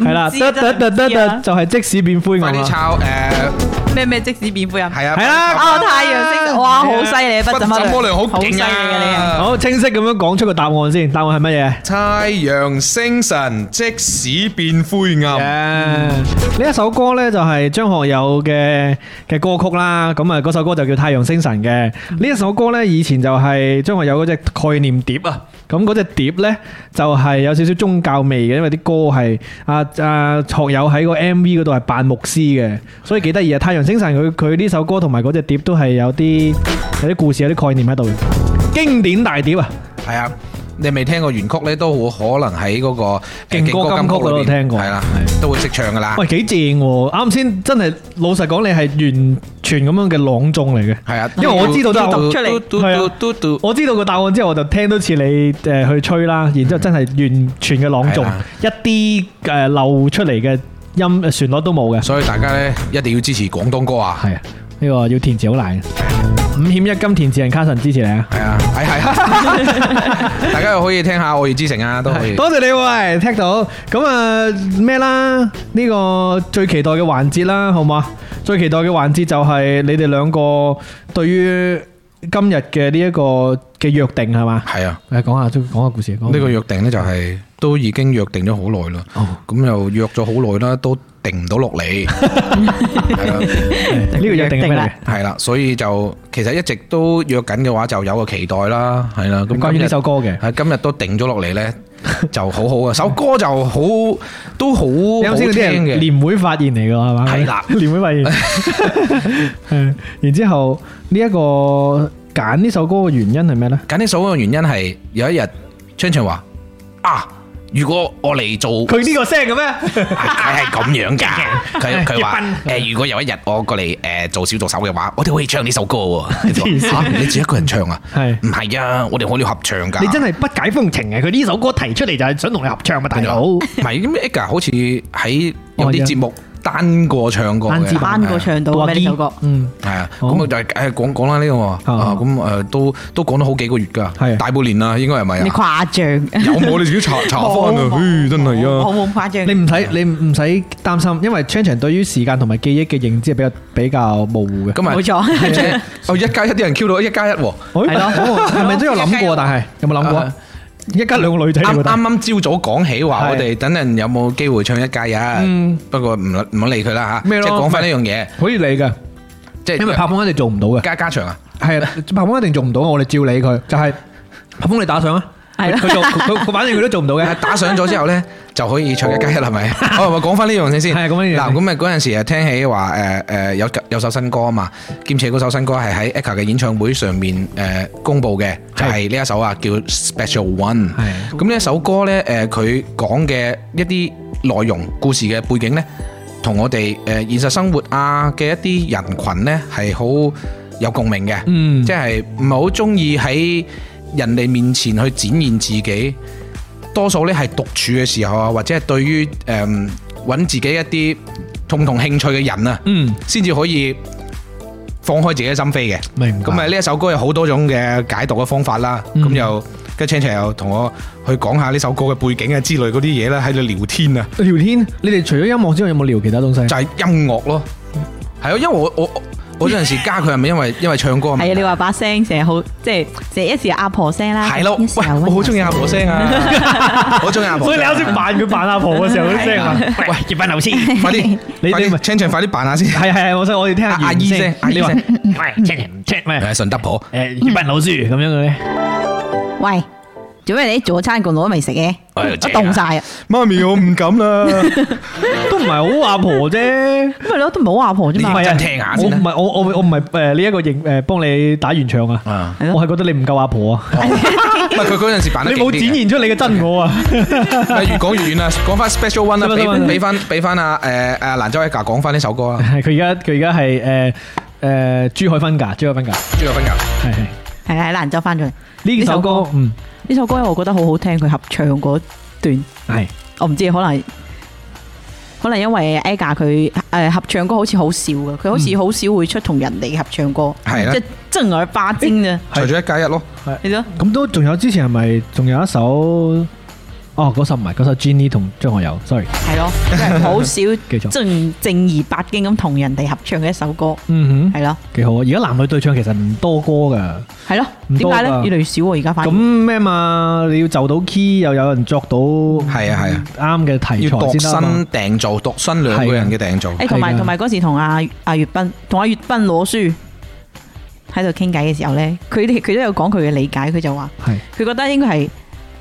S2: 係啦，
S6: 知
S2: 得
S6: 真係
S2: 得得
S6: 唔
S2: 得
S6: 知啊
S2: 得，就係即使變灰
S3: 快啲
S2: 暗啦。
S3: 抄誒
S6: 咩咩即使變灰啊？
S9: 係啊，
S2: 係啦
S6: 哦，太陽星座，哇，好犀利，不
S9: 不
S6: 怎
S9: 怎
S6: 麼
S9: 麼亮好
S6: 好犀利
S9: 勁
S6: 嘅你係。
S9: 啊！
S2: 好清晰咁樣講出個答案先，答案係乜嘢？
S9: 太陽星辰即使變灰暗，
S2: 呢一首歌呢，就係張學友嘅嘅歌曲啦，咁啊嗰首歌就叫《太陽星辰》嘅。呢一首歌呢，以前就係張學友嗰隻概念碟啊，咁嗰隻碟呢，就係有少少宗教味嘅，因為啲歌係啊啊學友喺個 MV 嗰度係扮牧師嘅，所以幾得意啊！《太陽星辰》佢佢呢首歌同埋嗰隻碟都係有啲有啲故事、有啲概念喺度嘅，經典大碟啊！
S3: 係啊，你未聽過原曲咧，都好可能喺嗰個誒
S2: 勁歌金曲嗰度
S3: 裏邊
S2: 聽過
S3: 係啦，都會識唱噶啦。
S2: 喂，幾正喎！啱先真係老實講，你係完全咁樣嘅朗誦嚟嘅。
S3: 係啊，
S2: 因為我知道都係
S6: 讀出嚟
S2: 係
S3: 嘟嘟
S2: 啊
S3: 嘟嘟
S2: 我知道個答案之後，我就聽到似你誒去吹啦，然之後真係完全嘅朗
S3: 係
S2: 誦
S3: 啦，
S2: 一啲誒漏出嚟嘅音呃誒旋律都冇嘅。
S3: 所以大家咧一定要支持廣東歌 啊！
S2: 係啊，呢個要填詞好難嘅。五險一金填詞人卡神支持你啊！
S3: 係啊，係係啊，大家又可以聽下《愛與之城》啊，都可以。
S2: 多謝你喂，聽到咁啊咩啦？呢個最期待嘅環節啦，好嘛？最期待嘅環節就係你哋兩個對於今日嘅呢一個嘅約定係嘛？
S3: 係啊，
S2: 誒，講下講下故事。講下
S3: 呢個約定咧就係都已經約定咗好耐啦，咁又約咗好耐啦，都定唔到落嚟，係啊
S2: 呢個約定係咩嚟嘅？
S3: 係啦，所以就其實一直都約緊嘅話，就有個期待啦，係啦。咁
S2: 關於
S3: 今日
S2: 呢首歌嘅。
S3: 係今日都定咗落嚟咧，就好好啊！首歌就好都好
S2: 你啱
S3: 好
S2: 先
S3: 聽
S2: 嗰啲係
S3: 嘅，
S2: 年會發言嚟㗎係嘛？
S3: 係啦
S2: 年會發言。係然之後呢一個揀呢首歌嘅原因係咩呢？
S3: 揀呢首歌嘅原因係有一日張翔話啊，如果我嚟做。
S2: 佢呢個聲嘅咩？
S3: 佢係咁樣噶，佢佢話誒，如果有一日我過嚟誒做小助手嘅話，我哋可以唱呢首歌 喎。
S2: 黐線
S3: 嚇你自己一個人唱啊？
S2: 係
S3: 唔係啊？我哋可以合唱噶。
S2: 你真係不解風情啊！佢呢首歌提出嚟就係想同你合唱嘛，大佬。
S3: 唔係咁 Egg 好似喺有
S2: 哦有
S3: 啲節目單個唱過
S2: 單
S3: 嘅
S2: 支，
S6: 班個唱到咩呢首歌？
S2: 嗯，
S3: 係啊，
S2: 哦
S3: 咁啊就係誒講講啦呢個喎啊，咁誒都都講咗好幾個月
S2: 係
S3: 㗎，大半年啦，應該係咪
S6: 你
S3: 啊？
S6: 誇張，
S9: 有冇你自己查查翻啊？唉，真係啊！
S6: 我冇咁誇張
S2: 你。唔使你唔使擔心，因為 Chan Chan 對於時間同埋記憶嘅認知係比較比較模糊嘅。
S3: 咁啊，
S6: 冇錯
S3: 係即係 哦一加一啲人 Q 到一加一喎，
S2: 係咯，係咪都有諗過？但係有冇諗過
S3: 啊？
S2: 一家兩個女仔，你
S3: 啱
S2: 覺得
S3: 啱啱朝早講起話，
S2: 係嗯
S3: 我哋等陣有冇機會唱一加一？啊不過唔唔好理佢啦嚇，
S2: 咩咯
S3: 即係講翻呢樣嘢，
S2: 可以理嘅，
S3: 即
S2: 因為
S3: 係
S2: 拍風一定做唔到嘅。
S3: 加加長啊！
S2: 係啊，白風一定做唔到，我哋照理佢，就係白風你打上啊，
S6: 係啦
S2: 佢做佢佢反正佢都做唔到嘅，
S3: 打上咗之後咧，就可以唱一加一啦，係 咪？好，我講翻呢樣嘢先。
S2: 係講翻呢樣
S3: 嗱，咁啊嗰陣時啊，聽起話誒誒有有首新歌啊嘛，兼且嗰首新歌係喺 ECA 嘅演唱會上面誒公佈嘅，就係呢一首啊，叫 Special One。
S2: 係
S3: 咁呢一首歌咧，誒佢講嘅一啲內容、故事嘅背景咧，同我哋誒現實生活啊嘅一啲人群咧係好有共鳴嘅。
S2: 嗯
S3: 即係唔係好中意喺人哋面前去展現自己，多數呢係獨處嘅時候啊，或者係對於誒揾自己一啲共同興趣嘅人啊，
S2: 嗯，
S3: 先至可以放開自己嘅心扉嘅。
S2: 明
S3: 咁啊，呢一首歌有好多種嘅解讀嘅方法啦，咁又跟 c h a n c h 又同我去講下呢首歌嘅背景啊之類嗰啲嘢啦，喺度聊天啊，
S2: 聊天，你哋除咗音樂之外，有冇聊其他東西？
S3: 就係音樂咯，係啊，因為我我我我嗰陣時加佢係咪因為 因為唱歌啊？
S6: 係啊，你話把聲成日好，即係成日一時阿婆聲啦，
S3: 係咯，
S6: 一時
S3: 喂，我好中意阿 婆聲啊，好中意阿婆
S2: 所
S3: 聲啊。
S2: 以你啱先扮佢扮阿婆嘅時候嗰啲聲啊， 喂，葉斌老師，
S3: 快啲，
S2: 你
S3: 快
S2: 你咪
S3: 啲 c h a n c h 快啲扮下先。
S2: 係係係，我想我哋聽下
S3: 阿阿姨聲，阿姨
S2: 你話
S3: 聲，
S2: 喂，聽唔聽？ 喂，
S3: 係順德婆。
S2: 誒，葉斌老師咁樣嘅咧，
S6: 喂，做咩你早餐咁耐都未食嘅？
S3: 哎呀
S6: 我
S3: 正啊
S6: 凍晒啊！
S9: 媽咪，我唔敢啦。
S2: 都唔係好阿婆啫。
S6: 咁咪咯，都唔好阿婆啫
S2: 唔
S6: 嘛。
S2: 係啊，
S3: 真聽下
S2: 我
S3: 先啦
S2: 唔係我我我唔係誒呢一個認誒幫你打完場啊，
S3: 啊，
S6: 係咯
S2: 我係覺得你唔夠阿婆啊，
S3: 唔係佢嗰陣時
S7: 啊
S3: 扮
S2: 你
S3: 得
S2: 冇展現出你嘅真 我啊。
S3: 現。越講越遠啦，講翻 Special One
S2: 得啦得
S3: 啦，
S2: 啦
S3: 俾俾翻俾翻阿誒阿蘭州一格講翻呢首歌啊，
S2: 係佢而家佢而家係誒誒珠海分㗎，珠海分㗎，
S3: 朱麗芬㗎。
S2: 係係
S6: 係啊，喺蘭州翻咗嚟。
S2: 呢首
S6: 呢首
S2: 歌
S6: 歌
S2: 嗯
S6: 呢首歌我覺得好好聽，佢合唱嗰段，
S2: 係
S6: 我唔知可能可能因為 AGA 佢誒合唱歌好似好少嘅，佢好
S2: 嗯
S6: 似好少會出同人哋合唱歌，
S3: 係啦
S6: 即係正兒八經嘅，
S3: 除咗一加一咯，
S6: 啊你咯。
S2: 咁都仲有之前係咪仲有一首哦，嗰首唔係，嗰首 Jenny 同張學友，sorry。
S6: 係咯，即係好 少
S2: 續
S6: 正正兒八經咁同人哋合唱嘅一首歌，
S2: 嗯哼，
S6: 係咯，
S2: 幾好啊！而家男女對唱其實唔多歌噶。
S6: 係咯，
S2: 唔
S6: 點
S2: 多
S6: 解咧？
S2: 㗎
S6: 越嚟越少喎，而家反而
S2: 咁咩嘛？你要就到 key，又有人作到
S7: 係啊係啊，
S2: 啱嘅題
S7: 要度
S2: 材先得啊嘛
S7: 身訂造，度身兩個人嘅訂造。
S6: 誒同
S2: 係
S6: 埋
S2: 㗎
S6: 同埋嗰時同阿阿月斌同阿月斌攞書喺度傾偈嘅時候咧，佢哋佢都有講佢嘅理解，佢就話
S2: 係
S6: 佢覺得應該係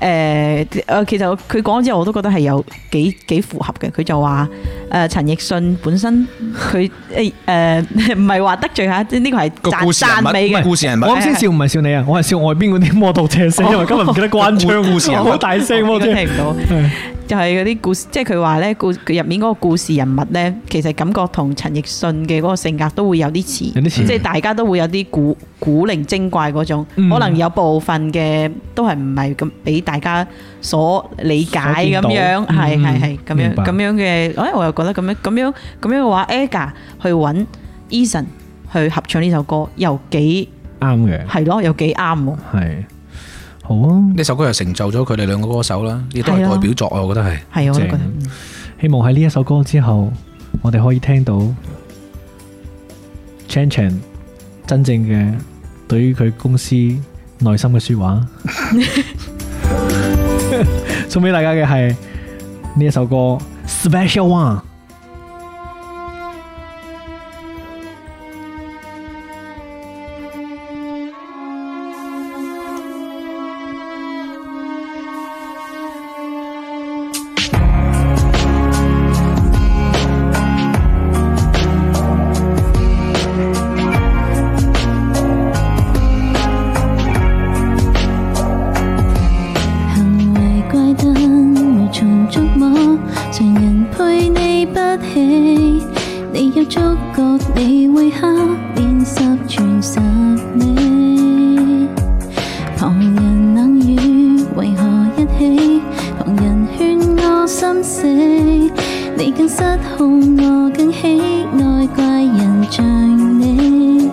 S6: 誒誒，其實佢講之後我都覺得係有幾幾符合嘅。佢就話誒、呃、陳奕迅本身佢誒誒 唔係話得罪下，即係呢個係
S7: 個故
S6: 讚
S7: 事人
S6: 讚美
S7: 物，
S6: 嘅。
S7: 故事人物
S2: 我啱先笑唔係笑你啊，我係笑外邊嗰啲摩托車 聲，因為今日唔記得關
S7: 故事人
S2: 窗，
S7: 物
S2: 好大聲摩
S6: 我
S2: 托
S6: 聽
S2: 車。
S6: 唔到，就係嗰啲故事，即係佢話咧，故佢入面嗰個故事人物咧，其實感覺同陳奕迅嘅嗰個性格都會有啲似，
S2: 有啲似
S6: 即係大家都會有啲古古靈精怪嗰種，
S2: 嗯
S6: 可能有部分嘅都係唔係咁俾大家所理解
S2: 所見
S6: 咁
S2: 到
S6: 樣，係
S2: 嗯
S6: 係係咁
S2: 明
S6: 樣
S2: 白
S6: 咁樣嘅，誒我又覺得咁樣咁樣咁樣嘅話，Aga 去揾 Eason 去合唱呢首歌，又幾
S2: 啱嘅，
S6: 係咯，又幾啱喎。
S2: 係好啊！
S7: 呢首歌又成就咗佢哋兩個歌手啦，亦都係
S6: 係啊
S7: 代表作啊，我覺得係。
S6: 係啊，我都覺得
S2: 正
S6: 嗯
S2: 希望喺呢一首歌之後，我哋可以聽到 Chan Chan 真正嘅對於佢公司內心嘅説話。 送俾大家嘅係呢一首歌 Special One。
S4: 行為怪誕，無從捉摸，常人配你不起。你有觸覺，你會敲，練十全十美。旁人冷語，為何一起？旁人勸我心死，你更失控，我更喜愛怪人像你。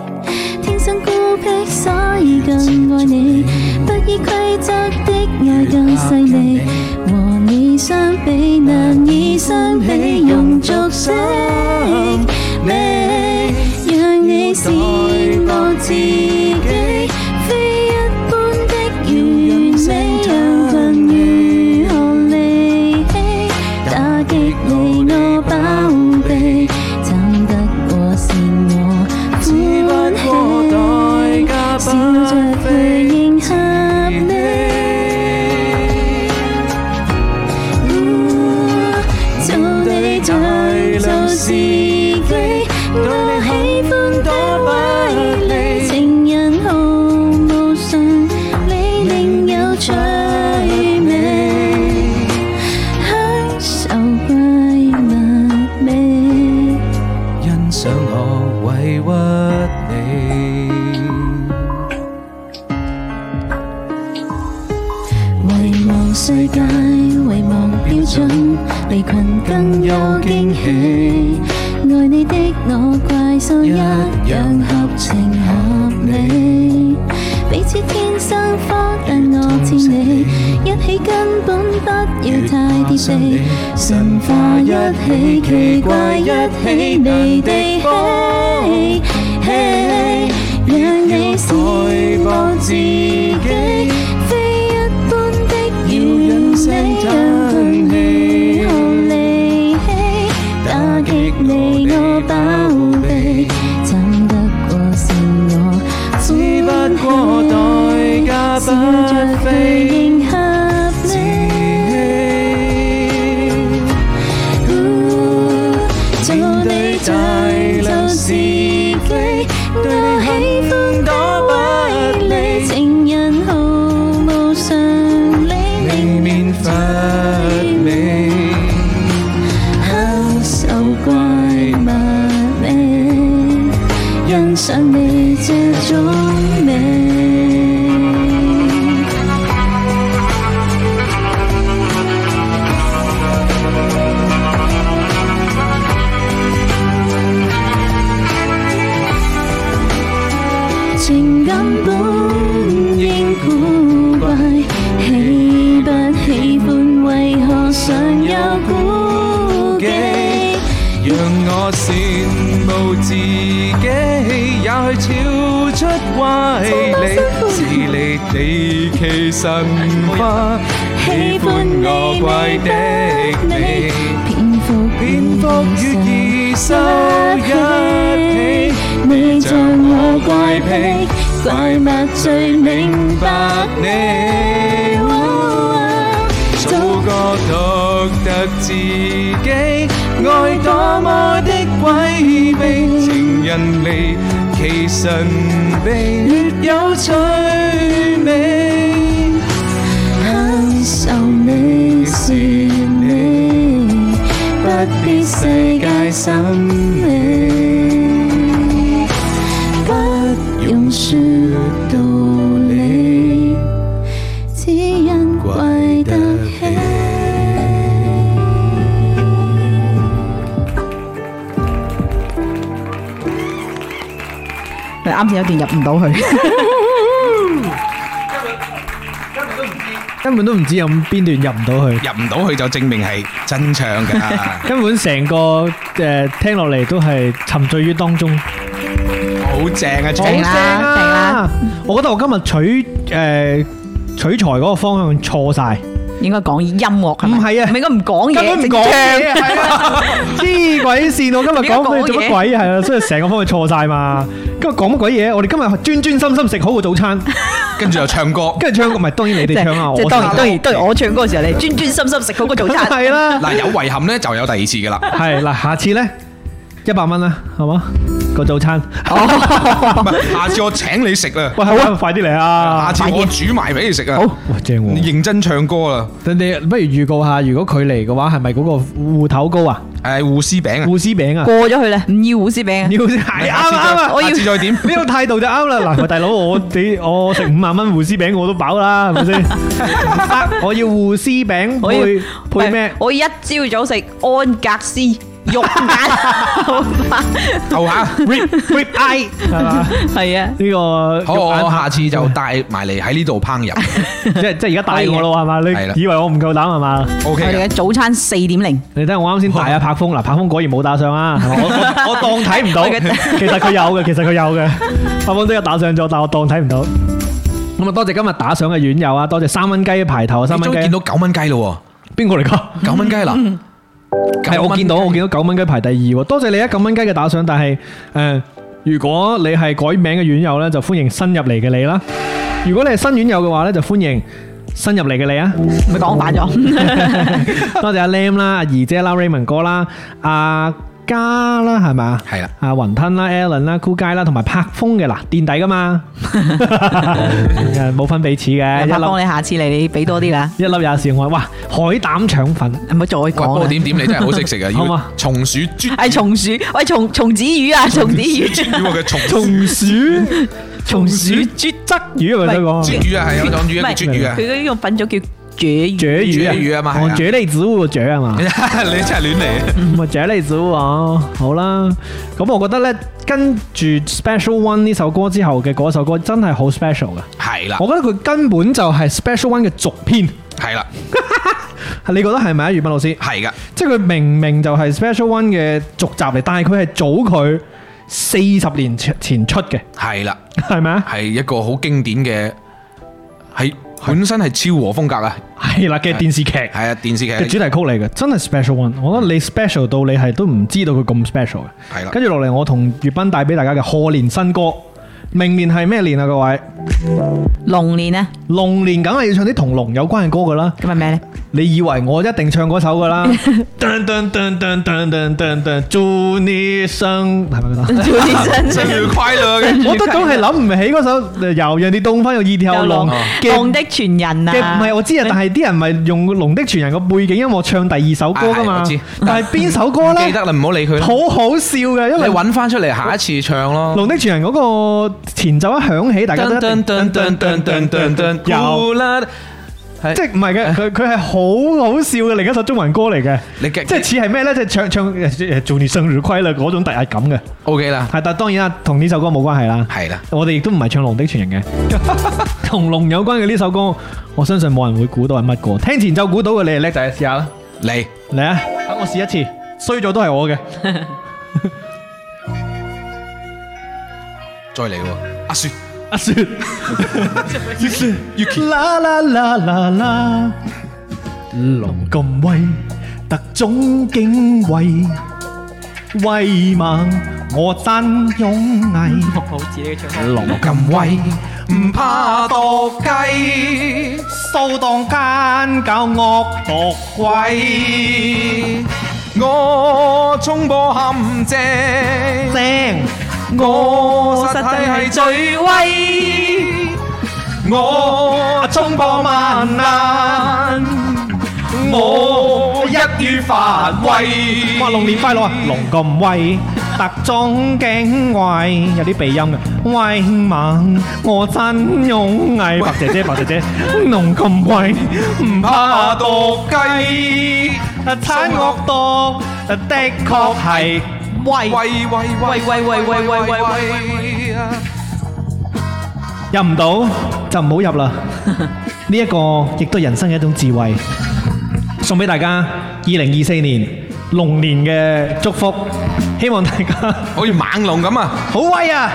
S4: 天生孤僻，所以更愛你。不依規則的愛更細膩，和你相比難以相比，庸俗式美，讓你羨慕自己，非一般的完美，讓群如何離棄？打擊你我包庇，慘得過是我歡喜。笑着去迎合你。做你像做自己，我喜歡多威你，情人毫無順理，另有趣味，享受怪物味。
S5: 欣賞我委屈你。
S4: 遺忘世界，遺忘標準，離群更有驚喜。愛你的我怪獸一樣合情合理，彼此天生荒但我似你，一起根本不要太貼地，神化一起，奇怪一起，離地起起，讓你羨慕自己。非一般的完美，讓群如何離棄？打擊你我包庇，慘得過是我
S5: 只不過代價
S4: 笑
S5: 不
S4: 着去
S5: 菲。
S4: 迎合你。做你像做自己，我喜歡多威你，情人毫無常理，令免乏味，享受怪物味，欣賞你這種美。情感本應古怪，喜不喜歡為
S5: 我羨慕自己，也許超出歪理，是你哋其神化，喜歡我怪的你，
S4: 蝙蝠
S5: 蝙蝠與異獸一起，
S4: 你像我怪癖，怪物最明白你。
S5: 做個獨特自己，愛多麼的詭秘，情人離其神秘，越有趣味。
S4: 享受你是你，不必世界審美，不用說道理，只因跪得起。
S6: 啱先有段入唔到去，
S2: 根本都唔知有邊段入唔到去，
S3: 入唔到去就證明係真唱 㗎，
S2: 根本成個誒聽落嚟都係沉醉於當中。
S3: 好正啊！
S2: 好
S6: 正啦正啦！
S2: 我覺得我今日取誒取材嗰個方向錯晒，
S6: 應該講音樂係咪
S2: 唔係啊
S6: 唔應該唔講嘢，
S2: 根本唔講嘢，係啊 黐鬼線！我今日講咩做乜鬼啊？係啊，所以成個方向錯晒嘛。今日講乜鬼嘢？我哋今日專專心心食好個早餐，
S3: 跟住又唱歌。
S2: 跟住唱歌，唔係當然你
S6: 即
S2: 哋唱啊，
S6: 係即
S2: 我
S6: 係當然當然當然，我唱歌嘅時候你專專心心食好個早 餐，
S2: 係啦，
S3: 嗱，有遺憾咧就有第二次 㗎啦。
S2: 係嗱，下次咧一百蚊啦，好嘛個早餐。
S3: 唔係，下次我請你食啦，
S2: 喂，好啊，快啲嚟啊！
S3: 下次我煮埋俾你食啊。好，
S2: 哇正
S3: 你
S2: 喎！
S3: 認真唱歌啦。
S2: 等你不如預告下，如果佢嚟嘅話，係咪嗰個芋頭糕啊、
S3: 誒，護絲餅啊。
S2: 芋絲餅啊？
S6: 過咗去啦，唔要胡絲餅啊，
S2: 要係啱啱啊！
S6: 我要
S3: 下次再點？
S2: 呢個態度就啱啦。 嗱，大佬，我你我食五萬蚊護絲餅我都飽啦，係咪 先？得，我要護絲餅
S6: 我要
S2: 配配 咩？
S6: 我一朝早食安格斯肉眼， 好嘛？
S3: 後下，
S2: rip rip eye 係嘛？
S6: 係啊，
S2: 呢個
S3: 好，
S2: 肉眼
S3: 我下次就帶埋嚟喺呢度烹飪。
S2: 即係即係而家大我咯，係嘛？
S3: 係啦
S2: 你以為我唔夠膽係嘛？
S3: O
S6: 我
S3: K
S6: 哋嘅早餐四點零，
S2: 你睇下我啱先大啊柏峰嗱，柏峰果然冇打上啊！我 我我當睇唔到， 其實佢有嘅，其實佢有嘅，柏峰都有打上咗，但我當睇唔到。咁啊，多謝今日打上嘅院友啊，多謝三蚊雞嘅排頭啊，三
S3: 你
S2: 蚊
S3: 終於
S2: 雞
S3: 見到九蚊雞咯
S2: 邊個嚟㗎？
S3: 喎，九蚊雞啦。
S2: 係我見 到我見到九蚊雞排第二喎，多謝你啊九蚊雞嘅打賞，但係誒、呃如果你係改名嘅院友呢，就歡迎新入嚟嘅你啦；如果你係新院友嘅話呢，就歡迎新入嚟嘅你啊！
S6: 咪講反 咗。
S2: 多謝阿 Lam 啦、阿怡姐啦、Raymond 哥啦、阿嘉啦，係嘛？
S3: 係啦
S2: 阿雲吞啦、Alan 啦、Cool 街啦，同埋柏峰嘅嗱，墊底噶 嘛，誒冇分彼此 嘅，一
S6: 拍幫
S2: 粒
S6: 你下次嚟，你俾多啲啦，
S2: 一粒也是愛，哇！海膽腸粉，
S6: 唔好再
S3: 喂，不
S6: 講
S3: 過
S6: 啦。
S3: 點點你真係好識食啊！
S2: 啊好
S3: 要
S2: 嘛
S3: 松鼠豬
S6: 係松鼠，喂松松子魚啊，松子 魚，
S3: 魚喎嘅松
S2: 松鼠、
S6: 松鼠
S2: 啜鯽魚啊，咪想講。
S3: 絕魚啊，係有種魚
S6: 唔
S3: 叫
S6: 係
S3: 絕魚啊
S6: 佢，嗰呢個品種叫
S2: 蕨
S6: 蕨魚，
S2: 魚啊，
S3: 蕨魚嗯啊嘛係啊，
S2: 哦蕨類植物個蕨啊係嘛
S3: 嗯你真係亂嚟。
S2: 咪蕨類植物啊，好啦，咁我覺得咧，跟住 Special One 呢首歌之後嘅嗰首歌真係好 special
S3: 啊
S2: 噶，
S3: 係啦，
S2: 我覺得佢根本就係 Special One 嘅續篇，
S3: 係啦，
S2: 你覺得係咪啊，余斌老師？
S3: 係噶，
S2: 即係佢明明就係 Special One 嘅續集嚟，但係佢係早佢四十年前前出嘅，
S3: 係啦，
S2: 係咪啊？
S3: 係一個好經典嘅，係本身係超和風格啊，
S2: 係啦嘅電視劇。
S3: 係啊，電視
S2: 嘅主
S3: 劇
S2: 題曲嚟嘅，真係 special one。我覺得你 special 到你係都唔知道佢咁 special 嘅。
S3: 係啦
S2: 跟住落嚟，我同粵斌帶俾大家嘅賀年新歌，明年係咩年啊？各位，
S6: 龍年啊，
S2: 龍年梗係要唱啲同龍有關嘅歌噶啦。
S6: 咁係咩咧？
S2: 你以為我一定唱嗰首噶啦？噔噔噔噔噔噔噔噔，祝你生係咪嗰首？
S6: 做啲
S3: 生
S6: 真
S3: 日快樂嘅，
S2: 我都總係諗唔起嗰首呃由人哋東方有二條龍
S6: 龍
S2: 嘅。
S6: 的傳人
S2: 嘅唔
S6: 啊，
S2: 係我知啊，但係啲人咪用《龍的傳人》個背景音樂唱第二首歌噶
S3: 係係我
S2: 嘛
S3: 知？
S2: 但係邊首歌呢？
S3: 記得啦，唔好理佢啦，
S2: 好好笑嘅，因
S3: 你
S2: 為《
S3: 揾翻出嚟下一次唱咯。
S2: 龍的傳人》嗰個前奏一響起，大家都一定有，即係唔係嘅，佢佢係好好笑嘅另一首中文歌嚟嘅，
S3: 你嘅
S2: 即係似係咩咧？即係唱唱誒做你生日快樂嗰種特係咁嘅，係
S3: OK 啦，
S2: 但係當然啦，同呢首歌冇關係啦。
S3: 係啦，
S2: 我哋亦都唔係唱《龍的傳人》嘅，同龍有關嘅呢首歌，我相信冇人會估到係乜歌。聽前奏估到嘅，你哋叻仔試下啦，
S3: 嚟
S2: 嚟啊！等我試一次，衰咗都係我嘅。
S3: 再嚟喎，阿雪，
S2: 阿雪，阿雪，Yuki，啦啦啦啦啦，龍咁威，特種警衛，威猛我真勇毅，
S6: 好似呢個唱
S3: 龍咁威，唔怕多雞。
S2: 掃蕩奸搞惡毒
S3: 喂，我衝破陷
S2: 精，
S3: 阱，我實際係最威，我衝破萬難，我一於發威。
S2: 哇龍年快樂啊！龍咁威，特種警衛，有啲鼻音嘅，威猛我真勇毅，白姐姐白姐姐，龍咁威，唔怕
S3: 怕
S2: 毒。
S3: 多雞，
S2: 產惡毒，啊的確係威
S3: 喂喂喂喂喂喂喂喂喂啊！
S2: 入唔到就唔好入啦。呢一個亦都係人生嘅一種智慧，送俾大家。二零二四年龍年嘅祝福，希望大家
S3: 好似猛龍咁啊！
S2: 好威啊！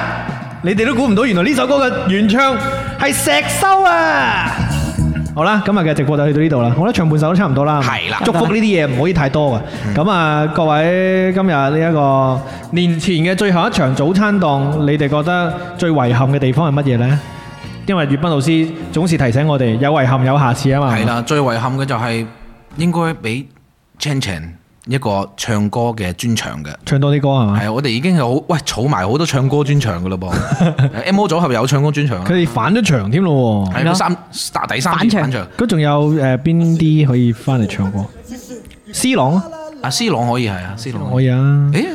S2: 你哋都估唔到，原來呢首歌嘅原唱係石修啊！好啦，今日嘅直播就去到呢度啦。我覺得唱半首都差唔多啦。
S3: 係啦
S2: 祝福呢啲嘢唔可以太多嘅。咁啊，各位今日呢一個年前嘅最後一場早餐檔，你哋覺得最遺憾嘅地方係乜嘢呢？因為粵斌老師總是提醒我哋有遺憾有下次啊嘛。
S3: 係，啦，最遺憾嘅就係應該俾 Chan Chan 一個唱歌嘅專場嘅。
S2: 唱多啲歌係嘛？
S3: 係啊，我哋已經係好喂，儲埋好多唱歌專場嘅嘞噃。M O 組合有唱歌專場啊，
S2: 佢哋反咗場添咯喎。
S3: 係佢三打第三
S6: 反場
S3: 場反場。
S2: 咁仲有誒邊啲可以翻嚟唱歌？C 朗啊
S3: 阿 C 朗可以係啊，C 朗
S2: 可
S3: 以。
S2: 以啊。
S3: 誒，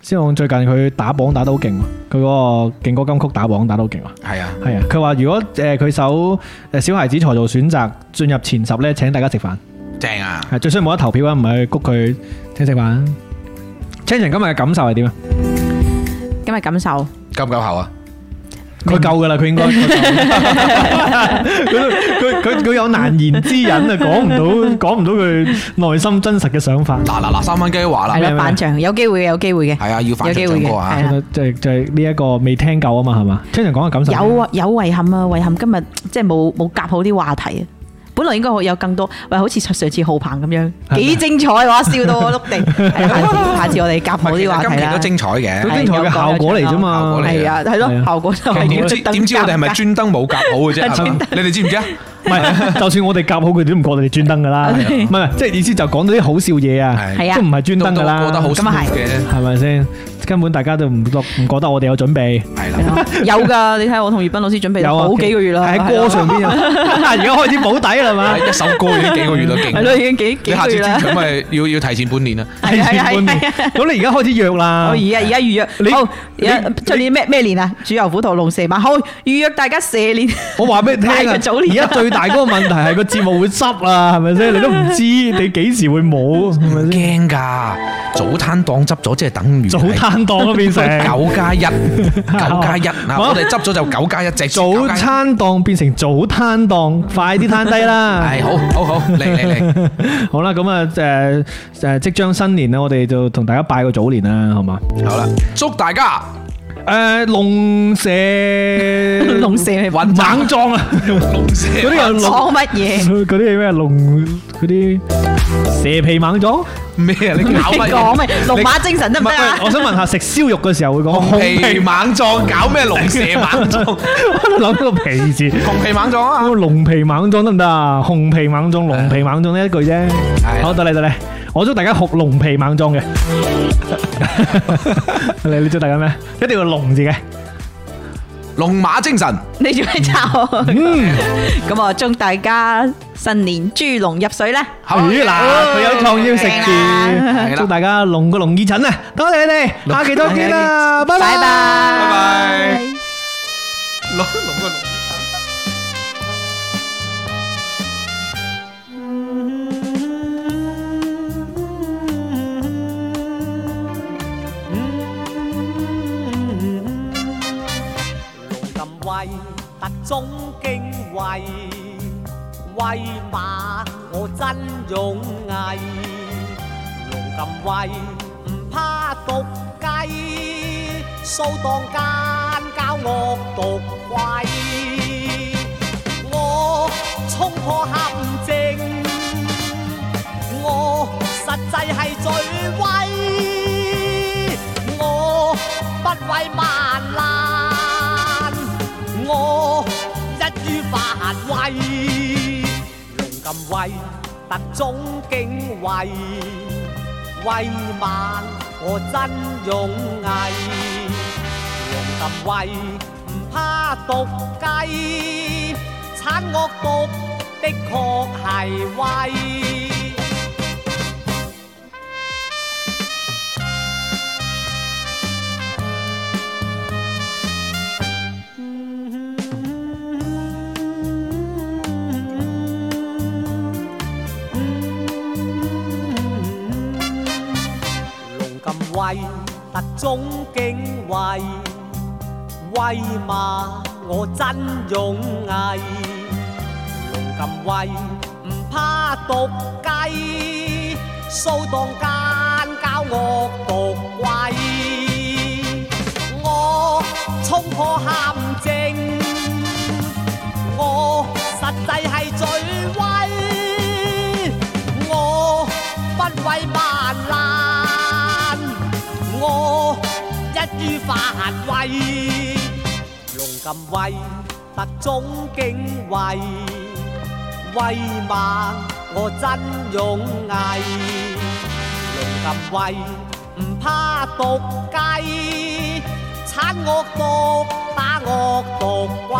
S2: 先我最近佢打榜打得好勁喎，佢嗰個勁歌金曲打榜打得好勁啊！
S3: 係啊，
S2: 係啊，佢話如果誒佢首誒小孩子才做選擇進入前十咧，請大家食飯。
S3: 正啊！
S2: 係最衰冇得投票啊，唔係去谷佢請食飯。青人今日嘅感受係點啊？
S6: 今日感受
S3: 夠唔夠喉啊？
S2: 佢夠㗎啦，佢 應該。 佢都佢佢佢有難言之隱啊，講 唔到講唔到佢內心真實嘅想法。
S3: 嗱嗱嗱，三蚊雞話啦
S6: 係，
S2: 咩
S6: 啦，反場有機會嘅，有機會嘅，
S3: 係啊，要反場
S6: 有機
S3: 唱
S6: 會
S3: 歌
S6: 嘅，
S3: 啊！
S6: 係啦。
S2: 就係就係呢一個未聽夠啊嘛，係嘛？青人講下感受。
S6: 有啊，有遺憾啊，遺憾今日即係冇冇夾好啲話題啊。本來應該有更多，喂，好似上次浩鵬咁
S2: 係
S6: 樣，幾精彩哇！笑到我碌地。係啦下次下次我哋夾好
S3: 其
S6: 啲話
S3: 實
S6: 題
S3: 今期
S6: 啦
S3: 都。精彩嘅
S2: 好。精彩嘅效果嚟啫
S3: 效
S2: 嘛
S3: 果。嚟
S6: 係啊，係
S2: 係
S6: 咯，
S2: 啊
S6: 效果就
S3: 點
S6: 係
S3: 知點知我哋係咪專登冇夾好嘅啫？係嘛你哋知唔知啊？
S2: 唔 係，就算我哋夾好佢哋都唔覺我哋專登噶啦，唔係唔係，即係意思就講到啲好笑嘢啊，
S3: 係
S6: 係
S2: 即
S6: 啊
S2: 係唔係專
S3: 都
S2: 登噶啦
S3: 都，覺得好
S6: 咁啊係
S3: smooth 嘅，
S2: 係咪先？根本大家都唔覺唔覺得我哋有準備，
S3: 係啦。
S6: 有㗎？你睇我同葉斌老師準備
S2: 有
S6: 咗
S2: 啊
S6: 好幾個月啦，
S2: 喺歌上 邊啊，而家開始補底啦係嘛，
S3: 一首歌已經幾個月都勁
S6: 係。咯，已經幾
S3: 你
S6: 幾
S3: 下
S6: 個
S3: 次
S6: 月啦
S3: 專。場咪要要提前半年啊！
S6: 係啊係啊
S2: 半年
S6: 係啊
S2: 咁你而家開始約啦
S6: 我，而家而家預
S2: 你
S6: 約，好，而家
S2: 你
S6: 出年咩咩年啊？主牛虎頭龍蛇馬，好預約大家蛇年。
S2: 我話俾你聽啊，
S6: 太過早
S2: 而
S6: 年
S2: 家最大嗰個問題係個節目會執啊，係咪 先？你都唔知你幾時會冇，係咪先？
S3: 驚㗎，早餐檔執咗即係等於
S2: 早
S3: 係
S2: 攤檔都變成
S3: 九加一，九加一嗱，我哋執咗就九加一隻
S2: 早餐檔變成早攤檔，快啲攤 低啦！
S3: 係好好好嚟嚟嚟，
S2: 好啦，咁啊，誒誒，即將新年啦，我哋就同大家拜個早年啦，好嘛？
S3: 好啦，祝大家
S2: 誒，龍蛇
S6: 龍蛇係
S3: 穩
S2: 猛撞啊！
S3: 龍蛇
S2: 嗰啲 又龍，
S6: 講乜
S2: 嗰
S6: 嘢？
S2: 啲係咩龍？嗰啲蛇皮猛撞？
S3: 咩啊？你搞
S6: 你
S3: 乜
S6: 講
S3: 嘢？
S6: 咩？龍馬精神得
S2: 唔
S6: 唔得啊
S2: 係，？我想問下，食燒肉嘅時候會講
S3: 紅皮猛撞搞咩龍蛇猛撞？
S2: 我諗個皮字，
S3: 紅皮猛撞啊！
S2: 咁龍皮猛撞得唔得啊？紅皮猛撞，龍皮猛撞呢一句啫。好，到你到你，我祝大家學龍皮猛 撞嘅。你你祝大家咩？一定要龍字嘅。
S3: 龍馬精神，
S6: 你做咩抄啊？
S2: 嗯。
S6: 咁我祝大家新年豬籠入水啦！
S2: 咦嗱，佢有創意食
S3: 係
S2: 住，
S3: 啦
S2: 祝大家龍個龍耳診啊！多謝你哋，下期再見啦，拜
S6: 拜
S2: 拜。
S3: 拜
S6: 拜。
S3: 拜。龍龍個龍。
S10: cầm quay đặc trung kinh quay quay mà tôi chân dũng ai lùng cầm quay không 他毒計，掃蕩奸交惡毒鬼。我衝破陷阱，我實際係最威，我不畏萬難，我一於發威，龍咁威，特種警衛，威猛我真勇毅。用咁威，唔怕毒雞，產惡毒的確係威。龍咁威，特種警衛，威嘛我真勇毅。龍咁威，唔怕毒雞，掃蕩奸交惡毒鬼。我衝破陷阱，我實際係最威，我不畏萬難，我一於發威。龍咁威，特種警衛，威猛我真勇毅。龍咁威，唔怕毒雞，產惡毒打惡毒鬼。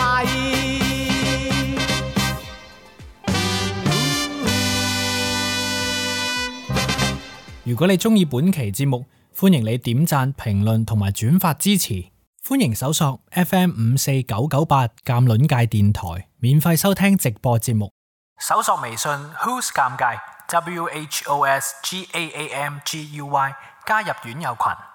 S11: 如果你中意本期節目，歡迎你點讚、評論同埋轉發支持。歡迎搜索 FM 五四九九八鑑論界電台，免費收聽直播節目。搜索微信 Who's 尷尬 W H O S G A A M G U Y 加入院友群。